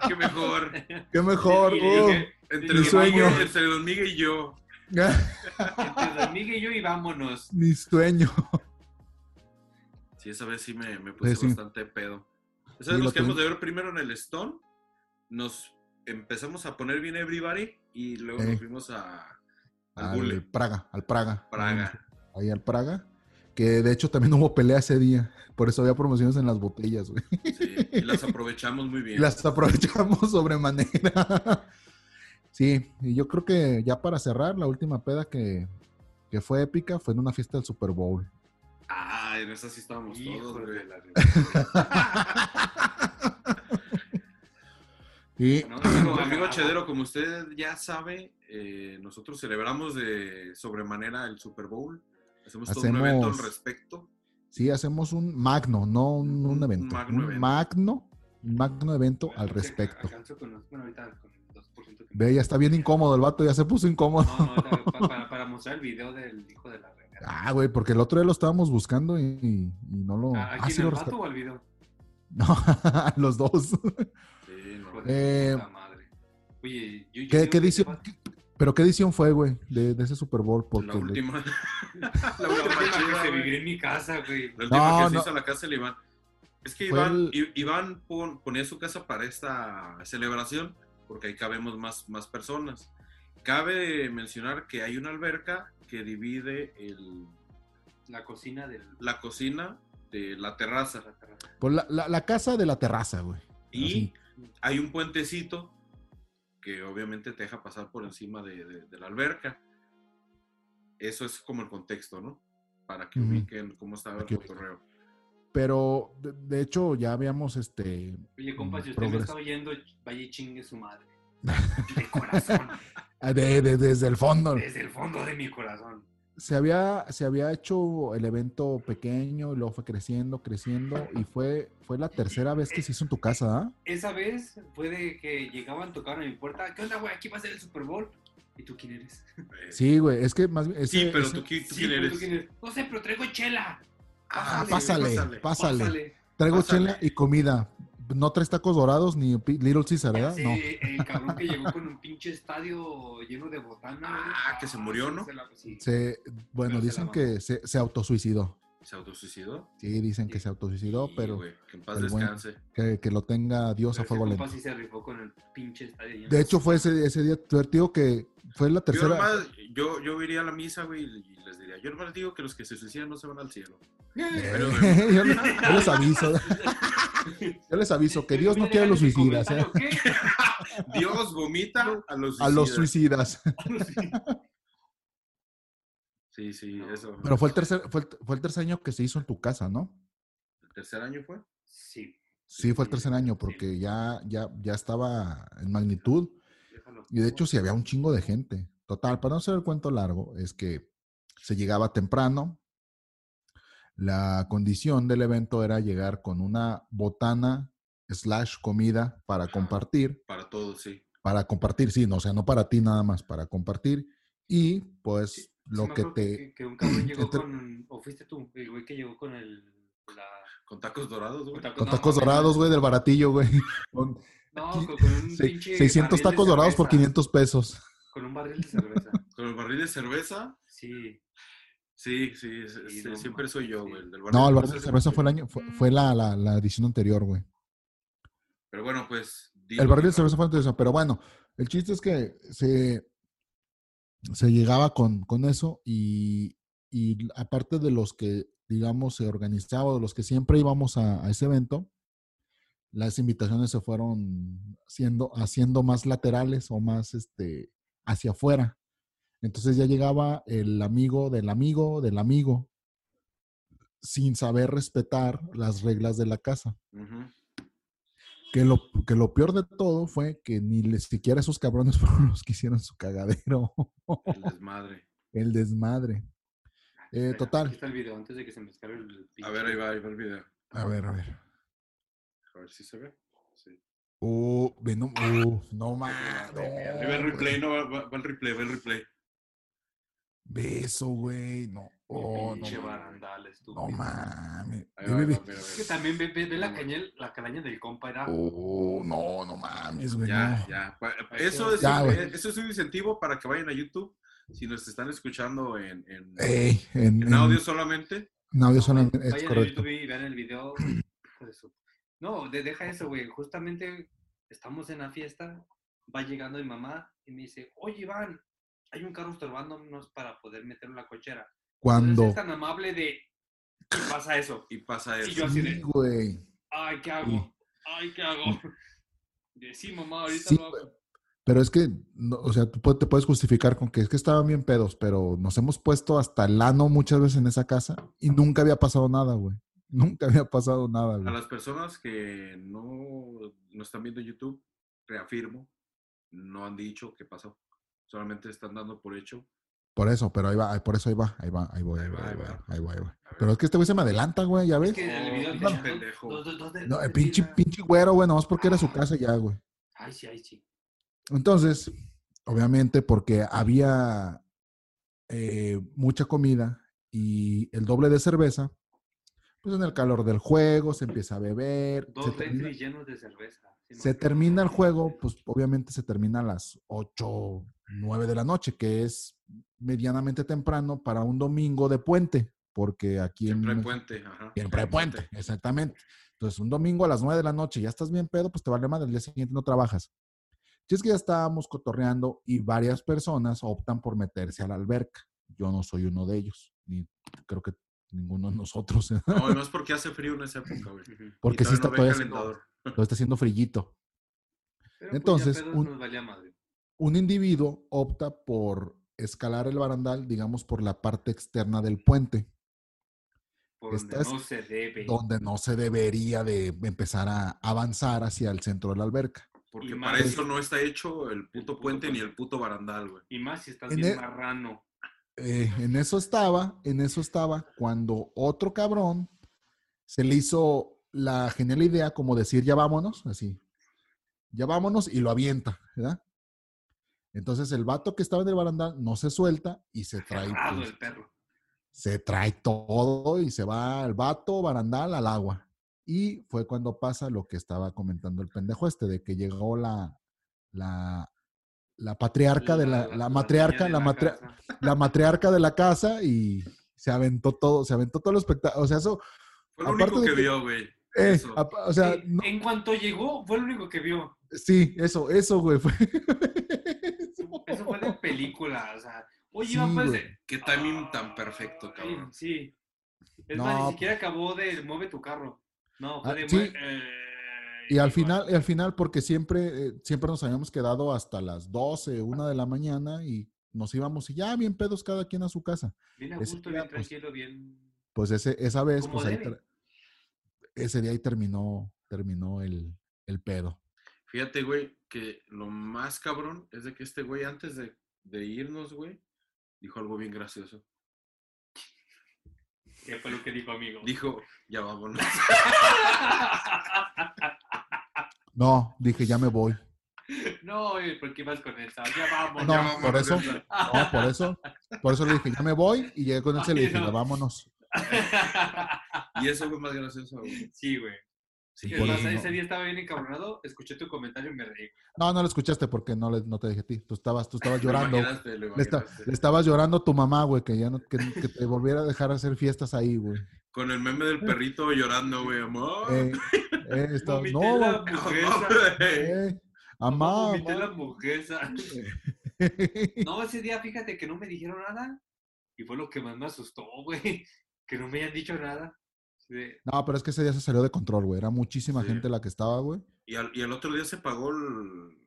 Speaker 3: Qué
Speaker 5: [LAUGHS]
Speaker 3: mejor.
Speaker 5: qué
Speaker 4: [LAUGHS]
Speaker 5: mejor.
Speaker 4: Y
Speaker 5: uf.
Speaker 4: dije,
Speaker 3: Entre,
Speaker 5: Mi
Speaker 3: don
Speaker 5: sueño.
Speaker 3: Miguel- entre Don Miguel y yo.
Speaker 4: Entre Don Miguel y yo y vámonos.
Speaker 5: Mi sueño.
Speaker 3: Sí, esa vez sí me, me puse
Speaker 5: Sí, sí.
Speaker 3: bastante pedo. Esa
Speaker 5: Sí,
Speaker 3: vez
Speaker 5: lo
Speaker 3: nos quedamos
Speaker 5: tuvimos.
Speaker 3: de ver primero en el Stone. Nos empezamos a poner bien everybody y luego
Speaker 5: Ey.
Speaker 3: nos fuimos a, al
Speaker 5: Al
Speaker 3: Bule,
Speaker 5: Praga, al Praga.
Speaker 3: Praga.
Speaker 5: Ahí al Praga. Que de hecho también hubo pelea ese día. Por eso había promociones en las botellas, güey.
Speaker 3: Sí, y las aprovechamos muy
Speaker 5: Y
Speaker 3: bien.
Speaker 5: las aprovechamos [LAUGHS] sobremanera. Sí, y yo creo que ya para cerrar, la última peda que, que fue épica fue en una fiesta del Super Bowl.
Speaker 3: Ah, en esa sí estábamos todos,
Speaker 4: Hijo
Speaker 3: güey.
Speaker 4: de la
Speaker 5: Y
Speaker 4: No,
Speaker 3: Amigo,
Speaker 4: no, [LAUGHS]
Speaker 3: amigo
Speaker 4: no.
Speaker 3: Chedero, como usted ya sabe, eh, nosotros celebramos de sobremanera el Super Bowl. Hacemos todo un
Speaker 5: Hacemos
Speaker 3: evento al respecto.
Speaker 5: sí, hacemos un magno, no un, un
Speaker 3: Un
Speaker 5: evento.
Speaker 3: magno
Speaker 5: un
Speaker 3: evento.
Speaker 5: magno, un magno evento al
Speaker 4: Alcanzo-
Speaker 5: respecto.
Speaker 4: alcanzo con los- bueno, ahorita con el 2% que me-
Speaker 5: Ve, ya está bien incómodo el vato, ya se puso incómodo.
Speaker 4: No, no, ahorita pa- para, para mostrar el video del hijo de la reina.
Speaker 5: Ah, güey, porque el otro día lo estábamos buscando y, y- y no lo...
Speaker 4: ¿A
Speaker 5: ah,
Speaker 4: quién
Speaker 5: sí
Speaker 4: el
Speaker 5: lo
Speaker 4: vato
Speaker 5: rescató. [LAUGHS]
Speaker 4: o el video?
Speaker 5: No, [LAUGHS] los dos. [LAUGHS]
Speaker 3: Sí, no.
Speaker 5: Eh,
Speaker 4: Pues, Puta madre. Oye, yo, yo
Speaker 5: ¿Qué,
Speaker 4: digo
Speaker 5: qué
Speaker 4: que
Speaker 5: edición?
Speaker 4: ese vato-
Speaker 5: qué- ¿Pero qué edición fue, güey, de, de ese Super Bowl? Porque
Speaker 3: la
Speaker 5: le- [LAUGHS]
Speaker 3: última. [LAUGHS] la
Speaker 4: La
Speaker 3: última
Speaker 4: última
Speaker 3: chida,
Speaker 4: que se
Speaker 3: güey.
Speaker 4: vivió en mi casa, güey.
Speaker 3: La última
Speaker 5: No,
Speaker 3: que se
Speaker 5: no.
Speaker 3: hizo en la casa del Iván. Es que
Speaker 5: Fue
Speaker 3: Iván,
Speaker 5: el-
Speaker 3: I- Iván pon- ponía su casa para esta celebración, porque ahí cabemos más, más personas. Cabe mencionar que hay una alberca que divide el-
Speaker 4: La cocina del...
Speaker 3: la cocina de la terraza.
Speaker 4: la terraza.
Speaker 5: Pues la, la- la casa de la terraza, güey.
Speaker 3: Y
Speaker 5: Así.
Speaker 3: hay un puentecito que obviamente te deja pasar por encima de, de- de la alberca. Eso es como el contexto, ¿no? Para que
Speaker 5: Ujú.
Speaker 3: ubiquen cómo estaba el
Speaker 5: Aquí-
Speaker 3: cotorreo.
Speaker 5: Pero, de, de hecho, ya habíamos, este,
Speaker 4: Oye, compa, si usted me
Speaker 5: Progreso.
Speaker 4: está oyendo, vaya y chingue su madre. De corazón.
Speaker 5: [LAUGHS] ah, de- de- desde el fondo,
Speaker 4: desde el fondo de mi corazón.
Speaker 5: se había, se había hecho el evento pequeño, y luego fue creciendo, creciendo, y fue, fue la tercera vez que se hizo en tu casa, ¿ah?
Speaker 4: Esa vez fue de que llegaban, tocaron a mi puerta. ¿Qué onda, güey? Aquí va a ser el Super Bowl. ¿Y tú quién eres?
Speaker 3: Eh,
Speaker 5: Sí, güey, es que más bien...
Speaker 3: sí,
Speaker 5: ese-
Speaker 3: pero
Speaker 5: ese-
Speaker 3: tú, qui- tú
Speaker 4: Sí,
Speaker 3: quién
Speaker 4: pero
Speaker 3: eres.
Speaker 4: ¿tú quién eres? No sé, pero traigo chela.
Speaker 5: Ah,
Speaker 3: pásale, pásale,
Speaker 5: pásale, pásale. Traigo
Speaker 3: pásale.
Speaker 5: chela y comida. No tres tacos dorados ni pi- Little Caesar, ¿verdad?
Speaker 4: Ese,
Speaker 5: No.
Speaker 4: El cabrón
Speaker 5: [LAUGHS]
Speaker 4: que llegó con un pinche estadio lleno de botana. güey.
Speaker 3: Ah, que se murió, ¿no?
Speaker 4: se la- sí.
Speaker 5: Se,
Speaker 4: Pero
Speaker 5: bueno,
Speaker 4: se
Speaker 5: dicen
Speaker 4: la
Speaker 5: que se, se autosuicidó.
Speaker 3: ¿Se autosuicidó?
Speaker 5: Sí, dicen que se autosuicidó,
Speaker 3: Sí,
Speaker 5: pero
Speaker 3: güey, que en paz
Speaker 5: pero bueno.
Speaker 3: descanse.
Speaker 5: que, que lo tenga Dios
Speaker 4: Pero
Speaker 5: a
Speaker 4: ese
Speaker 5: fuego
Speaker 4: compa
Speaker 5: lento.
Speaker 4: sí se rifó con el pinche estadio lleno.
Speaker 5: De hecho, fue ese, ese día, te digo que fue la
Speaker 3: Yo,
Speaker 5: tercera. [LAUGHS]
Speaker 3: nomás, yo, yo iría a la misa, güey, y les diría, yo nomás digo que los que se suicidan no se van al cielo. Pero,
Speaker 5: Eh, yo, les- yo les aviso, [LAUGHS] yo les aviso que Dios no quiere a los suicidas, eh,
Speaker 4: ¿Comentario qué?
Speaker 5: [LAUGHS]
Speaker 3: Dios vomita a los
Speaker 5: a los
Speaker 3: suicidas.
Speaker 5: suicidas.
Speaker 3: Sí, sí, eso.
Speaker 5: Pero fue el tercer, fue el, fue el tercer año que se hizo en tu casa, ¿no?
Speaker 3: ¿El tercer año fue?
Speaker 4: Sí,
Speaker 5: Sí, fue el tercer año, porque ya, ya, ya estaba en magnitud.
Speaker 4: déjalo.
Speaker 5: Y de hecho, sí había un chingo de gente. Total, para no hacer el cuento largo, es que se llegaba temprano. La condición del evento era llegar con una botana slash comida para
Speaker 3: Ajá.
Speaker 5: compartir.
Speaker 3: Para todos, sí.
Speaker 5: Para compartir, sí, no, o sea, no para ti nada más, para compartir. Y pues
Speaker 4: Sí,
Speaker 5: lo
Speaker 4: Sí me
Speaker 5: que
Speaker 4: acuerdo
Speaker 5: te... [CLEARS THROAT]
Speaker 4: Que, que un cabrón llegó
Speaker 5: entre-
Speaker 4: con... O fuiste tú, el güey que llegó con el... La,
Speaker 3: Con tacos dorados, güey.
Speaker 5: Con
Speaker 4: no, mames,
Speaker 5: tacos dorados, güey, del baratillo, güey. [LAUGHS] Con
Speaker 4: No, con, con un
Speaker 5: se-
Speaker 4: pinche
Speaker 5: 600
Speaker 4: barril de
Speaker 5: tacos dorados por
Speaker 4: cerveza.
Speaker 5: 500 pesos.
Speaker 4: Con un barril de cerveza.
Speaker 3: Con el barril de cerveza.
Speaker 4: Sí.
Speaker 3: Sí, sí, es- es-
Speaker 4: no,
Speaker 3: siempre soy yo, güey. el del barril
Speaker 5: No, el
Speaker 3: de
Speaker 5: barril de cerveza fue el año, fue,
Speaker 4: Mm.
Speaker 5: fue la, la- la edición anterior, güey.
Speaker 3: Pero bueno, pues.
Speaker 5: El barril de cerveza fue antes de eso, pero bueno, el chiste es que se, se llegaba con, con eso y, y aparte de los que, digamos, se organizaba, de los que siempre íbamos a, a ese evento, las invitaciones se fueron siendo, haciendo más laterales o más este, hacia afuera. Entonces ya llegaba el amigo del amigo del amigo sin saber respetar las reglas de la casa.
Speaker 3: Ujú.
Speaker 5: Que lo, que lo peor de todo fue que ni les- siquiera esos cabrones [LAUGHS] fueron los que hicieron su cagadero,
Speaker 3: El desmadre.
Speaker 5: el desmadre.
Speaker 4: Espera,
Speaker 5: Eh,
Speaker 4: Aquí
Speaker 5: total.
Speaker 4: está el video antes de que se me escape el
Speaker 3: A ver, ahí va, ahí va el video.
Speaker 5: A ver, a ver.
Speaker 3: A ver si se ve. Sí.
Speaker 5: Oh, ve, no, oh, no ma- no,
Speaker 3: Ahí va el replay, no, va, va- va el replay, va el replay.
Speaker 5: Beso, güey. No, oh,
Speaker 4: pinche
Speaker 5: no,
Speaker 4: barandal, estúpido.
Speaker 5: no mames.
Speaker 3: Ahí
Speaker 5: Ve,
Speaker 3: va,
Speaker 5: ve,
Speaker 3: ahí
Speaker 5: ve.
Speaker 3: va, mira,
Speaker 4: Es que
Speaker 3: mira.
Speaker 4: también ve, ve- ve la,
Speaker 3: No,
Speaker 4: caña- la calaña del compa, era.
Speaker 5: Oh, no, no mames, güey.
Speaker 3: Ya,
Speaker 5: no.
Speaker 3: ya. Pa- Eso es, eh,
Speaker 5: Ya, güey.
Speaker 3: eso es un incentivo para que vayan a YouTube. Si nos están escuchando en, en,
Speaker 5: Ey, Mm. en,
Speaker 3: en audio solamente.
Speaker 5: en audio
Speaker 4: No,
Speaker 5: solamente,
Speaker 4: vayan-
Speaker 5: es
Speaker 4: vayan a
Speaker 5: correcto.
Speaker 4: YouTube y vean el
Speaker 5: [CLEARS THROAT]
Speaker 4: video. hijo de su- No, de- deja eso, güey. Justamente estamos en la fiesta, va llegando mi mamá y me dice, oye, Iván, hay un carro estorbándonos para poder meterlo en la cochera. Entonces,
Speaker 5: Cuando.
Speaker 4: es tan amable de... ¿Qué pasa eso?
Speaker 3: Y pasa
Speaker 4: Sí,
Speaker 3: eso.
Speaker 4: yo así de-
Speaker 5: Sí, güey.
Speaker 4: Ay, ¿qué hago? Ay, ¿qué hago? [LAUGHS] De, sí, mamá, ahorita
Speaker 5: Sí,
Speaker 4: lo hago.
Speaker 5: Pero es que, no, o sea, tú pu- te puedes justificar con que es que estaban bien pedos, pero nos hemos puesto hasta el ano muchas veces en esa casa y nunca había pasado nada, güey. [LAUGHS] Nunca había pasado nada,
Speaker 3: A
Speaker 5: güey.
Speaker 3: las personas que no, no están viendo YouTube, reafirmo, no han dicho qué pasó. Solamente están dando por hecho.
Speaker 5: Por eso, pero ahí va, ay, por eso ahí va, ahí va, ahí voy, ahí voy, ahí voy, ahí voy, ahí voy. Pero es que este güey se me adelanta, güey, ya ves.
Speaker 4: Es que en el
Speaker 3: Oh,
Speaker 4: video
Speaker 3: pinche
Speaker 4: decía,
Speaker 3: pendejo.
Speaker 4: "Dos- dos- dos de-
Speaker 5: No,
Speaker 4: dos
Speaker 5: el
Speaker 4: de
Speaker 5: pinche,
Speaker 4: fila".
Speaker 5: pinche güero, güey, nomás porque era su casa ya, güey.
Speaker 4: Ay, sí, ay, sí.
Speaker 5: Entonces, obviamente, porque había eh, mucha comida y el doble de cerveza, pues en el calor del juego se empieza a beber. se
Speaker 4: Dos
Speaker 5: termina-
Speaker 4: refres llenos de cerveza. Sí, me
Speaker 5: se
Speaker 4: acuerdo.
Speaker 5: termina el juego, pues obviamente se termina a las 8, 9 de la noche, que es medianamente temprano para un domingo de puente, porque aquí
Speaker 3: Siempre hay
Speaker 5: en
Speaker 3: puente. Ajá.
Speaker 5: siempre hay puente, exactamente. Entonces, un domingo a las 9 de la noche, ya estás bien pedo, pues te vale madre, el día siguiente no trabajas. Si es que ya estábamos cotorreando y varias personas optan por meterse a la alberca. Yo no soy uno de ellos, ni creo que ninguno de nosotros, ¿eh?
Speaker 3: No,
Speaker 5: [LAUGHS]
Speaker 3: no es porque hace frío en esa época, güey.
Speaker 4: Ujú.
Speaker 5: porque
Speaker 3: Y
Speaker 5: sí está
Speaker 3: no ve
Speaker 5: todavía,
Speaker 3: calentador.
Speaker 5: todavía está haciendo frillito.
Speaker 4: Pero,
Speaker 5: Entonces,
Speaker 4: pues, ya pedos
Speaker 5: un-
Speaker 4: nos valía madre.
Speaker 5: un individuo opta por escalar el barandal, digamos, por la parte externa del puente,
Speaker 4: Por donde
Speaker 5: estás-
Speaker 4: no se debe.
Speaker 5: donde no se debería de empezar a avanzar hacia el centro de la alberca.
Speaker 3: Porque
Speaker 4: Y
Speaker 3: para
Speaker 5: pues
Speaker 4: madre.
Speaker 3: eso no está hecho el puto
Speaker 4: puto
Speaker 3: puente ni
Speaker 4: puente.
Speaker 3: el puto barandal, güey.
Speaker 4: Y más si estás
Speaker 5: En e
Speaker 4: bien
Speaker 5: el-
Speaker 4: marrano.
Speaker 5: Eh, en eso estaba, en eso estaba, cuando otro cabrón se le hizo la genial idea como decir, ya vámonos, así, ya vámonos y lo avienta, ¿verdad? Entonces el vato que estaba en el barandal no se suelta y se trae.
Speaker 4: Cerrado
Speaker 5: pues,
Speaker 4: el perro.
Speaker 5: se trae todo y se va al vato, barandal, al agua. Y fue cuando pasa lo que estaba comentando el pendejo este, de que llegó la, la, la patriarca de la, la matriarca,
Speaker 4: niña
Speaker 5: la,
Speaker 4: de
Speaker 5: matria-
Speaker 4: casa.
Speaker 5: la matriarca de la casa y se aventó todo, se aventó todo el espectáculo. O sea, eso,
Speaker 3: Fue lo
Speaker 5: Aparte
Speaker 3: único
Speaker 5: de
Speaker 3: que
Speaker 5: que-
Speaker 3: vio, güey.
Speaker 5: eh,
Speaker 3: Eso.
Speaker 5: apa- o sea,
Speaker 4: Eh,
Speaker 5: no-
Speaker 4: En cuanto llegó, fue lo único que vio.
Speaker 5: sí, eso, eso, güey. Fue
Speaker 4: Eso fue de película. O sea, oye,
Speaker 5: Sí,
Speaker 4: Iván, pues,
Speaker 5: güey.
Speaker 4: eh,
Speaker 3: Qué timing tan perfecto,
Speaker 4: ay,
Speaker 3: cabrón.
Speaker 4: Sí. Es
Speaker 5: No,
Speaker 4: más, ni
Speaker 5: pues-
Speaker 4: siquiera acabó de mueve tu carro. No, fue
Speaker 5: Ah,
Speaker 4: de
Speaker 5: sí.
Speaker 4: mue- eh,
Speaker 5: [LAUGHS] Y al
Speaker 4: igual.
Speaker 5: final, y al final, porque siempre, eh, siempre nos habíamos quedado hasta las 12, una de la mañana y nos íbamos y ya bien pedos cada quien a su casa.
Speaker 4: Bien a
Speaker 5: ese
Speaker 4: gusto,
Speaker 5: día,
Speaker 4: bien
Speaker 5: pues,
Speaker 4: tranquilo, bien.
Speaker 5: Pues ese, esa vez,
Speaker 4: Como
Speaker 5: pues ahí
Speaker 4: debe.
Speaker 5: ter- ese día ahí terminó, terminó el, el pedo.
Speaker 3: Fíjate, güey, que lo más cabrón es de que este güey, antes de, de irnos, güey, dijo algo bien gracioso.
Speaker 4: ¿Qué fue lo que dijo, amigo? [LAUGHS]
Speaker 3: Dijo, ya vámonos.
Speaker 5: "Ah". No, dije, ya me voy.
Speaker 4: no, eh, porque ibas con esa. Ya vamos.
Speaker 5: No,
Speaker 4: ya vamos.
Speaker 5: por eso,
Speaker 3: ya.
Speaker 5: no, por eso, por eso le dije, ya me voy y llegué con él y le
Speaker 4: Ay,
Speaker 5: dije,
Speaker 4: no.
Speaker 5: "Ya vámonos.
Speaker 3: Y eso fue más gracioso.
Speaker 5: [LAUGHS]
Speaker 3: güey.
Speaker 4: [LAUGHS] sí, güey.
Speaker 5: Sí,
Speaker 4: Es
Speaker 5: por
Speaker 4: más,
Speaker 5: eso
Speaker 4: ese
Speaker 5: no.
Speaker 4: día estaba bien encabronado, escuché tu comentario y me reí.
Speaker 5: No, no lo escuchaste porque no, le- no te dije a ti. Tú estabas, tú estabas
Speaker 3: Lo
Speaker 5: llorando. Le,
Speaker 3: imaginaste, lo
Speaker 5: esta-
Speaker 3: imaginaste.
Speaker 5: le estabas llorando a tu mamá, güey, que ya no, que, que te volviera a dejar hacer fiestas ahí, güey.
Speaker 3: Con el meme del perrito llorando,
Speaker 5: [LAUGHS]
Speaker 3: güey, amor.
Speaker 5: Eh, eh,
Speaker 4: [LAUGHS]
Speaker 5: estaba-
Speaker 4: Vomité
Speaker 5: no,
Speaker 4: la
Speaker 5: güey,
Speaker 4: hamburguesa.
Speaker 5: eh, amá,
Speaker 4: Vomité la
Speaker 5: amá.
Speaker 4: hamburguesa. No, ese día fíjate que no me dijeron nada. Y fue lo que más me asustó, güey. [LAUGHS] Que no me hayan dicho nada. Así de,
Speaker 5: No, pero es que ese día se salió de control, güey. Era muchísima
Speaker 3: Sí.
Speaker 5: gente la que estaba, güey.
Speaker 3: Y, al, y al otro día se pagó el...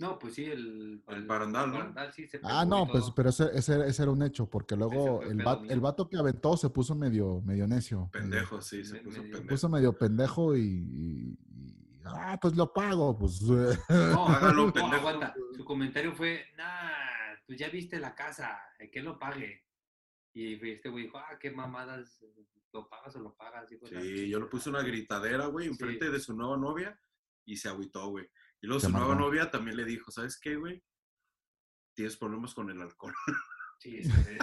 Speaker 4: No, pues sí, el,
Speaker 3: El barandal, ¿no?
Speaker 4: sí, se
Speaker 5: Ah,
Speaker 4: pegó y
Speaker 5: no, pues,
Speaker 4: todo.
Speaker 5: pero ese, ese, ese era un hecho, porque luego
Speaker 4: fue
Speaker 5: el,
Speaker 4: pedo
Speaker 5: va-
Speaker 4: mío.
Speaker 5: el vato que aventó se puso medio, medio necio.
Speaker 3: Pendejo, sí, se
Speaker 4: Me-
Speaker 3: puso
Speaker 4: me dio-
Speaker 5: Se
Speaker 3: pendejo.
Speaker 5: puso medio pendejo y, y- y- Ah, pues lo pago, pues. [LAUGHS] eh.
Speaker 4: [LAUGHS] No,
Speaker 3: Hágalo,
Speaker 4: no,
Speaker 3: pendejo.
Speaker 4: aguanta. Su comentario fue, nah, tú ya viste la casa, ¿eh, que lo pague. Y este güey dijo, ah, qué mamadas, lo pagas o lo pagas. hijo de la
Speaker 3: Sí, yo le puse una
Speaker 4: chingada".
Speaker 3: gritadera, güey,
Speaker 4: Sí.
Speaker 3: enfrente de su nueva novia y se agüitó, güey. Y luego
Speaker 5: Se
Speaker 3: su nueva
Speaker 5: amargó.
Speaker 3: novia también le dijo, ¿sabes qué, güey? Tienes problemas con el alcohol.
Speaker 4: Sí, sí, sí, sí.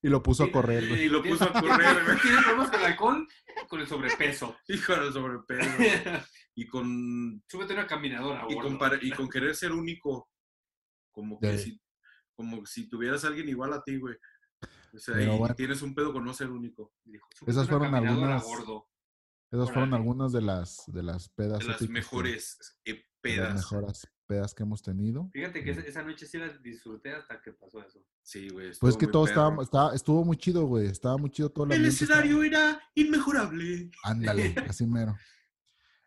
Speaker 5: Y lo puso
Speaker 4: Sí,
Speaker 5: a correr, güey.
Speaker 3: [LAUGHS] Y lo puso a
Speaker 4: ¿Tiene-
Speaker 3: correr,
Speaker 4: [LAUGHS]
Speaker 3: güey.
Speaker 4: Tiene problemas con el alcohol, con el sobrepeso.
Speaker 3: [LAUGHS] Y con el sobrepeso. güey.
Speaker 4: [LAUGHS]
Speaker 3: Y con,
Speaker 4: Súbete una caminadora,
Speaker 3: y,
Speaker 4: gordo.
Speaker 3: con pare- y con querer ser único. Como que
Speaker 5: De-
Speaker 3: si, como si tuvieras a alguien igual a ti, güey. O sea,
Speaker 5: Pero
Speaker 3: y
Speaker 5: bueno.
Speaker 3: tienes un pedo con no ser único.
Speaker 4: Dijo, "Súbete
Speaker 5: Esas
Speaker 4: una
Speaker 5: fueron
Speaker 4: caminadora,
Speaker 5: algunas
Speaker 4: gordo".
Speaker 5: Esas fueron
Speaker 4: Órale.
Speaker 5: algunas de las, de las pedas.
Speaker 3: De las
Speaker 5: épicas que-
Speaker 3: mejores eh,
Speaker 5: de las
Speaker 3: pedas.
Speaker 5: mejores pedas que hemos tenido.
Speaker 4: Fíjate que esa, esa noche sí la disfruté hasta que pasó eso.
Speaker 3: Sí, güey. estuvo
Speaker 5: Pues es que
Speaker 3: muy
Speaker 5: todo
Speaker 3: perro.
Speaker 5: estaba, estaba- estuvo muy chido, güey. Estaba muy chido todo el
Speaker 3: El
Speaker 5: ambiente, estaba-
Speaker 3: escenario era inmejorable. [LAUGHS]
Speaker 5: Ándale, así mero.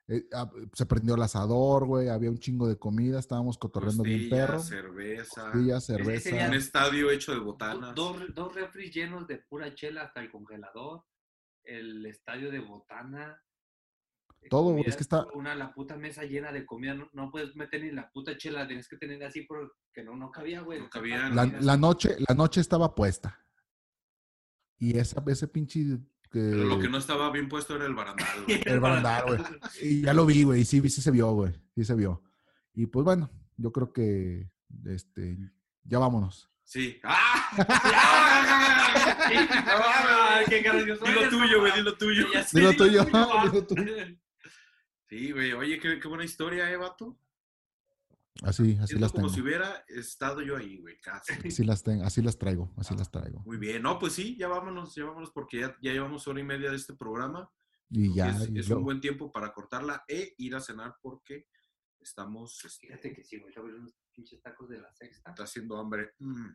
Speaker 5: Eh, ah, se prendió el asador, güey. Había un chingo de comida. Estábamos cotorreando bien
Speaker 3: Costillas,
Speaker 5: perro.
Speaker 3: cerveza. [LAUGHS]
Speaker 5: Costillas,
Speaker 4: ese día-
Speaker 5: cerveza.
Speaker 3: Un estadio hecho de
Speaker 4: Do-
Speaker 3: botanas.
Speaker 4: Dos, dos refris llenos de pura chela hasta el congelador, el estadio de botana. eh,
Speaker 5: Todo, güey,
Speaker 4: comida,
Speaker 5: es que está-
Speaker 4: Una, la puta mesa llena de comida, no, no puedes meter ni la puta chela, tienes que tener así porque no, no cabía, güey.
Speaker 3: No cabía,
Speaker 5: La,
Speaker 3: Mira.
Speaker 5: la noche, la noche estaba puesta. Y esa, ese pinche.
Speaker 3: Pero lo que
Speaker 5: eh,
Speaker 3: no estaba bien puesto era el barandal.
Speaker 4: [LAUGHS]
Speaker 3: güey.
Speaker 5: el barandal, güey. Y ya lo vi, güey. Y sí, sí se vio, güey. Sí se vio. Y pues bueno, yo creo que. Este. Ya vámonos.
Speaker 3: Sí.
Speaker 4: [LAUGHS]
Speaker 3: ¡Ah! [LAUGHS]
Speaker 4: Ay, qué gracioso
Speaker 3: Dilo
Speaker 4: eres,
Speaker 3: tuyo, güey,
Speaker 4: papá.
Speaker 3: dilo tuyo.
Speaker 4: Ya sé,
Speaker 5: [LAUGHS] Dilo tuyo,
Speaker 4: va.
Speaker 5: dilo
Speaker 3: Sí, güey. Oye, qué, qué buena historia, eh, vato.
Speaker 5: Así, así
Speaker 3: Siento
Speaker 5: las
Speaker 3: como
Speaker 5: tengo.
Speaker 3: si hubiera estado yo ahí, güey, casi.
Speaker 5: Así las tengo, así las traigo, así las traigo.
Speaker 3: Muy bien. No, pues sí, ya vámonos, ya vámonos, porque ya, ya llevamos hora y media de este programa.
Speaker 5: Y ya.
Speaker 3: es
Speaker 5: y
Speaker 3: es
Speaker 5: luego-
Speaker 3: un buen tiempo para cortarla e ir a cenar porque estamos. este,
Speaker 4: Fíjate que sí, güey, ya voy a unos pinches tacos de la sexta.
Speaker 3: está haciendo hambre. Mm,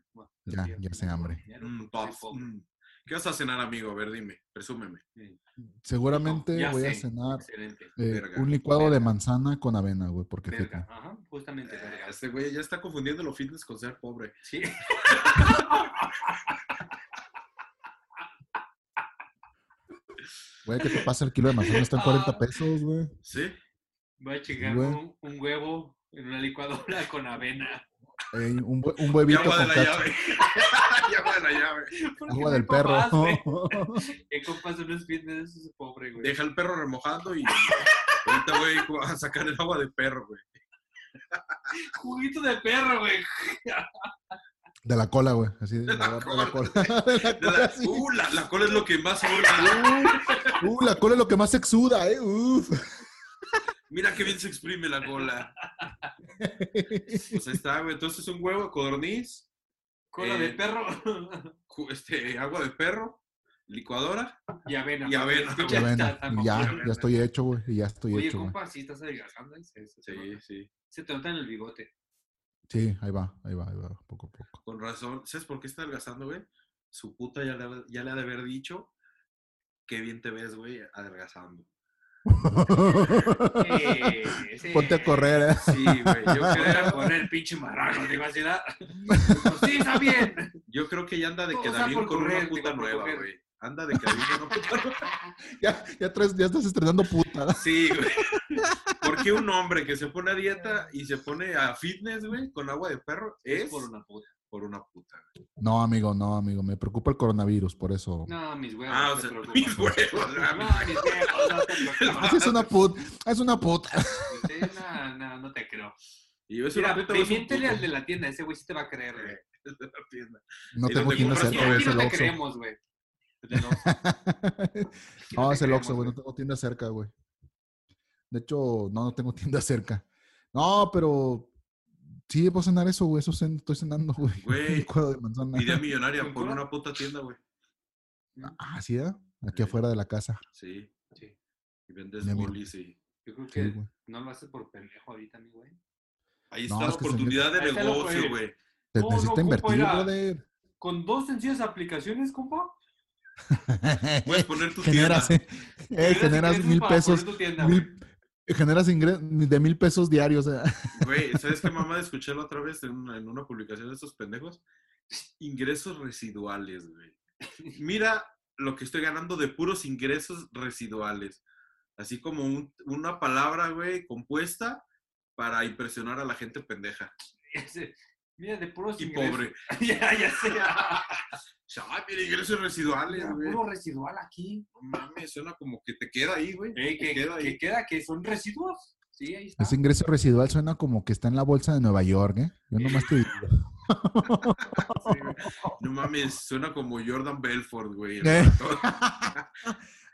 Speaker 5: Ya, ya se hambre.
Speaker 3: mm, puffs, mm. ¿Qué vas a cenar, amigo? A ver, dime, presúmeme.
Speaker 5: Seguramente
Speaker 4: Ya
Speaker 5: voy a
Speaker 4: sé.
Speaker 5: cenar
Speaker 4: Excelente.
Speaker 5: eh,
Speaker 3: Verga.
Speaker 5: un licuado de
Speaker 4: Verga.
Speaker 5: manzana con avena, güey, porque
Speaker 4: Verga,
Speaker 5: fíjate.
Speaker 4: ajá, justamente.
Speaker 3: Eh,
Speaker 4: verga.
Speaker 3: Este güey ya está confundiendo lo fitness con ser pobre.
Speaker 4: Sí. [LAUGHS]
Speaker 5: Güey, que te pasa el kilo de manzana, está en 40
Speaker 4: Ah.
Speaker 5: pesos, güey.
Speaker 3: ¿Sí?
Speaker 4: Voy a chingar
Speaker 5: Güey.
Speaker 4: un, un huevo en una licuadora con avena.
Speaker 5: Eh, un, hue- un
Speaker 3: Y
Speaker 5: huevito
Speaker 3: agua de
Speaker 5: con
Speaker 3: la
Speaker 5: cacho.
Speaker 3: llave. [LAUGHS] Y agua de la llave.
Speaker 4: ¿Por qué
Speaker 5: Agua
Speaker 4: me [LAUGHS]
Speaker 5: del perro.
Speaker 4: empapaste? ¿Qué compas unos fitness? Eso es pobre, güey.
Speaker 3: Deja el perro remojando y ahorita voy a sacar el agua de perro,
Speaker 5: [LAUGHS]
Speaker 3: güey.
Speaker 4: Juguito de perro, güey.
Speaker 5: [LAUGHS] De la cola, güey. Así de, la, de la cola. [LAUGHS] De la
Speaker 3: De
Speaker 5: cola,
Speaker 3: la-
Speaker 5: sí.
Speaker 3: Uh, la, la cola es lo que más sabor me da.
Speaker 5: Uh, la cola es lo que más exuda, eh. Uf.
Speaker 3: Mira qué bien se exprime la cola. Pues ahí está, güey. Entonces un huevo de codorniz,
Speaker 4: Cola
Speaker 3: Eh.
Speaker 4: de perro
Speaker 3: ju- este, agua de perro, licuadora.
Speaker 4: y avena.
Speaker 3: Y avena, güey.
Speaker 4: Escucha,
Speaker 5: Ya, ven,
Speaker 4: está- está
Speaker 5: y
Speaker 4: mamón,
Speaker 5: ya,
Speaker 4: güey.
Speaker 5: ya estoy hecho, güey. y Ya estoy
Speaker 4: Oye,
Speaker 5: hecho, güey.
Speaker 4: compa, sí estás adelgazando. ¿eh? Se, se- se
Speaker 3: Sí,
Speaker 4: nota.
Speaker 3: sí.
Speaker 4: Se te nota en el bigote.
Speaker 5: [LAUGHS] Sí, ahí va, ahí va, ahí va, poco a poco.
Speaker 3: Con razón. ¿Sabes por qué está adelgazando, güey? Su puta ya le, ha- ya le ha de haber dicho qué bien te ves, güey, adelgazando.
Speaker 4: Eh, sí.
Speaker 5: [LAUGHS] Ponte a correr, eh.
Speaker 3: Sí, güey.
Speaker 5: [LAUGHS]
Speaker 3: Yo
Speaker 4: Voy a
Speaker 3: creo,
Speaker 4: poner pinche marrano, te iba a decir, ah. Sí, está bien.
Speaker 3: yo creo que ya anda de
Speaker 4: O
Speaker 3: que
Speaker 4: sea,
Speaker 3: David
Speaker 4: por
Speaker 3: con
Speaker 4: correr,
Speaker 3: una puta
Speaker 4: digo, por
Speaker 3: nueva,
Speaker 4: correr.
Speaker 3: güey. Anda de que David con una puta nueva.
Speaker 5: Ya, ya, traes- ya estás estrenando puta.
Speaker 3: Sí, [LAUGHS] güey. ¿Por qué un hombre que se pone a dieta y se pone a fitness, güey, con agua de perro es
Speaker 4: Por una puta.
Speaker 3: por una puta? güey?
Speaker 5: No, amigo, no, amigo. Me preocupa el coronavirus, por eso.
Speaker 4: No, mis huevos.
Speaker 3: Ah, o
Speaker 4: no te
Speaker 3: sea,
Speaker 4: preocupes.
Speaker 3: mis huevos. ah,
Speaker 4: No, mis huevos, no te preocupes.
Speaker 5: Ah, [LAUGHS] Es una puta, es
Speaker 4: [LAUGHS]
Speaker 5: una puta.
Speaker 4: Sí, No, no, no te creo.
Speaker 3: Y yo es
Speaker 4: Mira,
Speaker 3: una puta,
Speaker 4: ve,
Speaker 3: güey, es un
Speaker 4: miéntele
Speaker 3: puto.
Speaker 4: al de la tienda, ese güey sí te va a creer, güey.
Speaker 3: [LAUGHS] Es de la tienda.
Speaker 5: No
Speaker 3: ¿Y
Speaker 5: tengo
Speaker 3: dónde
Speaker 5: quien
Speaker 3: compras
Speaker 5: hacer
Speaker 4: Aquí,
Speaker 3: todo
Speaker 5: todavía
Speaker 4: aquí
Speaker 5: es
Speaker 4: no
Speaker 5: el
Speaker 4: te
Speaker 5: Oxxo.
Speaker 4: creemos, güey. del Oxxo. Sí,
Speaker 5: [LAUGHS] No,
Speaker 4: te
Speaker 5: es el
Speaker 4: creemos,
Speaker 5: Oxxo, güey. No tengo tienda cerca, güey. De hecho, no, no tengo tienda cerca. No, pero sí puedo cenar eso, güey. Eso cen- estoy cenando, güey. [LAUGHS]
Speaker 3: Güey.
Speaker 5: Un licuado de manzana.
Speaker 3: Idea millonaria por
Speaker 4: ¿Cultura?
Speaker 3: una puta tienda, güey.
Speaker 5: Ah, sí, ¿eh? Aquí afuera de la casa.
Speaker 3: Sí.
Speaker 4: Sí.
Speaker 3: Y vendes
Speaker 5: Idea millonaria.
Speaker 3: bolis y...
Speaker 4: Yo creo
Speaker 5: Sí,
Speaker 4: que
Speaker 5: güey.
Speaker 4: no lo haces por pendejo ahorita, mi güey.
Speaker 3: Ahí
Speaker 5: No,
Speaker 3: está la
Speaker 5: es que se
Speaker 3: oportunidad de
Speaker 4: Ahí está la
Speaker 3: negocio,
Speaker 4: oportunidad.
Speaker 3: güey.
Speaker 5: Te
Speaker 4: No, no
Speaker 5: necesita
Speaker 4: ocupo
Speaker 5: invertir,
Speaker 4: ir a-
Speaker 5: brother.
Speaker 4: Con dos sencillas aplicaciones, compa.
Speaker 3: Puedes
Speaker 5: [LAUGHS]
Speaker 3: poner tu tienda. [LAUGHS]
Speaker 5: generas, eh, generas mil pesos.
Speaker 4: [LAUGHS] Mil...
Speaker 5: mil- generas ingresos de mil pesos diarios. eh.
Speaker 3: Güey, ¿sabes qué mamá escuché la otra vez en una, en una publicación de estos pendejos? Ingresos residuales, güey. Mira lo que estoy ganando de puros ingresos residuales. Así como un- una palabra, güey, compuesta para impresionar a la gente pendeja
Speaker 4: Mira, de puros
Speaker 3: y
Speaker 4: ingresos.
Speaker 3: pobre.
Speaker 4: [LAUGHS] ya, ya
Speaker 5: [LAUGHS]
Speaker 4: sé.
Speaker 3: Ay, mira, ingresos residuales,
Speaker 4: Mira,
Speaker 3: güey.
Speaker 4: puro residual aquí.
Speaker 3: No mames, suena como que te queda ahí, güey.
Speaker 4: Eh,
Speaker 3: Te queda
Speaker 4: que, queda
Speaker 3: ahí.
Speaker 4: que queda que son residuos. Sí, ahí está.
Speaker 5: [LAUGHS] Ese ingreso residual suena como que está en la bolsa de Nueva York, ¿eh? Yo nomás te digo.
Speaker 3: Sí, güey. no mames, suena como Jordan Belfort, güey.
Speaker 4: [LAUGHS]
Speaker 3: el
Speaker 5: Eh.
Speaker 3: vato.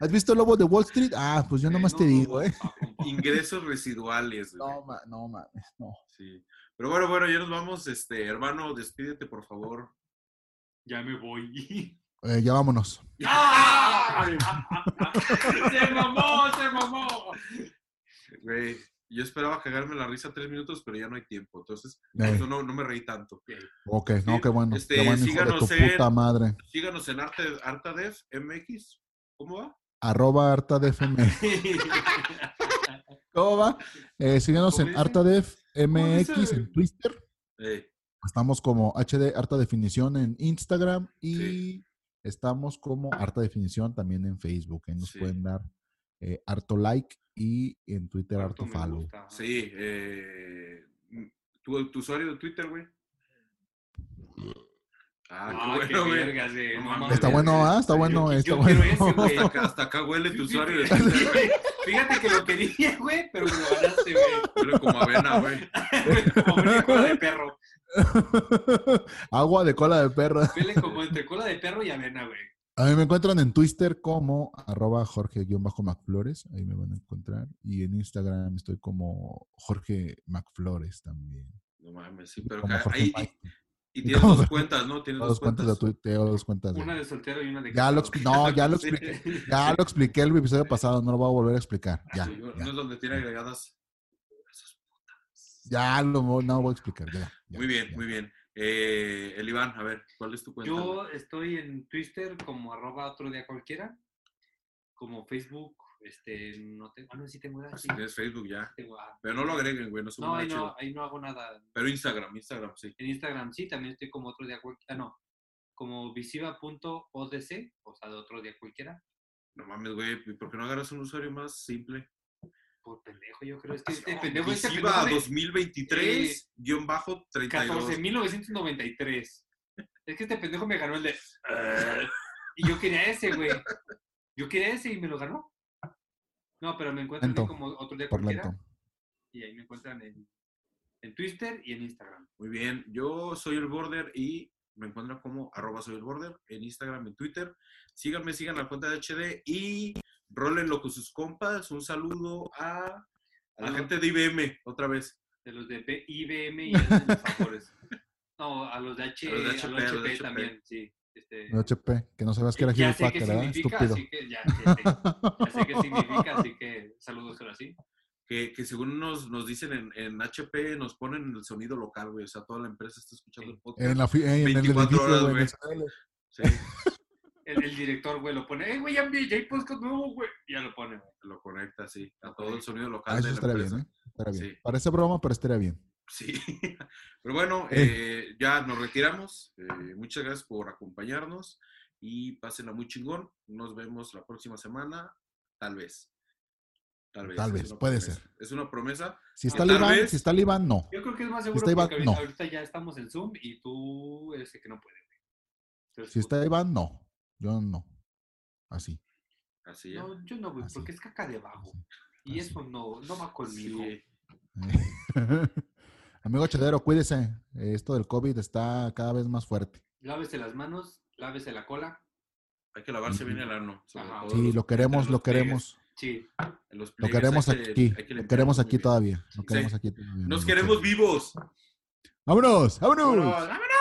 Speaker 5: ¿Has visto el lobo de Wall Street? Ah, pues yo nomás
Speaker 4: Eh,
Speaker 5: te
Speaker 4: no,
Speaker 5: digo,
Speaker 4: no, [LAUGHS]
Speaker 5: ¿eh?
Speaker 4: compa, compa.
Speaker 3: Ingresos residuales, güey.
Speaker 5: ma- no mames, no.
Speaker 3: Sí. Pero bueno, bueno, ya nos vamos. Este, hermano, despídete, por favor.
Speaker 4: Ya me [LAUGHS] voy.
Speaker 5: Eh, ya vámonos.
Speaker 4: ¡Ay! [LAUGHS] ¡Se mamó! ¡Se [LAUGHS] mamó!
Speaker 3: Güey, yo esperaba cagarme la risa tres minutos, pero ya no hay tiempo. Entonces,
Speaker 5: Eh.
Speaker 3: por eso no, no me reí tanto.
Speaker 5: Ok, no, qué bueno.
Speaker 3: Este,
Speaker 5: qué bueno, hijo de
Speaker 3: síganos
Speaker 5: tu
Speaker 3: en-
Speaker 5: puta madre.
Speaker 3: Síganos en Arte, Artadef MX. ¿Cómo va?
Speaker 5: Arroba harta de FM.
Speaker 4: [LAUGHS]
Speaker 5: ¿Cómo va? Eh, síganos en
Speaker 4: ¿Cómo dice?
Speaker 5: Artadef
Speaker 3: ¿Cómo
Speaker 5: MX
Speaker 3: dice?
Speaker 5: en Twitter.
Speaker 3: Eh,
Speaker 5: Estamos como HD Harta Definición en Instagram y estamos como Harta Definición también en Facebook. Ahí nos
Speaker 3: Sí.
Speaker 5: pueden dar eh, harto like y en Twitter harto
Speaker 4: Harto me
Speaker 5: follow. [LAUGHS]
Speaker 4: gusta.
Speaker 3: sí, eh, tu, tu usuario de Twitter, güey. Ah,
Speaker 4: Ah,
Speaker 3: qué
Speaker 4: qué
Speaker 3: bueno, güey.
Speaker 4: vergas, eh,
Speaker 3: No
Speaker 4: no
Speaker 3: mames.
Speaker 4: mames.
Speaker 5: Está bueno, ¿ah? Está
Speaker 3: Yo-
Speaker 4: yo
Speaker 5: bueno, está
Speaker 4: quiero
Speaker 5: bueno.
Speaker 4: ese, güey.
Speaker 5: [LAUGHS]
Speaker 3: Hasta acá, hasta acá huele tu usuario de Twitter. güey.
Speaker 4: Fíjate que lo quería, güey, pero me lo ganaste, güey.
Speaker 3: Huele como avena, güey.
Speaker 4: [LAUGHS] Como huele cola de perro.
Speaker 5: Agua de cola de perro.
Speaker 4: Huele como entre cola de perro y avena, güey.
Speaker 5: A mí me encuentran en Twitter como arroba Jorge-MacFlores. Ahí me van a encontrar. Y en Instagram estoy como Jorge MacFlores también.
Speaker 3: No mames, sí, pero
Speaker 5: Como
Speaker 3: acá-
Speaker 5: Jorge
Speaker 3: ahí,
Speaker 5: Mike.
Speaker 3: y tienes
Speaker 5: ¿Cómo?
Speaker 3: dos cuentas, ¿no? Tienes
Speaker 5: Dos cuentas de Twitter, dos cuentas
Speaker 4: Una
Speaker 5: de...
Speaker 4: de soltero y una de
Speaker 5: Ya lo,
Speaker 4: casado.
Speaker 5: expli- no, ya lo expliqué.
Speaker 4: [LAUGHS] Sí.
Speaker 5: Ya lo expliqué el episodio pasado, no lo voy a volver a explicar. Ya,
Speaker 3: Sí, bueno,
Speaker 5: ya,
Speaker 3: No es donde tiene agregadas.
Speaker 5: ya lo voy- no lo voy a explicar. Ya, ya,
Speaker 3: muy bien,
Speaker 5: ya.
Speaker 3: muy bien. Eh, el Iván, a ver, ¿cuál es tu cuenta?
Speaker 4: Yo estoy en Twitter como arroba otro día cualquiera, como Facebook, este, no tengo, ah, no, sí tengo, ah,
Speaker 3: Pues
Speaker 4: sí,
Speaker 3: tienes Facebook ya.
Speaker 4: tengo, ah.
Speaker 3: Pero no lo agreguen, güey, no subo
Speaker 4: No,
Speaker 3: nada
Speaker 4: ahí no,
Speaker 3: chido.
Speaker 4: ahí no hago nada.
Speaker 3: Pero Instagram, Instagram, sí.
Speaker 4: En Instagram sí, también estoy como otro día cualquiera, ah, no, como visiva.odc, o sea, de otro día cualquiera,
Speaker 3: No mames, güey, ¿por qué no agarras un usuario más simple?
Speaker 4: por pendejo, yo creo, es que Eh, este
Speaker 3: No,
Speaker 4: pendejo, este
Speaker 3: Visiva
Speaker 4: pendejo de
Speaker 3: 2023, guión bajo 32.
Speaker 4: 14.993. Es que este pendejo me ganó el de, "Ah", y yo quería ese, güey, yo quería ese y me lo ganó. No, pero me encuentro
Speaker 5: Lento.
Speaker 4: como otro día
Speaker 5: Por
Speaker 4: cualquiera.
Speaker 5: lento.
Speaker 4: y ahí me encuentran en, en Twitter y en Instagram.
Speaker 3: Muy bien, yo soy el Border y me encuentran como arroba soy el Border en Instagram, en Twitter. Síganme, sigan la cuenta de HD y rólenlo con sus compas. Un saludo a, a la
Speaker 4: Ah.
Speaker 3: gente de IBM, otra vez.
Speaker 4: De los de B-
Speaker 3: [LAUGHS]
Speaker 4: IBM y hacen los favores. No, a los de H,
Speaker 3: A los de
Speaker 4: a los
Speaker 3: HP, a los de
Speaker 4: HP
Speaker 3: HP.
Speaker 4: también, sí. Este,
Speaker 5: El HP, que no sabías que era
Speaker 4: ya sé qué
Speaker 5: Hillpacker, ¿verdad?
Speaker 4: significa,
Speaker 5: Estúpido.
Speaker 4: así
Speaker 5: [LAUGHS]
Speaker 4: que ya, ya sé, ya sé qué significa, así que saludos ahora sí.
Speaker 3: Que, que según nos, nos dicen en, en HP, nos ponen el sonido local, güey. O sea, toda la empresa está escuchando el podcast.
Speaker 5: En, la, fi- en el
Speaker 3: 24
Speaker 5: edificio,
Speaker 3: horas,
Speaker 5: güey, en el
Speaker 3: güey.
Speaker 5: CL.
Speaker 3: Sí,
Speaker 5: [LAUGHS]
Speaker 4: El, el director, güey, lo pone, ¡eh, güey, ya vi, ya hay podcast nuevo, güey! Ya lo pone, güey.
Speaker 3: lo conecta, sí. A todo el sonido
Speaker 5: Ah,
Speaker 3: local
Speaker 5: eso
Speaker 3: de la
Speaker 5: estaría
Speaker 3: empresa.
Speaker 5: bien, ¿eh? Estaría bien.
Speaker 3: pues, Sí.
Speaker 5: Parece broma, pero estaría bien.
Speaker 3: [LAUGHS] Sí, pero bueno, eh, ya nos retiramos. Eh, muchas gracias por acompañarnos y pásenla muy chingón. Nos vemos la próxima semana, tal vez. Tal vez,
Speaker 5: Tal
Speaker 3: es
Speaker 5: vez,
Speaker 3: una
Speaker 5: puede
Speaker 3: promesa.
Speaker 5: ser.
Speaker 3: Es una promesa.
Speaker 5: Si está
Speaker 3: tal
Speaker 5: Libán,
Speaker 3: vez-
Speaker 5: si está Libán, no.
Speaker 4: Yo creo que es más seguro
Speaker 5: está Iván,
Speaker 4: porque ahorita,
Speaker 5: no.
Speaker 4: ahorita ya estamos en Zoom y tú eres el que no puede, güey. Entonces,
Speaker 5: Si está Iván, no. Yo no. Así.
Speaker 3: Así ya.
Speaker 4: pues, No, yo no, güey,
Speaker 5: Así.
Speaker 4: porque es caca de bajo.
Speaker 5: así.
Speaker 4: Y
Speaker 5: Así.
Speaker 4: eso no, no va conmigo.
Speaker 3: Sí.
Speaker 5: [LAUGHS] Amigo Chedero, cuídese. Eh, Esto del COVID está cada vez más fuerte.
Speaker 4: Lávese las manos, lávese la cola,
Speaker 3: Hay que lavarse bien el ano. sobre
Speaker 4: Ajá.
Speaker 3: todo
Speaker 5: Sí,
Speaker 3: los-
Speaker 5: lo queremos, lo
Speaker 3: los pliegues.
Speaker 5: queremos.
Speaker 4: Sí.
Speaker 3: Los
Speaker 5: Lo
Speaker 3: pliegues
Speaker 5: queremos
Speaker 3: hay que-
Speaker 5: aquí.
Speaker 3: hay que
Speaker 5: Lo
Speaker 3: limpiarlos
Speaker 5: queremos
Speaker 3: muy
Speaker 5: aquí
Speaker 3: bien.
Speaker 5: todavía. Lo
Speaker 3: Sí.
Speaker 5: queremos aquí todavía.
Speaker 3: Nos
Speaker 5: Muchas
Speaker 3: queremos
Speaker 5: gracias.
Speaker 3: vivos.
Speaker 5: ¡Vámonos!
Speaker 4: Vámonos,
Speaker 5: ¡Vámonos!
Speaker 4: vámonos.